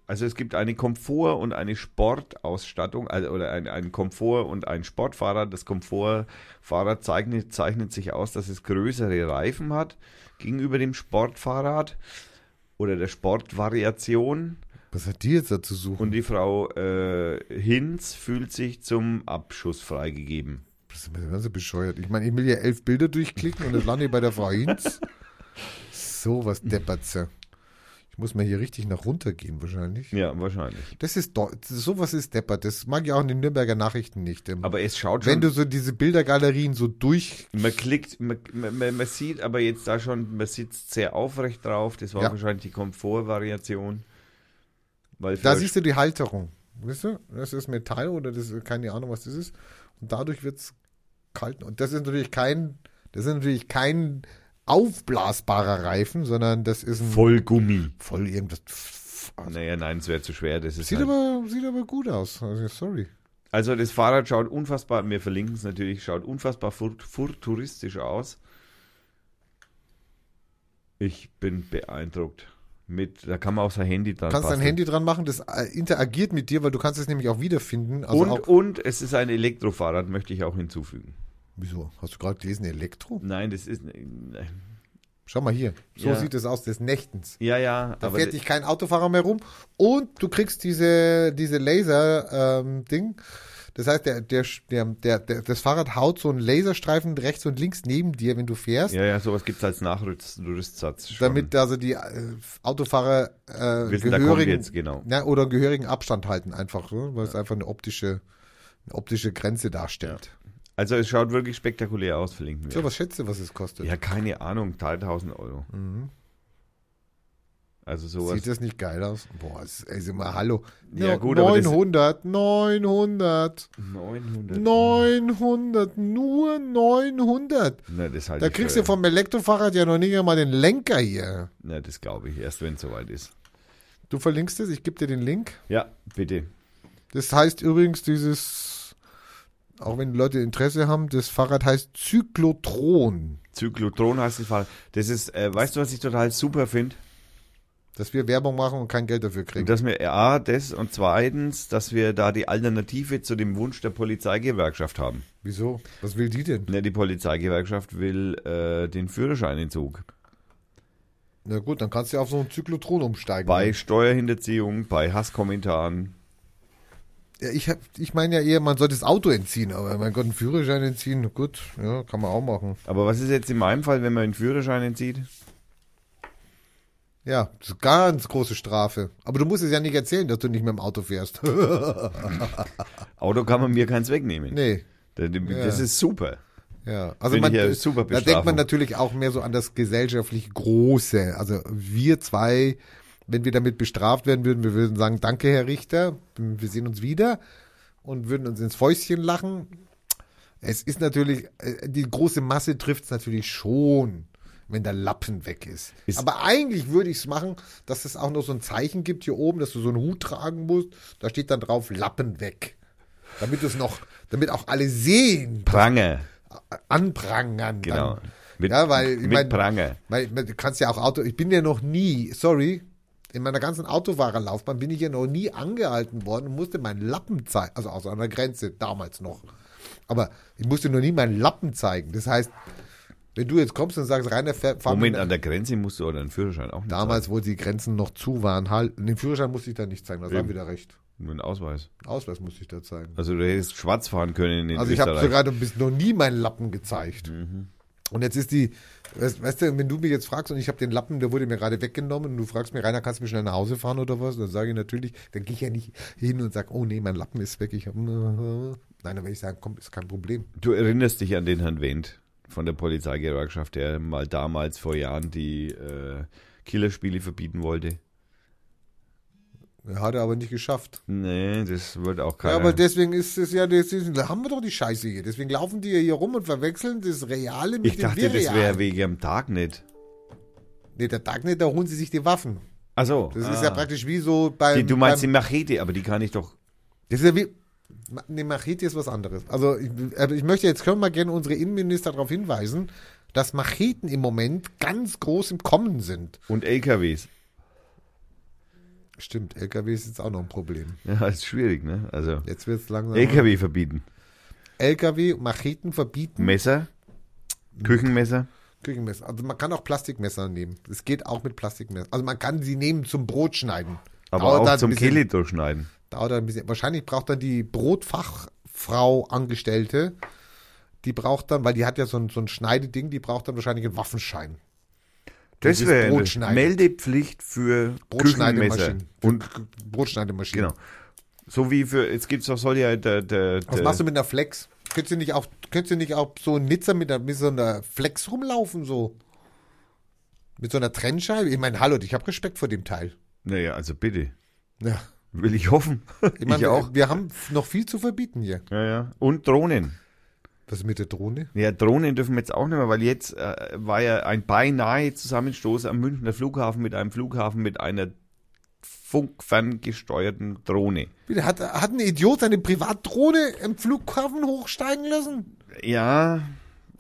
A: Also es gibt eine Komfort- und eine Sportausstattung, also oder ein, ein Komfort- und ein Sportfahrrad. Das Komfortfahrrad zeichnet, zeichnet sich aus, dass es größere Reifen hat gegenüber dem Sportfahrrad oder der Sportvariation.
B: Was hat die jetzt da zu suchen?
A: Und die Frau äh, Hinz fühlt sich zum Abschuss freigegeben.
B: Das ist mir ganz so bescheuert. Ich meine, ich will ja elf Bilder durchklicken und dann lande ich bei der Frau Hinz. So was Deppertze. Ich muss mal hier richtig nach runter gehen wahrscheinlich.
A: Ja, wahrscheinlich.
B: Das ist doch, sowas ist deppert. Das mag ich auch in den Nürnberger Nachrichten nicht. Ähm,
A: Aber es schaut schon.
B: Wenn du so diese Bildergalerien so durch,
A: man klickt, man, man, man- man sieht aber jetzt da schon, man sitzt sehr aufrecht drauf. Das war
B: Ja.
A: wahrscheinlich die Komfortvariation. Weil
B: da
A: für-
B: siehst du die Halterung. Weißt du, das ist Metall oder das ist keine Ahnung, was das ist. Und dadurch wird es kalt. Und das ist natürlich kein, das ist natürlich kein aufblasbarer Reifen, sondern das ist ein
A: Voll Gummi.
B: voll irgendwas. pf- pf-
A: Naja, nein, es wäre zu schwer. Das ist
B: Sieht
A: halt.
B: aber, sieht aber gut aus. Also, sorry.
A: Also das Fahrrad schaut unfassbar, wir verlinken es natürlich, schaut unfassbar fur- futuristisch aus. Ich bin beeindruckt. Mit, da kann man auch sein Handy dran
B: Du kannst dein
A: basteln.
B: Handy dran machen, das äh, interagiert mit dir, weil du kannst es nämlich auch wiederfinden. Also
A: und,
B: auch,
A: und es ist ein Elektrofahrrad, möchte ich auch hinzufügen.
B: wieso? Hast du gerade gelesen, Elektro?
A: Nein, das ist.
B: Schau mal hier. So
A: Ja.
B: sieht es aus des Nächtens.
A: Ja, ja,
B: Da
A: aber
B: fährt
A: d-
B: dich kein Autofahrer mehr rum und du kriegst diese, diese Laser-Ding. das heißt, der, der, der, der, der, das Fahrrad haut so einen Laserstreifen rechts und links neben dir, wenn du fährst,
A: ja, ja, sowas gibt es als Nachrüstsatz. schon.
B: damit also die äh, Autofahrer äh,
A: Wissen, da kommen wir
B: gehörigen,
A: jetzt, genau.
B: ja, oder einen gehörigen Abstand halten einfach, ne, weil es einfach eine optische, eine optische Grenze darstellt.
A: Also es schaut wirklich spektakulär aus, verlinken wir.
B: So, was schätzt du, was es kostet? Mhm.
A: ja, keine Ahnung, 3000 Euro. Also sowas.
B: Sieht das nicht geil aus? Boah, es ist, ey, sind wir, hallo.
A: Ja,
B: No-
A: gut, aber das-
B: 900, 900,
A: 900.
B: 900, nur 900.
A: Na, das halte
B: Da
A: ich äh,
B: kriegst
A: für-
B: du vom Elektrofahrrad ja noch nicht einmal den Lenker hier.
A: Na, das glaube ich, erst wenn es soweit ist.
B: Du verlinkst es, ich gebe dir den Link.
A: Ja, bitte.
B: Das heißt übrigens dieses, auch wenn die Leute Interesse haben, das Fahrrad heißt Zyklotron.
A: Zyklotron heißt das Fahrrad. Das ist, äh, weißt du, was ich total super finde?
B: Dass wir Werbung machen und kein Geld dafür kriegen.
A: Dass wir, A, das und zweitens, dass wir da die Alternative zu dem Wunsch der Polizeigewerkschaft haben.
B: Wieso? Was will die denn?
A: Ne, die Polizeigewerkschaft will äh, den Führerscheinentzug.
B: Na gut, dann kannst du ja auf so einen Zyklotron umsteigen. ne?
A: Bei Steuerhinterziehung, bei Hasskommentaren.
B: Ja, ich, hab- ich meine ja eher, man sollte das Auto entziehen, aber mein Gott, einen Führerschein entziehen, gut, ja, kann man auch machen.
A: Aber was ist jetzt in meinem Fall, wenn man den Führerschein entzieht?
B: Ja, das ist ganz große Strafe. Aber du musst es ja nicht erzählen, dass du nicht mit dem Auto fährst.
A: Auto kann man mir keins wegnehmen.
B: nee.
A: Das, das
B: Ja.
A: ist super.
B: Ja, also
A: Finde
B: man,
A: ich ja super
B: da denkt man
A: Bestrafung.
B: natürlich auch mehr so an das gesellschaftlich Große. Also wir zwei, wenn wir damit bestraft werden würden, wir würden sagen, danke Herr Richter, wir sehen uns wieder und würden uns ins Fäustchen lachen. Es ist natürlich, äh, die große Masse trifft es natürlich schon, wenn der Lappen weg ist.
A: Ist-
B: Aber eigentlich würde ich es machen, dass es auch noch so ein Zeichen gibt hier oben, dass du so einen Hut tragen musst. Da steht dann drauf Lappen weg. Damit es noch, damit auch alle sehen,
A: Prange,
B: anprangern.
A: genau.
B: Dann.
A: Mit,
B: Ja, weil, ich
A: mit
B: mein-
A: Prange.
B: Weil man- du kannst ja auch Auto. Ich bin ja noch nie, sorry, in meiner ganzen Autofahrerlaufbahn bin ich ja noch nie angehalten worden und musste meinen Lappen zeigen. Also außer an der Grenze, damals noch. Aber ich musste noch nie meinen Lappen zeigen. Das heißt, wenn du jetzt kommst und sagst, Rainer, fahr fahr
A: Moment,
B: mit-
A: an der Grenze musst du oder einen Führerschein auch nicht
B: Damals, wo die Grenzen noch zu waren, halt. Den Führerschein musste ich da nicht zeigen, das haben
A: Eben.
B: wieder recht.
A: Nur einen Ausweis.
B: Ausweis musste ich da zeigen.
A: Also du hättest schwarz fahren können in
B: Also ich habe
A: Österreich. Mhm.
B: sogar bis noch nie meinen Lappen gezeigt. Und jetzt ist die, weißt, weißt du, wenn du mich jetzt fragst und ich habe den Lappen, der wurde mir gerade weggenommen und du fragst mir, Rainer, kannst du mich schnell nach Hause fahren oder was? Dann sage ich natürlich, dann gehe ich ja nicht hin und sage, oh nee, mein Lappen ist weg. Ich hab, nein, dann werde ich sagen, komm, ist kein Problem.
A: du erinnerst dich an den Herrn Wendt von der Polizeigewerkschaft, der mal damals vor Jahren die äh, Killerspiele verbieten wollte.
B: Hat er aber nicht geschafft.
A: Nee, das wird auch keiner.
B: Ja, aber deswegen ist es ja, das ist, da haben wir doch die Scheiße hier. Deswegen laufen die ja hier rum und verwechseln das Reale mit
A: ich
B: dem
A: dachte, das wäre
B: Wirrealen.
A: wegen am Tag nicht.
B: Nee, der Darknet, da holen sie sich die Waffen.
A: Achso.
B: Das ist ja praktisch wie so
A: Ah. die,
B: beim...
A: Du meinst die
B: beim,
A: Machete, aber die kann ich doch.
B: Das ist ja wie. Ma- Nee, Machete ist was anderes. Also ich, aber ich möchte jetzt können wir mal gerne unsere Innenminister darauf hinweisen, dass Macheten im Moment ganz groß im Kommen sind.
A: Und LKWs.
B: Stimmt, LKW ist jetzt auch noch ein Problem.
A: Ja, ist schwierig, ne? Also.
B: Jetzt wird es langsam.
A: LKW verbieten.
B: LKW, Macheten verbieten.
A: Messer? Küchenmesser?
B: Küchenmesser. Also man kann auch Plastikmesser nehmen. Es geht auch mit Plastikmesser. Also man kann sie nehmen zum Brot schneiden.
A: Aber
B: Dauert
A: auch
B: halt ein
A: zum
B: bisschen-
A: Kehli durchschneiden.
B: dauert ein bisschen. Wahrscheinlich braucht dann die Brotfachfrau Angestellte, die braucht dann, weil die hat ja so ein, so ein Schneideding, die braucht dann wahrscheinlich einen Waffenschein.
A: Das
B: dieses
A: wäre eine
B: Brotschneiden.
A: Meldepflicht für Küchenmesser.
B: Brotschneidemaschinen.
A: Und
B: K- Brotschneidemaschinen.
A: genau. So wie für, jetzt gibt's doch, soll ja der, der,
B: Was
A: der
B: machst du mit einer Flex? Könntest du nicht auch, könntest du nicht auch so ein Nizza mit, einer, mit so einer Flex rumlaufen, so? Mit so einer Trennscheibe? Ich meine, hallo, ich habe Respekt vor dem Teil.
A: naja, also bitte.
B: Ja.
A: Will ich hoffen. Ich,
B: Ich meine, wir-
A: auch.
B: wir haben noch viel zu verbieten hier.
A: Ja, ja. Und Drohnen.
B: Das mit der Drohne?
A: Ja, Drohnen dürfen wir jetzt auch nicht mehr, weil jetzt äh, war ja ein beinahe Zusammenstoß am Münchner Flughafen mit einem Flughafen mit einer funkferngesteuerten Drohne.
B: Bitte, hat, hat ein Idiot seine Privatdrohne im Flughafen hochsteigen lassen?
A: Ja,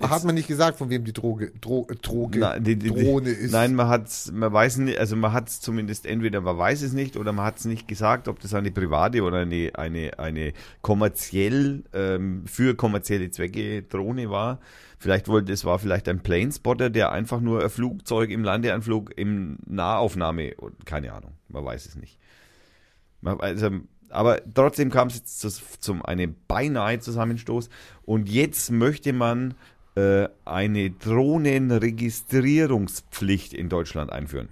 B: hat man nicht gesagt, von wem die Droge, Dro, äh, Droge,
A: na, die, die,
B: Drohne ist?
A: nein, man hat's, man weiß nicht, also man hat es zumindest entweder man weiß es nicht oder man hat es nicht gesagt, ob das eine private oder eine eine eine kommerziell ähm, für kommerzielle Zwecke Drohne war. Vielleicht wollte es war vielleicht ein Planespotter, der einfach nur ein Flugzeug im Landeanflug im Nahaufnahme und keine Ahnung, man weiß es nicht. Man, also aber trotzdem kam es jetzt zu, zum einem beinahe Zusammenstoß und jetzt möchte man äh, eine Drohnenregistrierungspflicht in Deutschland einführen.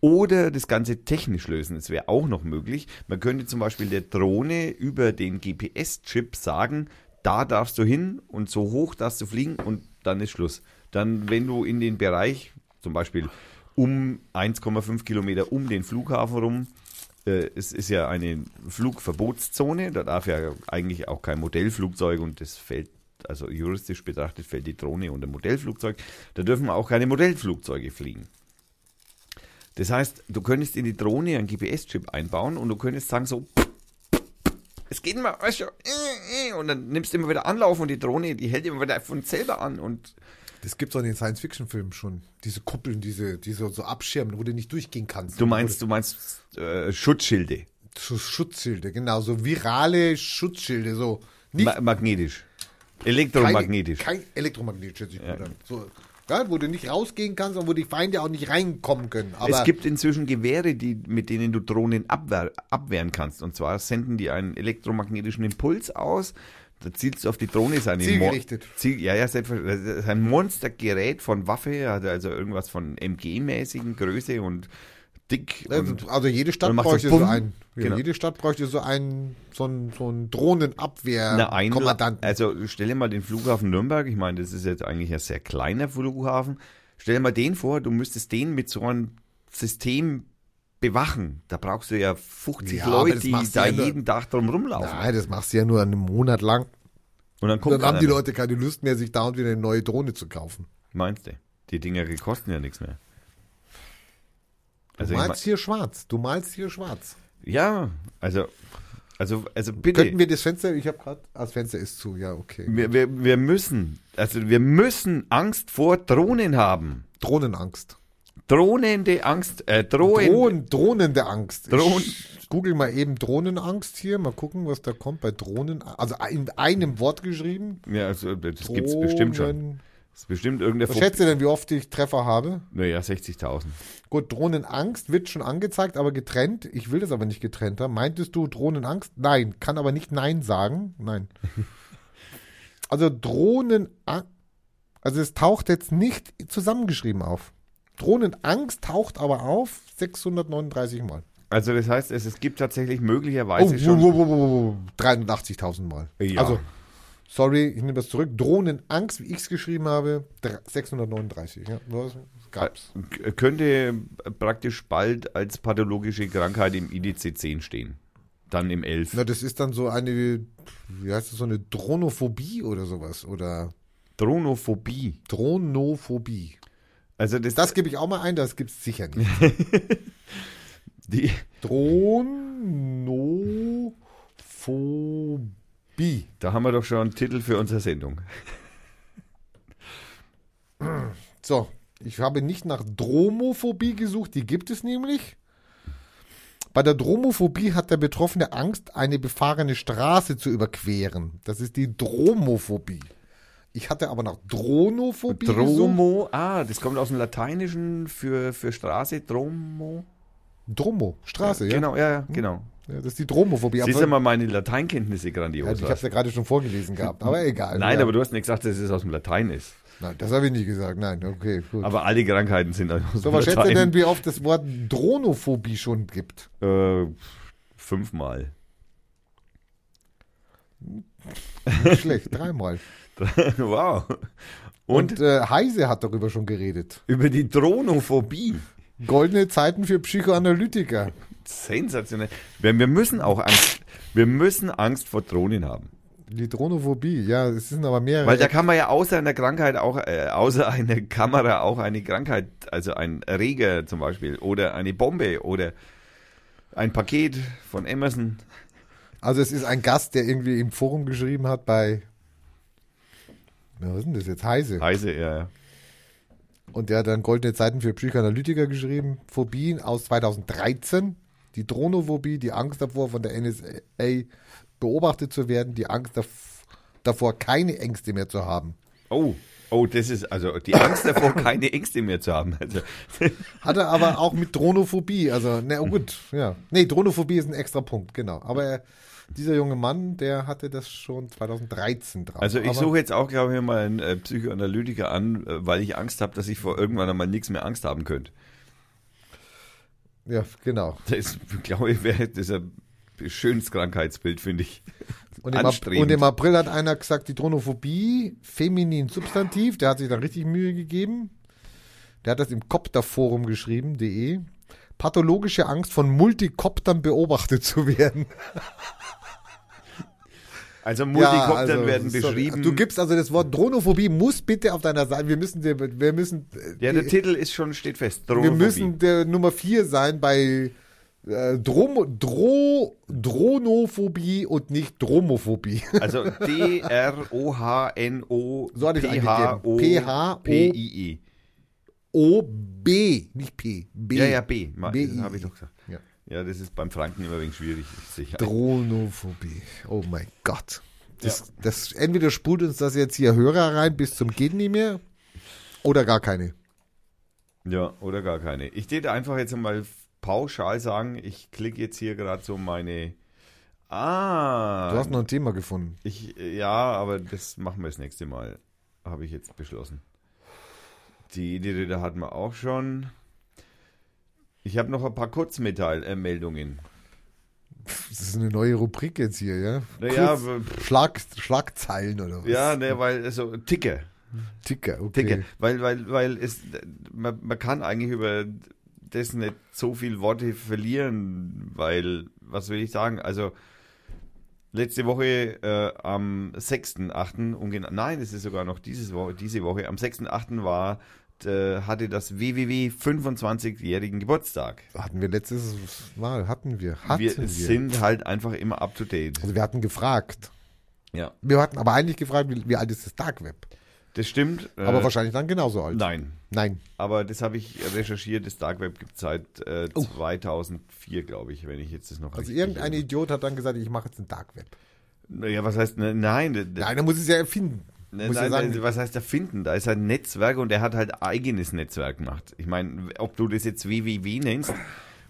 A: Oder das Ganze technisch lösen, das wäre auch noch möglich. Man könnte zum Beispiel der Drohne über den GPS-Chip sagen, da darfst du hin und so hoch darfst du fliegen und dann ist Schluss. Dann, wenn du in den Bereich, zum Beispiel um 1,5 Kilometer um den Flughafen rum, äh, es ist ja eine Flugverbotszone, da darf ja eigentlich auch kein Modellflugzeug und das fällt, also juristisch betrachtet, fällt die Drohne unter Modellflugzeug. Da dürfen auch keine Modellflugzeuge fliegen. Das heißt, du könntest in die Drohne einen GPS-Chip einbauen und du könntest sagen so, es geht immer, weißt du, äh, äh, und dann nimmst du immer wieder Anlauf und die Drohne, die hält immer wieder von selber an und
B: Das gibt's auch in den Science-Fiction-Filmen schon. Diese Kuppeln, diese, diese so abschirmen, wo du nicht durchgehen kannst.
A: du meinst, du meinst äh, Schutzschilde,
B: So Schutzschilde, genau, so virale Schutzschilde, so. Nicht
A: Ma magnetisch, elektromagnetisch.
B: Kein, kein elektromagnetisch, hört sich gut an. So, ja, wo du nicht rausgehen kannst und wo die Feinde auch nicht reinkommen können. Aber
A: es gibt inzwischen Gewehre, die, mit denen du Drohnen abwehr, abwehren kannst. Und zwar senden die einen elektromagnetischen Impuls aus. Da zielst du auf die Drohne, ist eine
B: Zielgerichtet.
A: Mon- Ziel, ja, ja, selbstverständlich. Das ist ein Monstergerät von Waffe, hat also irgendwas von MG-mäßigen Größe und dick. Und,
B: also, also jede
A: Und
B: Stadt
A: macht so
B: bräuchte so
A: Pum.
B: einen. Ja,
A: Genau.
B: Jede Stadt bräuchte so einen, so einen, so einen Ähm,
A: eine Einla-
B: Drohnenabwehr-Kommandanten.
A: Also stell dir mal den Flughafen Nürnberg, ich meine, das ist jetzt eigentlich ein sehr kleiner Flughafen. Stell dir mal den vor, du müsstest den mit so einem System bewachen. Da brauchst du ja 50
B: Ja, aber
A: Leute,
B: das
A: die
B: machst du
A: da
B: ja nur-
A: jeden Tag drum rumlaufen.
B: Nein, das machst du ja nur einen Monat lang.
A: Und dann
B: Und
A: guckt
B: dann haben die
A: einer.
B: Leute keine Lust mehr, sich da und wieder eine neue Drohne zu kaufen.
A: Meinst du? Die Dinger die kosten ja nichts mehr. Also
B: Du
A: ich
B: malst hier schwarz. Du malst hier schwarz.
A: mein, ja, also, also, also bitte.
B: Könnten wir das Fenster, ich habe gerade, das Fenster ist zu, ja, okay.
A: Wir, wir, wir müssen, also wir müssen Angst vor Drohnen haben.
B: Drohnenangst.
A: Drohnende Angst, äh, drohen.
B: Drohnen, Drohnen der Angst.
A: Drohnen-
B: Ich google mal eben Drohnenangst hier, mal gucken, was da kommt bei Drohnen. Also in einem Wort geschrieben.
A: Ja, also, das gibt's bestimmt schon.
B: Drohnen-
A: Das ist bestimmt irgendeine
B: Was
A: Phob-
B: schätzt ihr denn, wie oft ich Treffer habe?
A: Naja, 60.000.
B: Gut, Drohnenangst wird schon angezeigt, aber getrennt. Ich will das aber nicht getrennt haben. Meintest du Drohnenangst? Nein. Kann aber nicht Nein sagen. Nein. also Drohnenangst. Also es taucht jetzt nicht zusammengeschrieben auf. Drohnenangst taucht aber auf 639 Mal.
A: Also das heißt, es, es gibt tatsächlich
B: Oh,
A: möglicherweise schon.
B: wuh, wuh, wuh, wuh, wuh, 83.000 Mal.
A: Ja.
B: Also, sorry, ich nehme das zurück. Drohnenangst, wie ich es geschrieben habe, dr- 639. Ja, was gab's.
A: K- äh, könnte praktisch bald als pathologische Krankheit im IDC-10 stehen. Dann im 11.
B: Na, das ist dann so eine, wie heißt das, so eine Dronophobie oder sowas. Oder
A: Dronophobie.
B: Dronophobie.
A: Also das,
B: Das gebe ich auch mal ein, das gibt's sicher nicht.
A: die,
B: Dronophobie.
A: da haben wir doch schon einen Titel für unsere Sendung.
B: So, ich habe nicht nach Dromophobie gesucht, die gibt es nämlich. Bei der Dromophobie hat der Betroffene Angst, eine befahrene Straße zu überqueren. Das ist die Dromophobie. Ich hatte aber nach Dronophobie gesucht.
A: Dromo, ah, das kommt aus dem Lateinischen für, für Straße, Dromo.
B: Dromo, Straße, ja. Hm.
A: Genau, ja, ja, genau.
B: ja. Das ist die Dromophobie.
A: Siehst du
B: Aber,
A: mal meine Lateinkenntnisse
B: ja,
A: grandios.
B: ich habe
A: was?
B: es ja gerade schon vorgelesen gehabt, aber egal.
A: Nein,
B: ja.
A: aber du hast nicht gesagt, dass es aus dem Latein ist.
B: Nein, das habe ich nicht gesagt. Nein, okay, gut.
A: Aber alle Krankheiten sind also aus
B: so, was schätzt ihr denn, wie oft das Wort Dronophobie schon gibt?
A: Äh, fünfmal.
B: Nicht schlecht, dreimal.
A: wow. Und,
B: Und, äh, Heise hat darüber schon geredet.
A: über die Dronophobie.
B: Goldene Zeiten für Psychoanalytiker.
A: Sensationell. Wir, wir müssen auch Angst, wir müssen Angst vor Drohnen haben.
B: Die Dronophobie, ja, es sind aber mehrere.
A: Weil da kann man ja außer einer Krankheit auch, äh, außer einer Kamera auch eine Krankheit, also ein Erreger zum Beispiel oder eine Bombe oder ein Paket von Emerson.
B: also es ist ein Gast, der irgendwie im Forum geschrieben hat bei, Ja, was ist denn das jetzt, Heise.
A: Heise, ja, ja.
B: Und der hat dann Goldene Zeiten für Psychoanalytiker geschrieben. Phobien aus 2013. Die Dronophobie, die Angst davor, von der NSA beobachtet zu werden, die Angst dav- davor, keine Ängste mehr zu haben.
A: Oh, oh, das ist also die Angst davor, keine Ängste mehr zu haben. Also,
B: Hat er aber auch mit Dronophobie, also, na oh gut, ja. Nee, Dronophobie ist ein extra Punkt, genau. Aber er, dieser junge Mann, der hatte das schon 2013 drauf.
A: also ich
B: aber,
A: suche jetzt auch, glaube ich, mal einen äh, Psychoanalytiker an, äh, weil ich Angst habe, dass ich vor irgendwann einmal nichts mehr Angst haben könnte.
B: Ja, genau.
A: Das, glaube ich, wäre das ist ein schönes Krankheitsbild, finde ich.
B: Und im, Ap-
A: Anstrengend.
B: und im April hat einer gesagt, die Dronophobie, feminin Substantiv, der hat sich dann richtig Mühe gegeben. Der hat das im Copterforum geschrieben, de. Pathologische Angst, von Multikoptern beobachtet zu werden.
A: Also Multikoptern
B: Ja, also,
A: werden
B: so,
A: beschrieben.
B: Du gibst also das Wort Dronophobie, muss bitte auf deiner Seite, wir müssen, dir- wir müssen, äh,
A: ja, der Titel ist schon, steht fest.
B: wir
A: Dronophobie.
B: müssen der Nummer 4 sein bei äh, Drom, Dro, Dronophobie und nicht Dromophobie.
A: Also D-R-O-H-N-O
B: So hatte ich es eingegeben.
A: P-H-O-P-I-E.
B: O, B, nicht P, B.
A: Ja, ja, B. Ma-
B: B,
A: das
B: I,
A: habe ich
B: I.
A: doch gesagt.
B: Ja.
A: Ja, das ist beim Franken immer wegen schwierig. Sicher.
B: Dronophobie. Oh mein Gott. Das, das, entweder spult uns das jetzt hier Hörer rein bis zum geht nicht mehr oder gar keine.
A: Ja, oder gar keine. Ich würde einfach jetzt mal pauschal sagen, ich klicke jetzt hier gerade so meine. Ah.
B: Du hast noch ein Thema gefunden.
A: Ich, ja, aber das machen wir das nächste Mal. Habe ich jetzt beschlossen. Die Idee, da hatten wir auch schon. Ich habe noch ein paar äh, Kurzmitteilmeldungen.
B: Das ist eine neue Rubrik jetzt hier, ja?
A: Naja,
B: Kurz-
A: w-
B: Schlag, Schlagzeilen oder was?
A: ja, ne, weil, also, Ticker.
B: Ticker, okay.
A: Ticker. Weil, weil, weil es, man, man kann eigentlich über das nicht so viel Worte verlieren, weil, was will ich sagen? Also, letzte Woche äh, am 6.8., um genau, nein, es ist sogar noch dieses Woche, diese Woche, am 6.8. war, äh, hatte das WWW 25-jährigen Geburtstag.
B: Hatten wir letztes Mal, hatten wir. Hatten
A: Wir
B: wir.
A: sind halt einfach immer up to date.
B: also wir hatten gefragt.
A: Ja,
B: Wir hatten aber eigentlich gefragt, wie, wie alt ist das Dark Web?
A: das stimmt. äh,
B: Aber wahrscheinlich dann genauso alt.
A: Nein,
B: Nein.
A: Aber das habe ich recherchiert. Das Dark Web gibt es seit äh, 2004, glaube ich, wenn ich jetzt das noch
B: Oh. Also
A: richtig
B: irgendein
A: erinnere.
B: Idiot hat dann gesagt, ich mache jetzt ein Dark Web.
A: Naja, was heißt. ne- Nein, ne-
B: Nein, er muss es ja erfinden.
A: ne-
B: muss
A: nein,
B: ja sagen,
A: ne- was heißt erfinden? Da ist ein Netzwerk und er hat halt eigenes Netzwerk gemacht. Ich meine, ob du das jetzt WWW nennst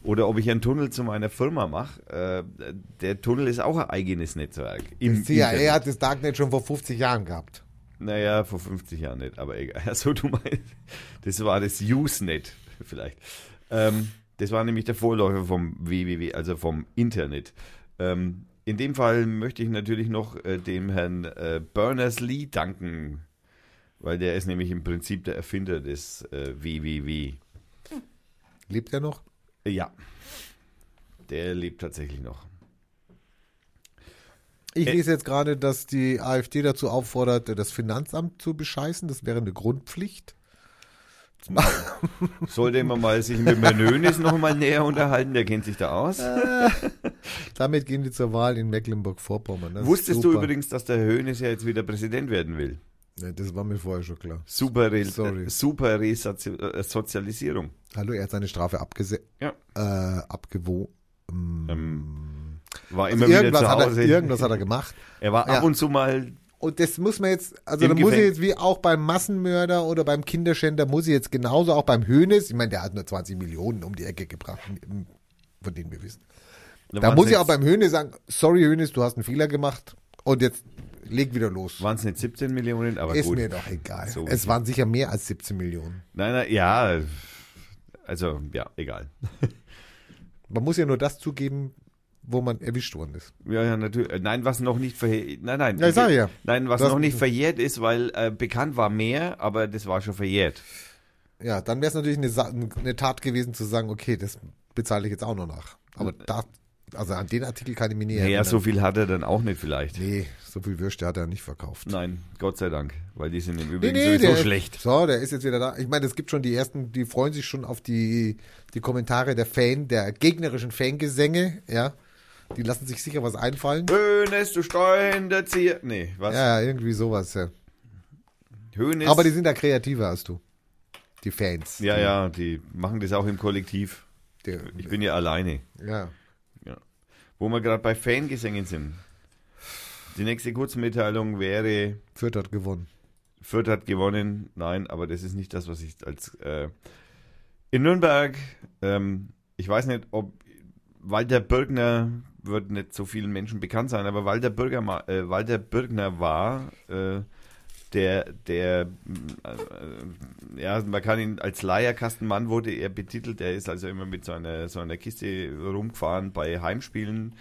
A: oder ob ich einen Tunnel zu meiner Firma mache, äh, der Tunnel ist auch ein eigenes Netzwerk. Im
B: Das CIA
A: Internet.
B: hat das Darknet schon vor 50 Jahren gehabt.
A: Naja, vor 50 Jahren nicht, aber egal. Also du meinst, das war das Usenet vielleicht. Ähm, das war nämlich der Vorläufer vom WWW, also vom Internet. Ähm, in dem Fall möchte ich natürlich noch äh, dem Herrn äh, Berners-Lee danken, weil der ist nämlich im Prinzip der Erfinder des äh, WWW.
B: Lebt er noch?
A: Äh, Ja, der lebt tatsächlich noch.
B: Ich
A: Ä-
B: lese jetzt gerade, dass die AfD dazu auffordert, das Finanzamt zu bescheißen. Das wäre eine Grundpflicht.
A: Sollte man mal sich mit Menönis noch mal näher unterhalten, der kennt sich da aus.
B: Damit gehen die zur Wahl in Mecklenburg-Vorpommern. Das ist
A: Wusstest du
B: super.
A: übrigens, dass der Höhnes ja jetzt wieder Präsident werden will?
B: Ne, Das war mir vorher schon klar.
A: Super, Re äh,
B: Sorry.
A: super Resozi- äh, Sozialisierung.
B: Hallo, er hat seine Strafe abgese
A: Ja.
B: äh, abgewo.
A: Ähm, war
B: Also
A: immer wieder
B: irgendwas,
A: zu
B: hat er,
A: Hause.
B: irgendwas hat er gemacht.
A: er war
B: ja.
A: ab und zu mal,
B: Und das muss man jetzt, also
A: Im
B: da muss ich
A: Gefängnis.
B: jetzt wie auch beim Massenmörder oder beim Kinderschänder, muss ich jetzt genauso auch beim Hönes, ich meine, der hat nur 20 Millionen um die Ecke gebracht, von denen wir wissen. Da
A: waren's
B: muss ich
A: nicht-
B: auch beim Hönes sagen, sorry Hönes, du hast einen Fehler gemacht und jetzt leg wieder los.
A: waren es nicht 17 Millionen, aber
B: Ist
A: gut.
B: mir doch egal.
A: So.
B: es waren sicher mehr als 17 Millionen.
A: Nein, nein, ja, also ja, egal.
B: Man muss ja nur das zugeben, wo man erwischt worden ist.
A: Ja, ja, natürlich. äh, Nein, was noch nicht verjährt. Nein, nein. äh,
B: Ja, ich sag ja.
A: Nein, was
B: Du hast-
A: noch nicht verjährt ist, weil äh, bekannt war mehr, aber das war schon verjährt.
B: Ja, dann
A: Äh,
B: wäre es natürlich eine, Sa- eine Tat gewesen zu sagen, okay, das bezahle ich jetzt auch noch nach. Aber da Also an den Artikel kann ich mich nicht
A: Naja,
B: erinnern.
A: so viel hat er dann auch nicht vielleicht.
B: nee, so viel Würste hat er nicht verkauft.
A: Nein, Gott sei Dank, weil die sind im Übrigen sowieso schlecht.
B: So, der ist jetzt wieder da. Ich meine, es gibt schon die ersten, die freuen sich schon auf die, die Kommentare der Fan, der gegnerischen Fangesänge, ja. Die lassen sich sicher was einfallen.
A: Hönes, du Steuerhinterzieher. Nee, was?
B: Ja, irgendwie sowas, ja.
A: Hönes.
B: Aber die sind da kreativer als du. Die Fans.
A: ja, ja, die machen das auch im Kollektiv.
B: Die,
A: Ich bin ja alleine.
B: ja.
A: Wo wir gerade bei Fangesängen sind. Die nächste Kurzmitteilung wäre,
B: Fürth hat gewonnen.
A: Fürth hat gewonnen. Nein, aber das ist nicht das, was ich als... Äh, in Nürnberg, ähm, ich weiß nicht, ob Walter Birkner wird nicht so vielen Menschen bekannt sein, aber Walter, Bürger, ma- äh, Walter Birkner war äh, der, der, äh, äh, ja, man kann ihn als Leierkastenmann wurde er betitelt. Er ist also immer mit so einer, so einer Kiste rumgefahren bei Heimspielen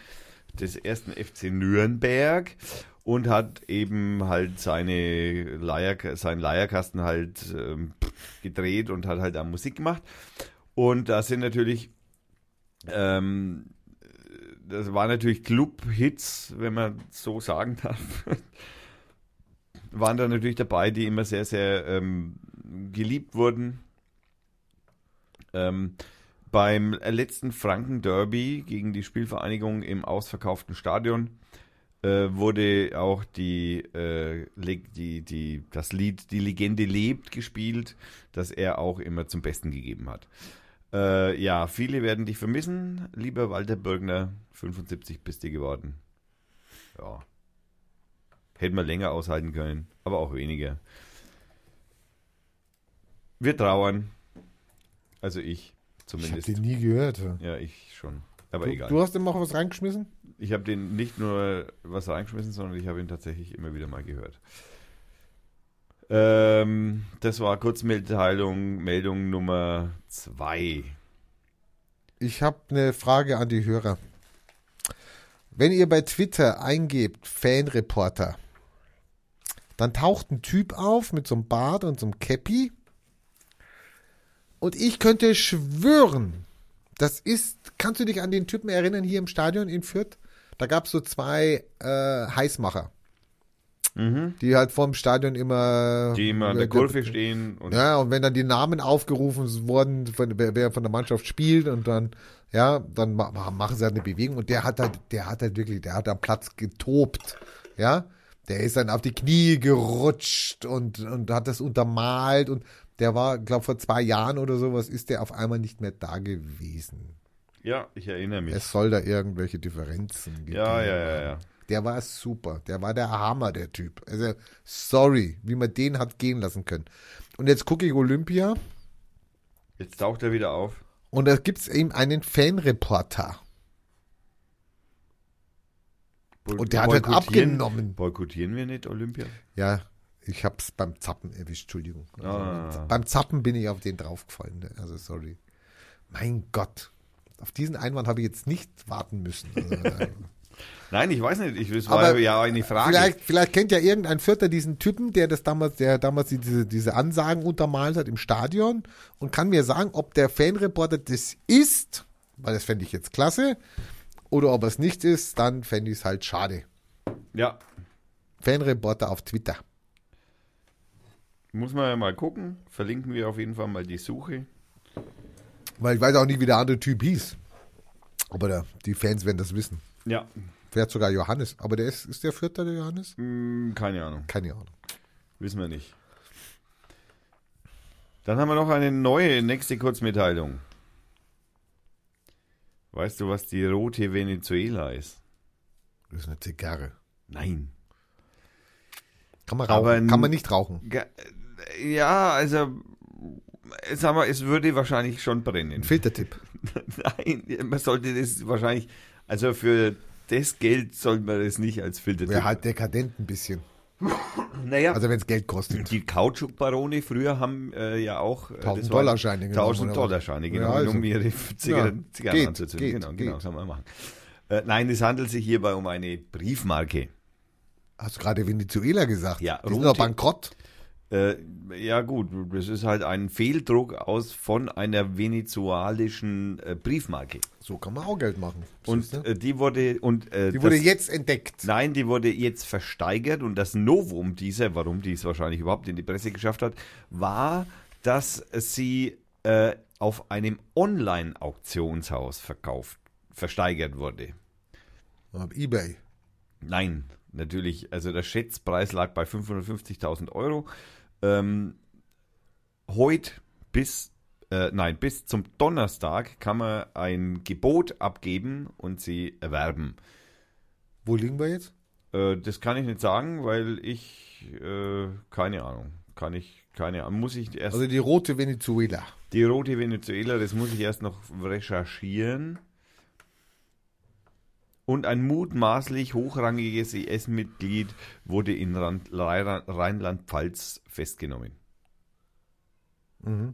A: des ersten FC Nürnberg und hat eben halt seine Leier, seinen Leierkasten halt ähm, gedreht und hat halt da Musik gemacht. Und da sind natürlich, ähm, das waren natürlich Club-Hits, wenn man so sagen darf. waren da natürlich dabei, die immer sehr, sehr ähm, geliebt wurden. Ähm, beim letzten Franken-Derby gegen die Spielvereinigung im ausverkauften Stadion äh, wurde auch die, äh, leg- die, die, das Lied Die Legende lebt gespielt, das er auch immer zum Besten gegeben hat. Äh, ja, viele werden dich vermissen, lieber Walter Bürgner, 75 bist du geworden. Ja. Hätten wir länger aushalten können, aber auch weniger. Wir trauern. Also ich
B: Ich hab
A: zumindest.
B: den nie gehört. ja.
A: ja, ich schon. Aber
B: Du,
A: egal.
B: du hast ihm auch was reingeschmissen?
A: Ich habe den nicht nur was reingeschmissen, sondern ich habe ihn tatsächlich immer wieder mal gehört. Ähm, das war Kurzmitteilung, Meldung Nummer 2.
B: Ich habe eine Frage an die Hörer. Wenn ihr bei Twitter eingebt Fanreporter, dann taucht ein Typ auf mit so einem Bart und so einem Cappy. Und ich könnte schwören, das ist, kannst du dich an den Typen erinnern hier im Stadion in Fürth? Da gab es so zwei äh, Heißmacher,
A: Mhm.
B: die halt vorm Stadion immer...
A: Die immer an der
B: äh,
A: Kurve stehen und
B: ja, und wenn dann die Namen aufgerufen wurden, von, wer, wer von der Mannschaft spielt und dann, ja, dann ma ma- machen sie halt eine Bewegung und der hat halt, der hat halt wirklich, der hat am Platz getobt, ja. Der ist dann auf die Knie gerutscht und, und hat das untermalt und der war, glaube vor zwei Jahren oder sowas, ist der auf einmal nicht mehr da gewesen.
A: ja, ich erinnere mich.
B: Es soll da irgendwelche Differenzen geben.
A: Ja, ja, ja, ja.
B: Der war super. Der war der Hammer, der Typ. Also, sorry, wie man den hat gehen lassen können. Und jetzt gucke ich Olympia
A: Jetzt taucht er wieder auf.
B: und da gibt es eben einen Fanreporter.
A: Boy-
B: Und der hat halt
A: boykottieren-
B: abgenommen.
A: Boykottieren wir nicht Olympia?
B: Ja, ich hab's beim Zappen erwischt, Entschuldigung. Also,
A: Ah.
B: Beim Zappen bin ich auf den draufgefallen. ne? Also, sorry. Mein Gott. Auf diesen Einwand habe ich jetzt nicht warten müssen. Also, äh,
A: Nein, ich weiß nicht. Ich, das
B: Aber
A: war ja eine Frage.
B: vielleicht, vielleicht kennt ja irgendein Vierter diesen Typen, der das damals, der damals die- diese, diese Ansagen untermalt hat im Stadion und kann mir sagen, ob der Fanreporter das ist, weil das fände ich jetzt klasse, oder ob er es nicht ist, dann fände ich es halt schade.
A: Ja,
B: Fanreporter auf Twitter.
A: muss man ja mal gucken. Verlinken wir auf jeden Fall mal die Suche.
B: Weil ich weiß auch nicht, wie der andere Typ hieß. Aber der, die Fans werden das wissen.
A: Ja,
B: Vielleicht sogar Johannes. Aber der ist, ist der Vierter, der Johannes?
A: hm, keine Ahnung.
B: Keine Ahnung.
A: Wissen wir nicht. Dann haben wir noch eine neue nächste Kurzmitteilung. Weißt du, was die rote Venezuela ist?
B: Das ist eine Zigarre.
A: Nein.
B: Kann man
A: Aber
B: rauchen.
A: n-
B: Kann man nicht rauchen.
A: Ja, also, äh, sag mal, es würde wahrscheinlich schon brennen.
B: Ein Filtertipp.
A: Nein, man sollte das wahrscheinlich, also für das Geld sollte man das nicht als Filter
B: Wäre halt dekadent ein bisschen.
A: Naja,
B: Also wenn es Geld kostet.
A: die Kautschukbarone früher haben äh, ja auch äh,
B: 1000
A: das war-
B: Dollarscheine genommen,
A: 1000
B: oder was?
A: Dollarscheine
B: Ja,
A: genommen,
B: also.
A: um ihre Zigaretten,
B: Ja,
A: Zigarren
B: geht,
A: anzuzünden.
B: geht,
A: genau, genau,
B: geht.
A: kann man machen. Äh, nein, es handelt sich hierbei um eine Briefmarke.
B: Hast du gerade Venezuela gesagt?
A: Ja,
B: Die sind
A: rote-
B: doch bankrott.
A: Äh, ja gut, das ist halt ein Fehldruck aus von einer venezuelischen äh, Briefmarke.
B: So kann man auch Geld machen.
A: Und
B: Siehste?
A: äh, die wurde und äh,
B: die wurde
A: das,
B: jetzt entdeckt.
A: Nein, die wurde jetzt versteigert und das Novum dieser, warum die es wahrscheinlich überhaupt in die Presse geschafft hat, war, dass sie äh, auf einem Online-Auktionshaus verkauft, versteigert wurde.
B: Auf Ebay.
A: Nein, natürlich. Also der Schätzpreis lag bei 550.000 Euro. Ähm, heute bis, äh, nein, bis zum Donnerstag kann man ein Gebot abgeben und sie erwerben.
B: Wo liegen wir jetzt?
A: Äh, das kann ich nicht sagen, weil ich, äh, keine Ahnung, kann ich, keine Ahnung, muss ich erst,
B: Also die rote Venezuela.
A: die rote Venezuela, das muss ich erst noch recherchieren. Und ein mutmaßlich hochrangiges IS-Mitglied wurde in Rand- Rheinland- Rheinland-Pfalz festgenommen.
B: Mhm.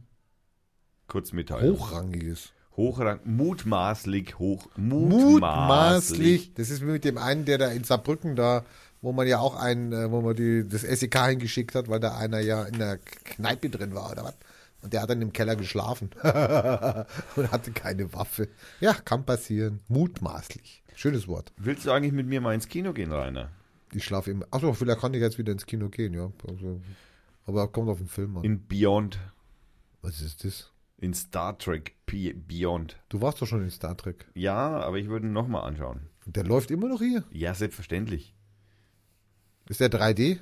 A: Kurzmitteilung.
B: Hochrangiges.
A: Hochrang, mutmaßlich hoch, mutmaßlich.
B: Mutmaßlich. Das ist wie mit dem einen, der da in Saarbrücken da, wo man ja auch einen, äh, wo man die, das SEK hingeschickt hat, weil da einer ja in der Kneipe drin war oder was. Und der hat dann im Keller geschlafen und hatte keine Waffe. Ja, kann passieren. Mutmaßlich. Schönes Wort.
A: Willst du eigentlich mit mir mal ins Kino gehen, Rainer?
B: Ich schlafe immer. Achso, vielleicht kann ich jetzt wieder ins Kino gehen, ja. Also, aber kommt auf den Film an.
A: In Beyond,
B: Was ist das?
A: in Star Trek P- Beyond.
B: Du warst doch schon in Star Trek.
A: Ja, aber ich würde ihn nochmal anschauen.
B: Und der läuft immer noch hier.
A: Ja, selbstverständlich.
B: Ist der 3D?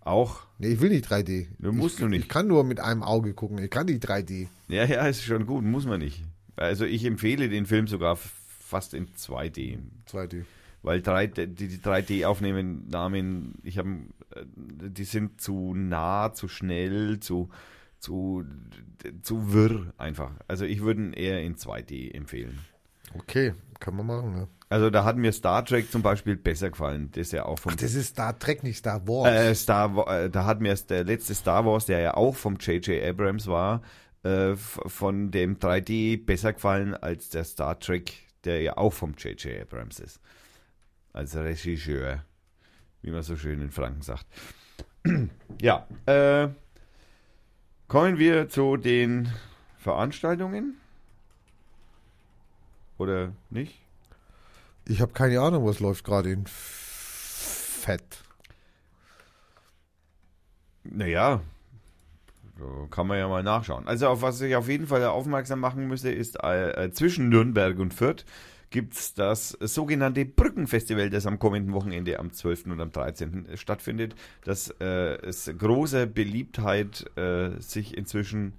A: Auch.
B: Nee, ich will nicht 3D.
A: Du musst
B: ich,
A: du nicht.
B: Ich kann nur mit einem Auge gucken. Ich kann nicht 3D.
A: Ja, ja, ist schon gut, muss man nicht. Also ich empfehle den Film sogar f- fast in 2D,
B: 2D.
A: weil 3D, die, die 3D-Aufnahmen, ich habe, die sind zu nah, zu schnell, zu, zu, zu wirr einfach. Also ich würde ihn eher in 2D empfehlen.
B: Okay, kann man machen, ne?
A: Also da hat mir Star Trek zum Beispiel besser gefallen, das ist ja auch vom
B: Das ist Star Trek, nicht Star Wars.
A: Äh, Star Wa- äh, da hat mir erst der letzte Star Wars, der ja auch vom J.J. Abrams war, äh, f- von dem 3D besser gefallen als der Star Trek, der ja auch vom J.J. Abrams ist. Als Regisseur, wie man so schön in Franken sagt. ja, äh, kommen wir zu den Veranstaltungen. Oder nicht?
B: Ich habe keine Ahnung, was läuft gerade in Fett.
A: Naja, so kann man ja mal nachschauen. Also auf was ich auf jeden Fall aufmerksam machen müsste, ist äh, äh, zwischen Nürnberg und Fürth gibt es das sogenannte Brückenfestival, das am kommenden Wochenende am 12. und am 13. stattfindet, das äh, es großer Beliebtheit äh, sich inzwischen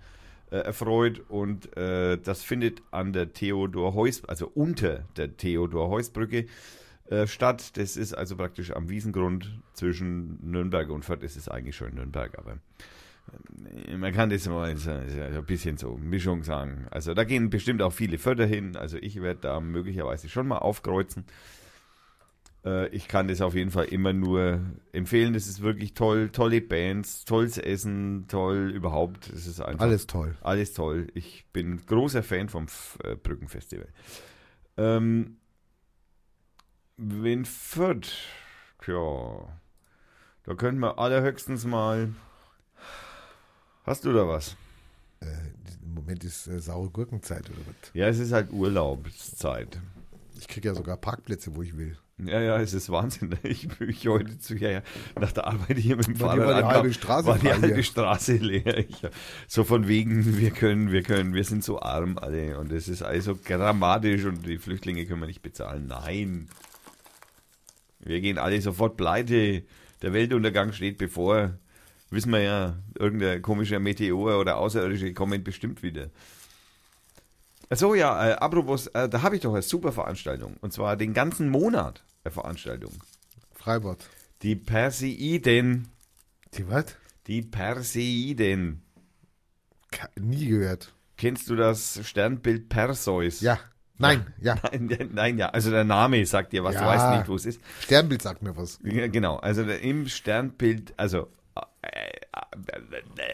A: äh, erfreut und äh, das findet an der Theodor Heuss, also unter der Theodor Heuss-Brücke äh, statt. Das ist also praktisch am Wiesengrund zwischen Nürnberg und Fürth. Es ist eigentlich schon Nürnberg, aber äh, man kann das mal so, so ein bisschen so Mischung sagen. Also da gehen bestimmt auch viele Förder hin. Also ich werde da möglicherweise schon mal aufkreuzen. Äh, Ich kann das auf jeden Fall immer nur empfehlen. Das ist wirklich toll. Tolle Bands, tolles Essen, toll überhaupt. Es ist einfach
B: Alles toll.
A: alles toll. Ich bin großer Fan vom F äh, Brückenfestival. Ähm, in Fürth, tja, da könnten wir allerhöchstens mal. Hast du da was?
B: Äh, Im Moment ist äh, saure Gurkenzeit oder was?
A: Ja, es ist halt Urlaubszeit.
B: Ich kriege ja sogar Parkplätze, wo ich will.
A: Ja, ja, es ist Wahnsinn. Ich bin ich heute zu, ja, ja, nach der Arbeit hier mit dem
B: Bei dir
A: Fahrrad
B: war die
A: ankam,
B: halbe Straße
A: war die
B: frei
A: halbe
B: hier.
A: Straße leer. Ich, so von wegen, wir können, wir können, wir sind so arm alle und es ist also dramatisch und die Flüchtlinge können wir nicht bezahlen. Nein. Wir gehen alle sofort pleite. Der Weltuntergang steht bevor. Wissen wir ja, irgendein komischer Meteor oder Außerirdische kommen bestimmt wieder. Ach So ja, äh, apropos, äh, da habe ich doch eine super Veranstaltung. Und zwar den ganzen Monat eine Veranstaltung.
B: Freibad.
A: Die Perseiden.
B: Die was?
A: Die Perseiden.
B: Ke- Nie gehört.
A: Kennst du das Sternbild Perseus?
B: Ja. Nein, ja.
A: Nein, nein, ja. Also der Name sagt dir was, du
B: Ja.
A: weißt nicht, wo es ist.
B: Sternbild sagt mir was.
A: Ja, genau. Also der- im Sternbild, also äh,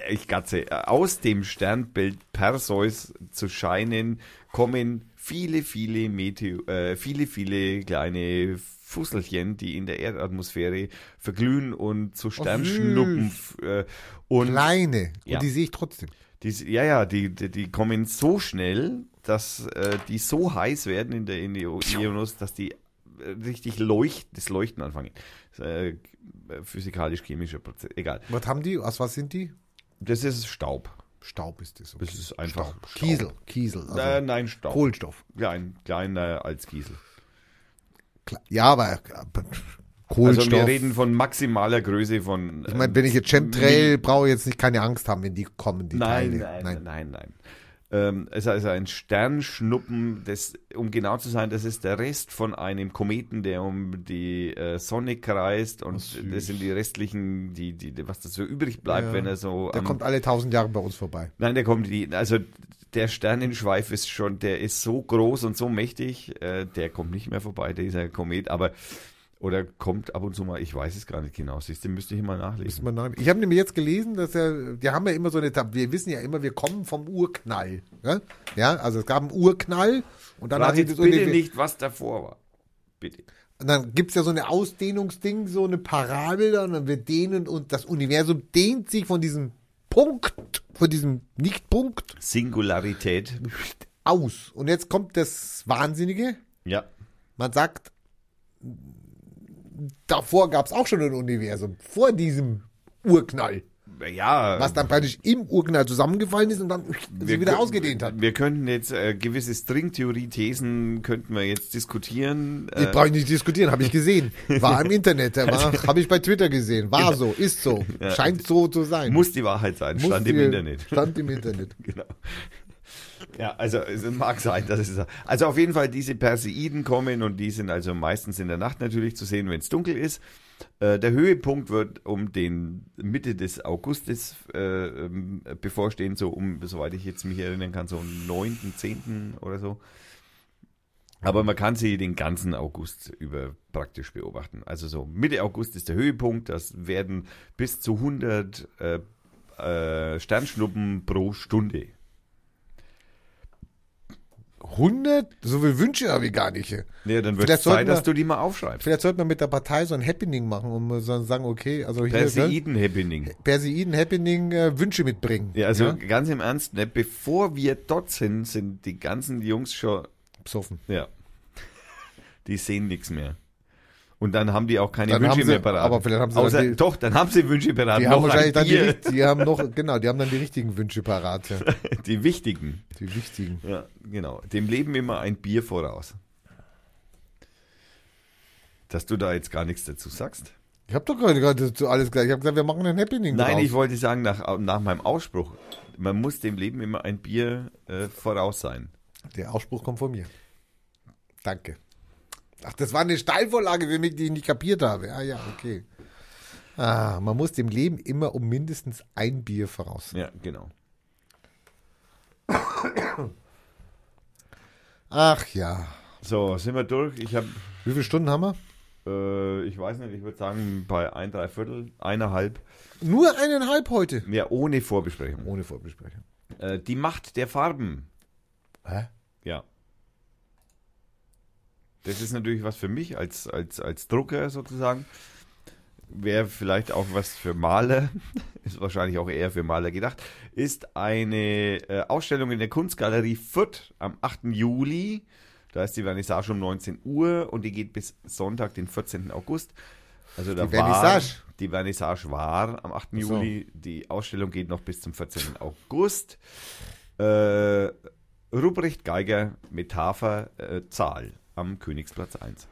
A: ich gatze, aus dem Sternbild Perseus zu scheinen, kommen viele, viele Meteor, äh, viele, viele kleine Fusselchen, die in der Erdatmosphäre verglühen und
B: Oh,
A: zu Sternschnuppen. f- äh, und
B: Kleine.
A: Ja.
B: Und die sehe ich trotzdem.
A: die, ja, ja, die, die, die kommen so schnell, dass äh, die so heiß werden in der in die Ionos, dass die äh, richtig leucht, das Leuchten anfangen. Das, äh, Physikalisch-chemischer Prozess, egal.
B: Was haben die? Aus was sind die?
A: Das ist Staub.
B: Staub ist das. Okay.
A: Das ist einfach Staub.
B: Kiesel. Kiesel. Also
A: äh, nein, Staub.
B: Kohlenstoff.
A: Klein, kleiner als Kiesel.
B: Klar. Ja, aber äh, Kohlenstoff.
A: Also wir reden von maximaler Größe von.
B: ich meine, wenn ich jetzt Chemtrail brauche, ich jetzt nicht keine Angst haben, wenn die kommen, die
A: Nein,
B: Teile.
A: nein, nein, nein, nein. Ähm, es ist also ein Sternschnuppen, das, um genau zu sein, das ist der Rest von einem Kometen, der um die äh, Sonne kreist und das sind die restlichen, die, die, die- was das so übrig bleibt,
B: Ja.
A: wenn er so.
B: Der
A: am-
B: kommt alle tausend Jahre bei uns vorbei.
A: nein, der kommt die, also der Sternenschweif ist schon, der ist so groß und so mächtig, äh, der kommt nicht mehr vorbei, dieser Komet, aber oder kommt ab und zu mal, ich weiß es gar nicht genau, siehst du, müsste ich mal nachlesen.
B: Müssen wir nachdenken. Ich habe nämlich jetzt gelesen, dass er, die haben ja immer so eine, Tab- wir wissen ja immer, wir kommen vom Urknall. Ne? Ja, also es gab einen Urknall und dann
A: Sag
B: hat sich
A: jetzt
B: das
A: bitte
B: Universum-
A: nicht, was davor war. Bitte.
B: Und dann gibt's ja so eine Ausdehnungsding, so eine Parabel, und dann wir dehnen und das Universum dehnt sich von diesem Punkt, von diesem Nichtpunkt
A: Singularität.
B: aus. Und jetzt kommt das Wahnsinnige.
A: Ja.
B: Man sagt, davor gab's auch schon ein Universum, vor diesem Urknall,
A: Ja.
B: was dann praktisch im Urknall zusammengefallen ist und dann sich wieder
A: kö-
B: ausgedehnt hat.
A: Wir könnten jetzt äh, gewisse Stringtheorie-Thesen könnten wir jetzt diskutieren.
B: Ich
A: Äh,
B: brauche nicht diskutieren, habe ich gesehen. War im Internet, habe ich bei Twitter gesehen. War so, ist so, scheint so zu sein.
A: muss die Wahrheit sein,
B: Muss
A: stand im
B: die-
A: Internet.
B: Stand im Internet.
A: genau. Ja, also es mag sein, dass es also auf jeden Fall diese Perseiden kommen und die sind also meistens in der Nacht natürlich zu sehen, wenn es dunkel ist. Äh, der Höhepunkt wird um den Mitte des Augustes äh, ähm, bevorstehen, so um, soweit ich jetzt mich erinnern kann, so am 9., 10. oder so. Aber man kann sie den ganzen August über praktisch beobachten. Also so Mitte August ist der Höhepunkt. Das werden bis zu 100 äh, äh, Sternschnuppen pro Stunde.
B: 100? So viel Wünsche habe ich gar nicht.
A: Ja, dann wird es
B: Vielleicht
A: Zeit,
B: sollten wir-
A: dass du die mal aufschreibst.
B: Vielleicht sollte man mit der Partei so ein Happening machen und mal so sagen, okay, also hier Perseiden,
A: Perseiden-Happening.
B: Perseiden Happening äh, Wünsche mitbringen.
A: Ja, also ganz im Ernst, ne, bevor wir dort sind, sind die ganzen Jungs schon,
B: Psoffen.
A: ja, die sehen nichts mehr. Und dann haben die auch keine
B: Dann
A: Wünsche
B: haben sie-
A: mehr parat.
B: aber vielleicht haben sie dann
A: Außer,
B: die-
A: doch, dann haben sie Wünsche parat.
B: Die haben
A: Noch ein
B: wahrscheinlich dann die,
A: Bier.
B: richt- die haben noch, genau, die haben dann die richtigen Wünsche parat, ja.
A: die wichtigen.
B: Die wichtigen.
A: Ja, genau. Dem Leben immer ein Bier voraus. Dass du da jetzt gar nichts dazu sagst.
B: Ich habe doch gerade gerade so alles gleich. Ich habe gesagt, wir machen ein Happening.
A: Nein,
B: draus.
A: ich wollte sagen, nach, nach meinem Ausspruch, man muss dem Leben immer ein Bier äh, voraus sein.
B: Der Ausspruch kommt von mir. Danke. Ach, das war eine Steilvorlage für mich, die ich nicht kapiert habe. Ah ja, okay. Ah, man muss dem Leben immer um mindestens ein Bier voraus.
A: Ja, genau.
B: Ach ja.
A: So, sind wir durch. Ich habe,
B: Wie viele Stunden haben wir?
A: äh, ich weiß nicht, ich würde sagen, bei ein, drei Viertel, eineinhalb,
B: Nur eineinhalb heute.
A: ja, ohne Vorbesprechung.
B: Ohne Vorbesprechung.
A: Äh, die Macht der Farben.
B: Hä?
A: Ja. Das ist natürlich was für mich als, als, als Drucker sozusagen. Wäre vielleicht auch was für Maler, ist wahrscheinlich auch eher für Maler gedacht, ist eine äh, Ausstellung in der Kunstgalerie Fürth am 8. Juli. Da ist die Vernissage um 19 Uhr und die geht bis Sonntag, den 14. August. Also da
B: Die
A: Vernissage.
B: Vernissage.
A: War, die Vernissage war am 8.
B: Ach so.
A: Juli. Die Ausstellung geht noch bis zum 14. August. Äh, Ruprecht Geiger, Metapher, äh, Zahl am Königsplatz 1.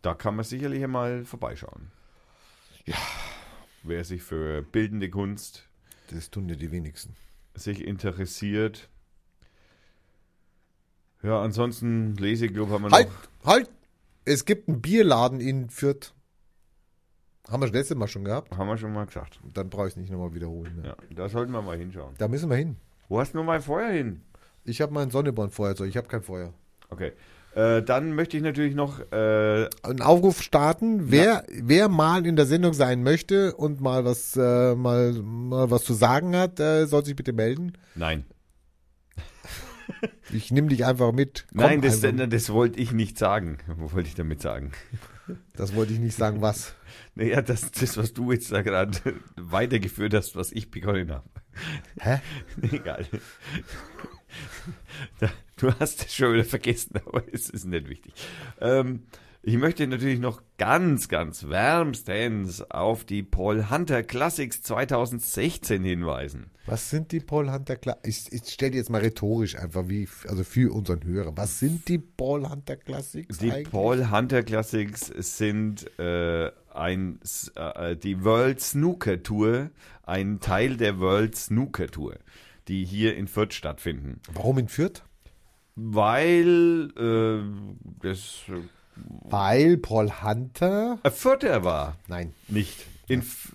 A: Da kann man sicherlich mal vorbeischauen. Ja. Wer sich für bildende Kunst
B: Das tun ja die wenigsten.
A: sich interessiert. Ja, ansonsten Leseglub haben wir
B: Halt,
A: noch.
B: halt! Es gibt einen Bierladen in Fürth. Haben wir das letzte Mal schon gehabt.
A: Haben wir schon mal gesagt.
B: Dann brauche ich es nicht nochmal wiederholen. Ne?
A: Ja, da sollten wir mal hinschauen.
B: Da müssen wir hin.
A: Wo hast du nur mein Feuer hin?
B: Ich habe mein Sonneborn-Feuerzeug. Ich habe kein Feuer.
A: Okay. Äh, dann möchte ich natürlich noch äh,
B: Einen Aufruf starten. Wer, wer mal in der Sendung sein möchte und mal was, äh, mal, mal was zu sagen hat, äh, soll sich bitte melden.
A: Nein.
B: Ich nehme dich einfach mit. Komm
A: Nein, das,
B: einfach.
A: das wollte ich nicht sagen. Wo wollte ich damit sagen?
B: das wollte ich nicht sagen, was.
A: Naja, das, das was du jetzt da gerade weitergeführt hast, was ich begonnen habe.
B: Hä?
A: Egal. Da- Du hast es schon wieder vergessen, aber es ist nicht wichtig. Ähm, ich möchte natürlich noch ganz, ganz wärmstens auf die Paul Hunter Classics 2016 hinweisen.
B: Was sind die Paul Hunter Classics? Ich, ich stelle jetzt mal rhetorisch einfach, wie, also für unseren Hörer. Was sind die Paul Hunter Classics
A: Die
B: eigentlich?
A: Paul Hunter Classics sind äh, ein, S- äh, die World Snooker Tour, ein Teil der World Snooker Tour, die hier in Fürth stattfinden.
B: Warum in Fürth?
A: Weil äh, das
B: Weil Paul Hunter.
A: äh, Fürther war,
B: Nein,
A: nicht. In F-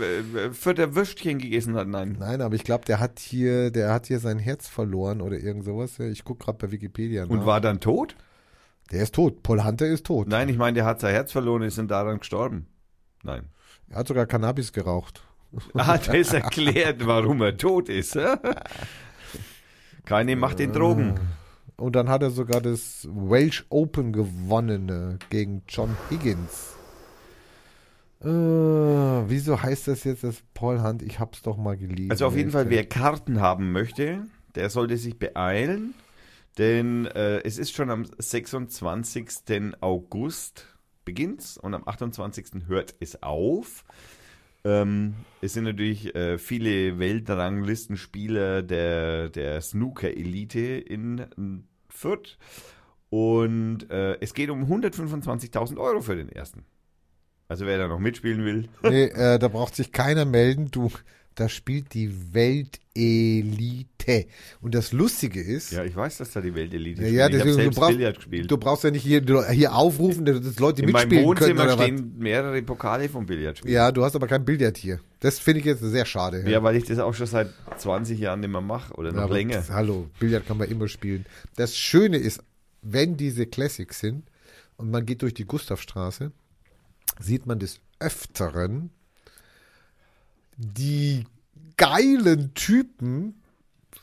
A: äh, äh, Fürther Würstchen gegessen hat, nein.
B: nein, aber ich glaube, der hat hier, der hat hier sein Herz verloren oder irgend sowas. Ich gucke gerade bei Wikipedia.
A: Und
B: nach.
A: war dann tot?
B: der ist tot. Paul Hunter ist tot.
A: Nein, ich meine, der hat sein Herz verloren und ist dann daran gestorben. Nein.
B: Er hat sogar Cannabis geraucht.
A: Ah, das erklärt, warum er tot ist. hä? Keine macht den Drogen.
B: Und dann hat er sogar das Welsh Open gewonnen äh, gegen John Higgins. Äh, wieso heißt das jetzt das Paul Hunt? Ich hab's doch mal gelesen.
A: Also auf jeden Fall,
B: wer.
A: wer Karten haben möchte, der sollte sich beeilen, denn äh, es ist schon am 26. August beginnt's und am 28. hört es auf. Ähm, es sind natürlich äh, viele Weltranglistenspieler der, der Snooker-Elite in Fürth und äh, es geht um 125.000 Euro für den ersten. Also wer da noch mitspielen will,
B: Nee, äh, da braucht sich keiner melden. Du, da spielt die Weltelite. Und das Lustige ist,
A: Ja, ich weiß, dass da die Weltelite
B: Ja,
A: spielt.
B: ja,
A: ich habe
B: deswegen, du
A: selbst
B: brauchst-
A: Billard gespielt.
B: du brauchst ja nicht hier, du- hier aufrufen, dass Leute
A: In meinem
B: mitspielen können.
A: Wohnzimmer
B: Oder was.
A: stehen mehrere Pokale vom Billardspiel.
B: Ja, du hast aber kein Billard hier. Das finde ich jetzt sehr schade.
A: Ja. weil ich das auch schon seit 20 Jahren nicht mehr mache oder noch
B: Aber,
A: länger.
B: pf, hallo, Billard kann man immer spielen. Das Schöne ist, wenn diese Classics sind und man geht durch die Gustavstraße, sieht man des Öfteren die geilen Typen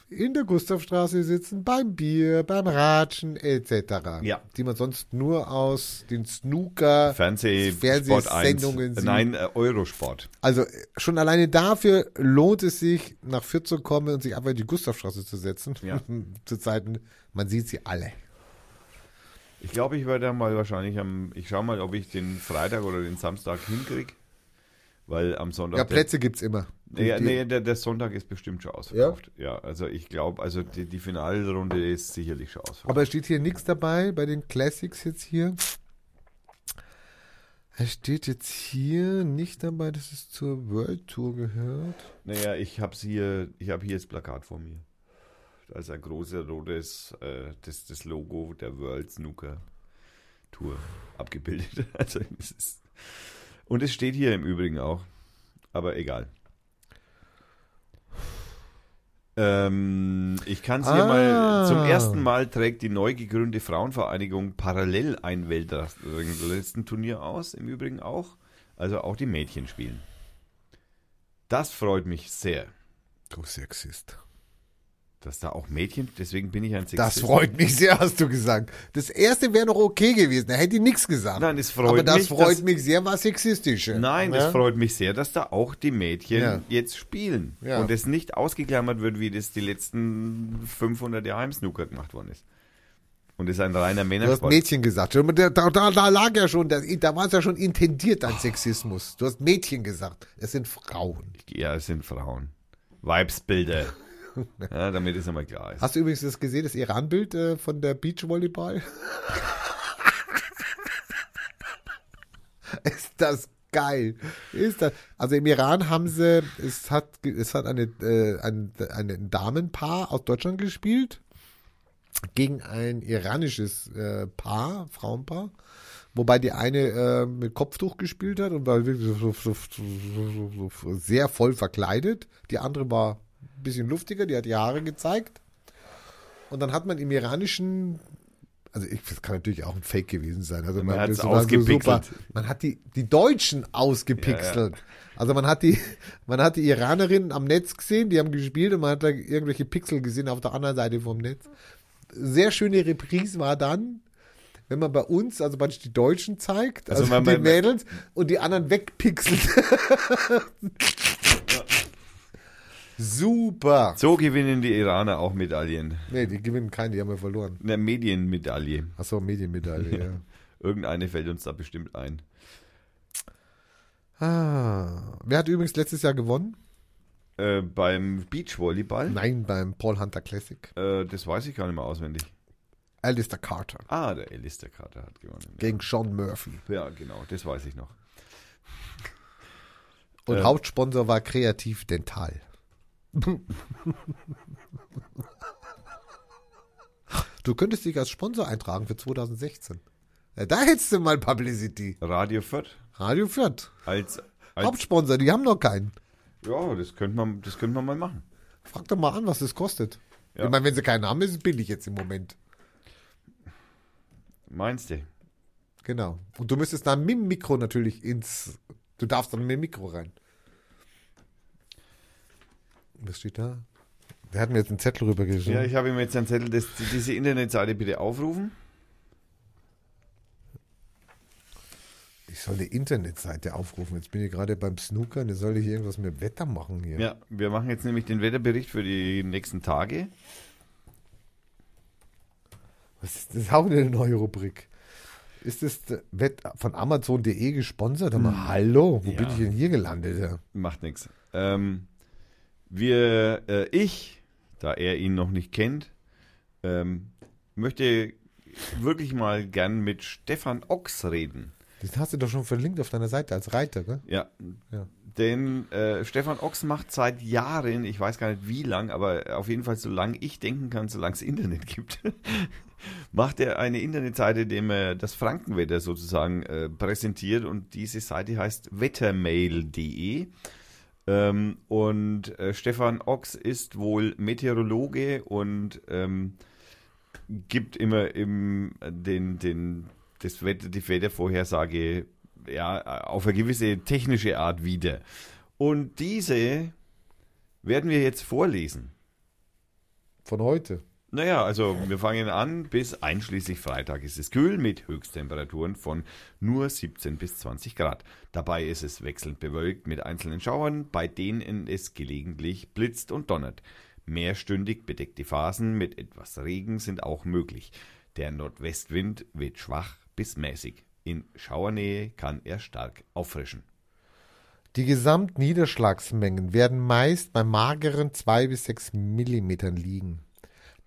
B: in der Gustavstraße sitzen, beim Bier, beim Ratschen etc.
A: Ja.
B: Die man sonst nur aus den Snooker...
A: Fernseh, Sport 1.
B: Fernsehsendungen sind-
A: Nein, äh, Eurosport.
B: Also äh, schon alleine dafür lohnt es sich, nach Fürth zu kommen und sich einfach in die Gustavstraße zu setzen.
A: Ja.
B: zu Zeiten, man sieht sie alle.
A: Ich glaube, ich werde da mal wahrscheinlich am. Ich schaue mal, ob ich den Freitag oder den Samstag hinkriege. Weil am Sonntag.
B: Ja,
A: der-
B: Plätze gibt's immer.
A: Nee,
B: Die-
A: nee der, der Sonntag ist bestimmt schon ausverkauft. Ja, also ich glaube, also die, die Finalrunde ist sicherlich schon ausverkauft.
B: Aber es steht hier nichts dabei bei den Classics jetzt hier. Es steht jetzt hier nicht dabei, dass es zur World Tour gehört.
A: Naja, ich hab's hier, ich habe hier das Plakat vor mir. Da ist ein großes rotes, äh, das, das Logo der World Snooker Tour abgebildet. Also es ist und es steht hier im Übrigen auch, aber egal. Ähm, ich kann es hier
B: Ah.
A: mal. Zum ersten Mal trägt die neu gegründete Frauenvereinigung parallel ein Weltranglistenturnier aus. Im Übrigen auch, also auch die Mädchen spielen. Das freut mich sehr
B: Du Sexist.
A: dass da auch Mädchen, deswegen bin ich ein Sexist.
B: Das freut mich sehr, hast du gesagt. Das erste wäre noch okay gewesen, da hätte ich nichts gesagt.
A: Nein, es freut
B: Aber das
A: mich,
B: freut
A: dass-
B: mich sehr, war sexistisch.
A: Nein,
B: Ja?
A: das freut mich sehr, dass da auch die Mädchen
B: Ne? Ja.
A: jetzt spielen
B: Ja.
A: und es nicht ausgeklammert wird, wie das die letzten 500 Jahre im Snooker gemacht worden ist. Und es ist ein reiner
B: Du hast
A: Männersport.
B: Mädchen gesagt. Da, da, da, da lag ja schon, da, da war es ja schon intendiert an Sexismus. Du hast Mädchen gesagt. Es sind Frauen.
A: ja, es sind Frauen. Weibsbilder. ja, damit es einmal klar ist.
B: Hast du übrigens das gesehen, das Iran-Bild äh, von der Beachvolleyball? ist das geil. Ist das, also im Iran haben sie, es hat, ge- es hat eine, äh, ein, ein Damenpaar aus Deutschland gespielt gegen ein iranisches äh, Paar, Frauenpaar. Wobei die eine äh, mit Kopftuch gespielt hat und war wirklich so, so, so, so, so sehr voll verkleidet. Die andere war ein bisschen luftiger, die hat die Haare gezeigt. Und dann hat man im iranischen, also ich, das kann natürlich auch ein Fake gewesen sein. Also man,
A: Man hat's
B: das war so
A: ausgepixelt.
B: Man hat die, die Deutschen ausgepixelt. Also man hat die, man hat die Iranerinnen am Netz gesehen, die haben gespielt und man hat da irgendwelche Pixel gesehen auf der anderen Seite vom Netz. Sehr schöne Reprise war dann, wenn man bei uns, also manchmal die Deutschen zeigt, also,
A: Also man-
B: die
A: man-
B: Mädels und die anderen wegpixelt. Super.
A: So gewinnen die Iraner auch Medaillen.
B: Nee, die gewinnen keine, die haben ja verloren.
A: Eine Medienmedaille.
B: Achso, Medienmedaille, ja.
A: Irgendeine fällt uns da bestimmt ein.
B: Ah. Wer hat übrigens letztes Jahr gewonnen?
A: Äh, beim Beachvolleyball?
B: Nein, beim Paul Hunter Classic.
A: Äh, das weiß ich gar nicht mehr auswendig.
B: Alistair Carter
A: Ah, der Alistair Carter hat gewonnen.
B: gegen Sean Murphy.
A: Ja, genau, das weiß ich noch.
B: Und
A: Ähm.
B: Hauptsponsor war Kreativ Dental. du könntest dich als Sponsor eintragen für 2016. Ja, da hättest du mal Publicity.
A: Radio Fürth
B: Radio Fürth.
A: als, als
B: Hauptsponsor, die haben noch keinen.
A: ja, das könnte man, das könnte man mal machen.
B: Frag doch mal an, was das kostet.
A: Ja.
B: Ich meine, wenn sie keinen haben, ist es billig jetzt im Moment.
A: Meinst du?
B: Genau. Und du müsstest dann mit dem Mikro natürlich ins. Du darfst dann mit dem Mikro rein. Was steht da? Der hat mir jetzt einen Zettel
A: Ja,
B: rübergeschrieben.
A: ich habe ihm jetzt einen Zettel, dass diese Internetseite bitte aufrufen.
B: ich soll eine Internetseite aufrufen. Jetzt bin ich gerade beim Snooker und jetzt soll ich irgendwas mit dem Wetter machen hier.
A: Ja, wir machen jetzt nämlich den Wetterbericht für die nächsten Tage.
B: Was ist das ist auch eine neue Rubrik. Ist das der Wett von Amazon.de gesponsert? Hm. hallo, wo
A: Ja.
B: bin ich denn hier gelandet? Ja.
A: Macht nichts. Ähm, wir, äh, ich, da er ihn noch nicht kennt, ähm, möchte wirklich mal gern mit Stefan Ochs reden.
B: Das hast du doch schon verlinkt auf deiner Seite als Reiter, ne?
A: Ja.
B: Ja.
A: Denn äh, Stefan Ochs macht seit Jahren, ich weiß gar nicht wie lang, aber auf jeden Fall so lang ich denken kann, solange es Internet gibt, macht er eine Internetseite, dem er das Frankenwetter sozusagen äh, präsentiert und diese Seite heißt wettermail.de. Ähm, und äh, Stefan Ochs ist wohl Meteorologe und ähm, gibt immer im, den, den, das Wetter, die Wettervorhersage ja, auf eine gewisse technische Art wieder. Und diese werden wir jetzt vorlesen.
B: Von heute.
A: Naja, also wir fangen an, bis einschließlich Freitag ist es kühl mit Höchsttemperaturen von nur 17 bis 20 Grad. Dabei ist es wechselnd bewölkt mit einzelnen Schauern, bei denen es gelegentlich blitzt und donnert. Mehrstündig bedeckte Phasen mit etwas Regen sind auch möglich. Der Nordwestwind wird schwach bis mäßig. In Schauernähe kann er stark auffrischen.
B: Die Gesamtniederschlagsmengen werden meist bei mageren 2 bis 6 Millimetern liegen.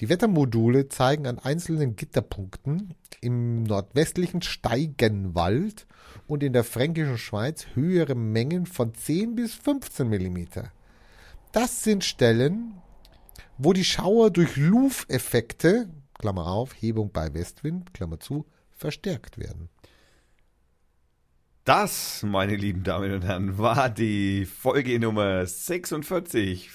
B: Die Wettermodule zeigen an einzelnen Gitterpunkten im nordwestlichen Steigenwald und in der fränkischen Schweiz höhere Mengen von 10 bis 15 Millimeter. Das sind Stellen, wo die Schauer durch Luveffekte, Klammer auf, Hebung bei Westwind, Klammer zu, verstärkt werden.
A: Das, meine lieben Damen und Herren, war die Folge Nummer 46.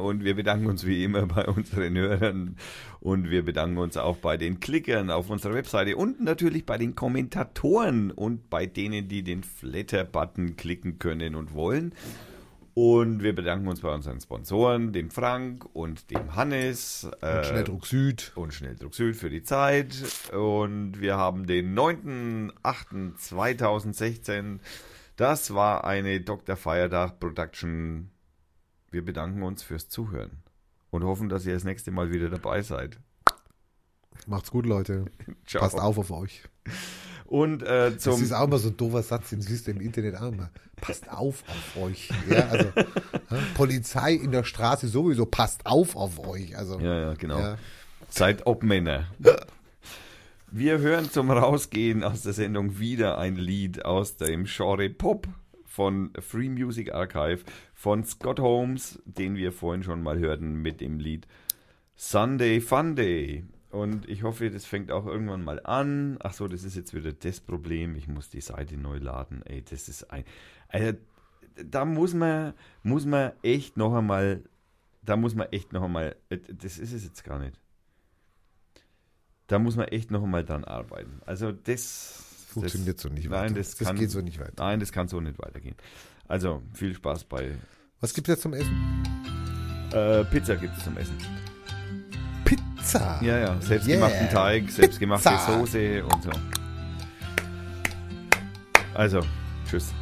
A: Und wir bedanken uns wie immer bei unseren Hörern. Und wir bedanken uns auch bei den Klickern auf unserer Webseite und natürlich bei den Kommentatoren und bei denen, die den Flatter-Button klicken können und wollen. Und wir bedanken uns bei unseren Sponsoren, dem Frank und dem Hannes. äh,
B: Schnelldruck Süd.
A: und Schnelldruck Süd für die Zeit. Und wir haben den 9.8.2016. Das war eine Dr. Feiertag Production. Wir bedanken uns fürs Zuhören und hoffen, dass ihr das nächste Mal wieder dabei seid.
B: Macht's gut, Leute.
A: Ciao.
B: Passt auf auf euch.
A: Und äh,
B: das
A: zum
B: ist auch immer so ein doofer Satz, den siehst du im Internet auch immer. Passt auf auf euch. Ja, also, ja, Polizei in der Straße sowieso, passt auf auf euch. Also,
A: ja, ja, genau.
B: ja.
A: Seid Obmänner. Wir hören zum Rausgehen aus der Sendung wieder ein Lied aus dem Genre Pop von Free Music Archive von Scott Holmes, den wir vorhin schon mal hörten mit dem Lied Sunday Fun Day. Und ich hoffe, das fängt auch irgendwann mal an. Ach so, das ist jetzt wieder das Problem. Ich muss die Seite neu laden. Ey, das ist ein. Also, da muss man, muss man echt noch äh, einmal. Da muss man echt noch einmal. Das ist es jetzt gar nicht. Da muss man echt noch einmal dran arbeiten. Also das
B: Funktioniert
A: das,
B: so nicht
A: Nein,
B: weiter.
A: das,
B: Das
A: kann,
B: geht so nicht weiter.
A: Nein, das kann so nicht weitergehen. Also viel Spaß bei
B: Was gibt's jetzt zum Essen?
A: äh, Pizza gibt es zum Essen.
B: Pizza.
A: Ja, ja, selbstgemachten
B: Yeah.
A: Teig, selbstgemachte
B: Pizza.
A: Soße und so. Also, tschüss.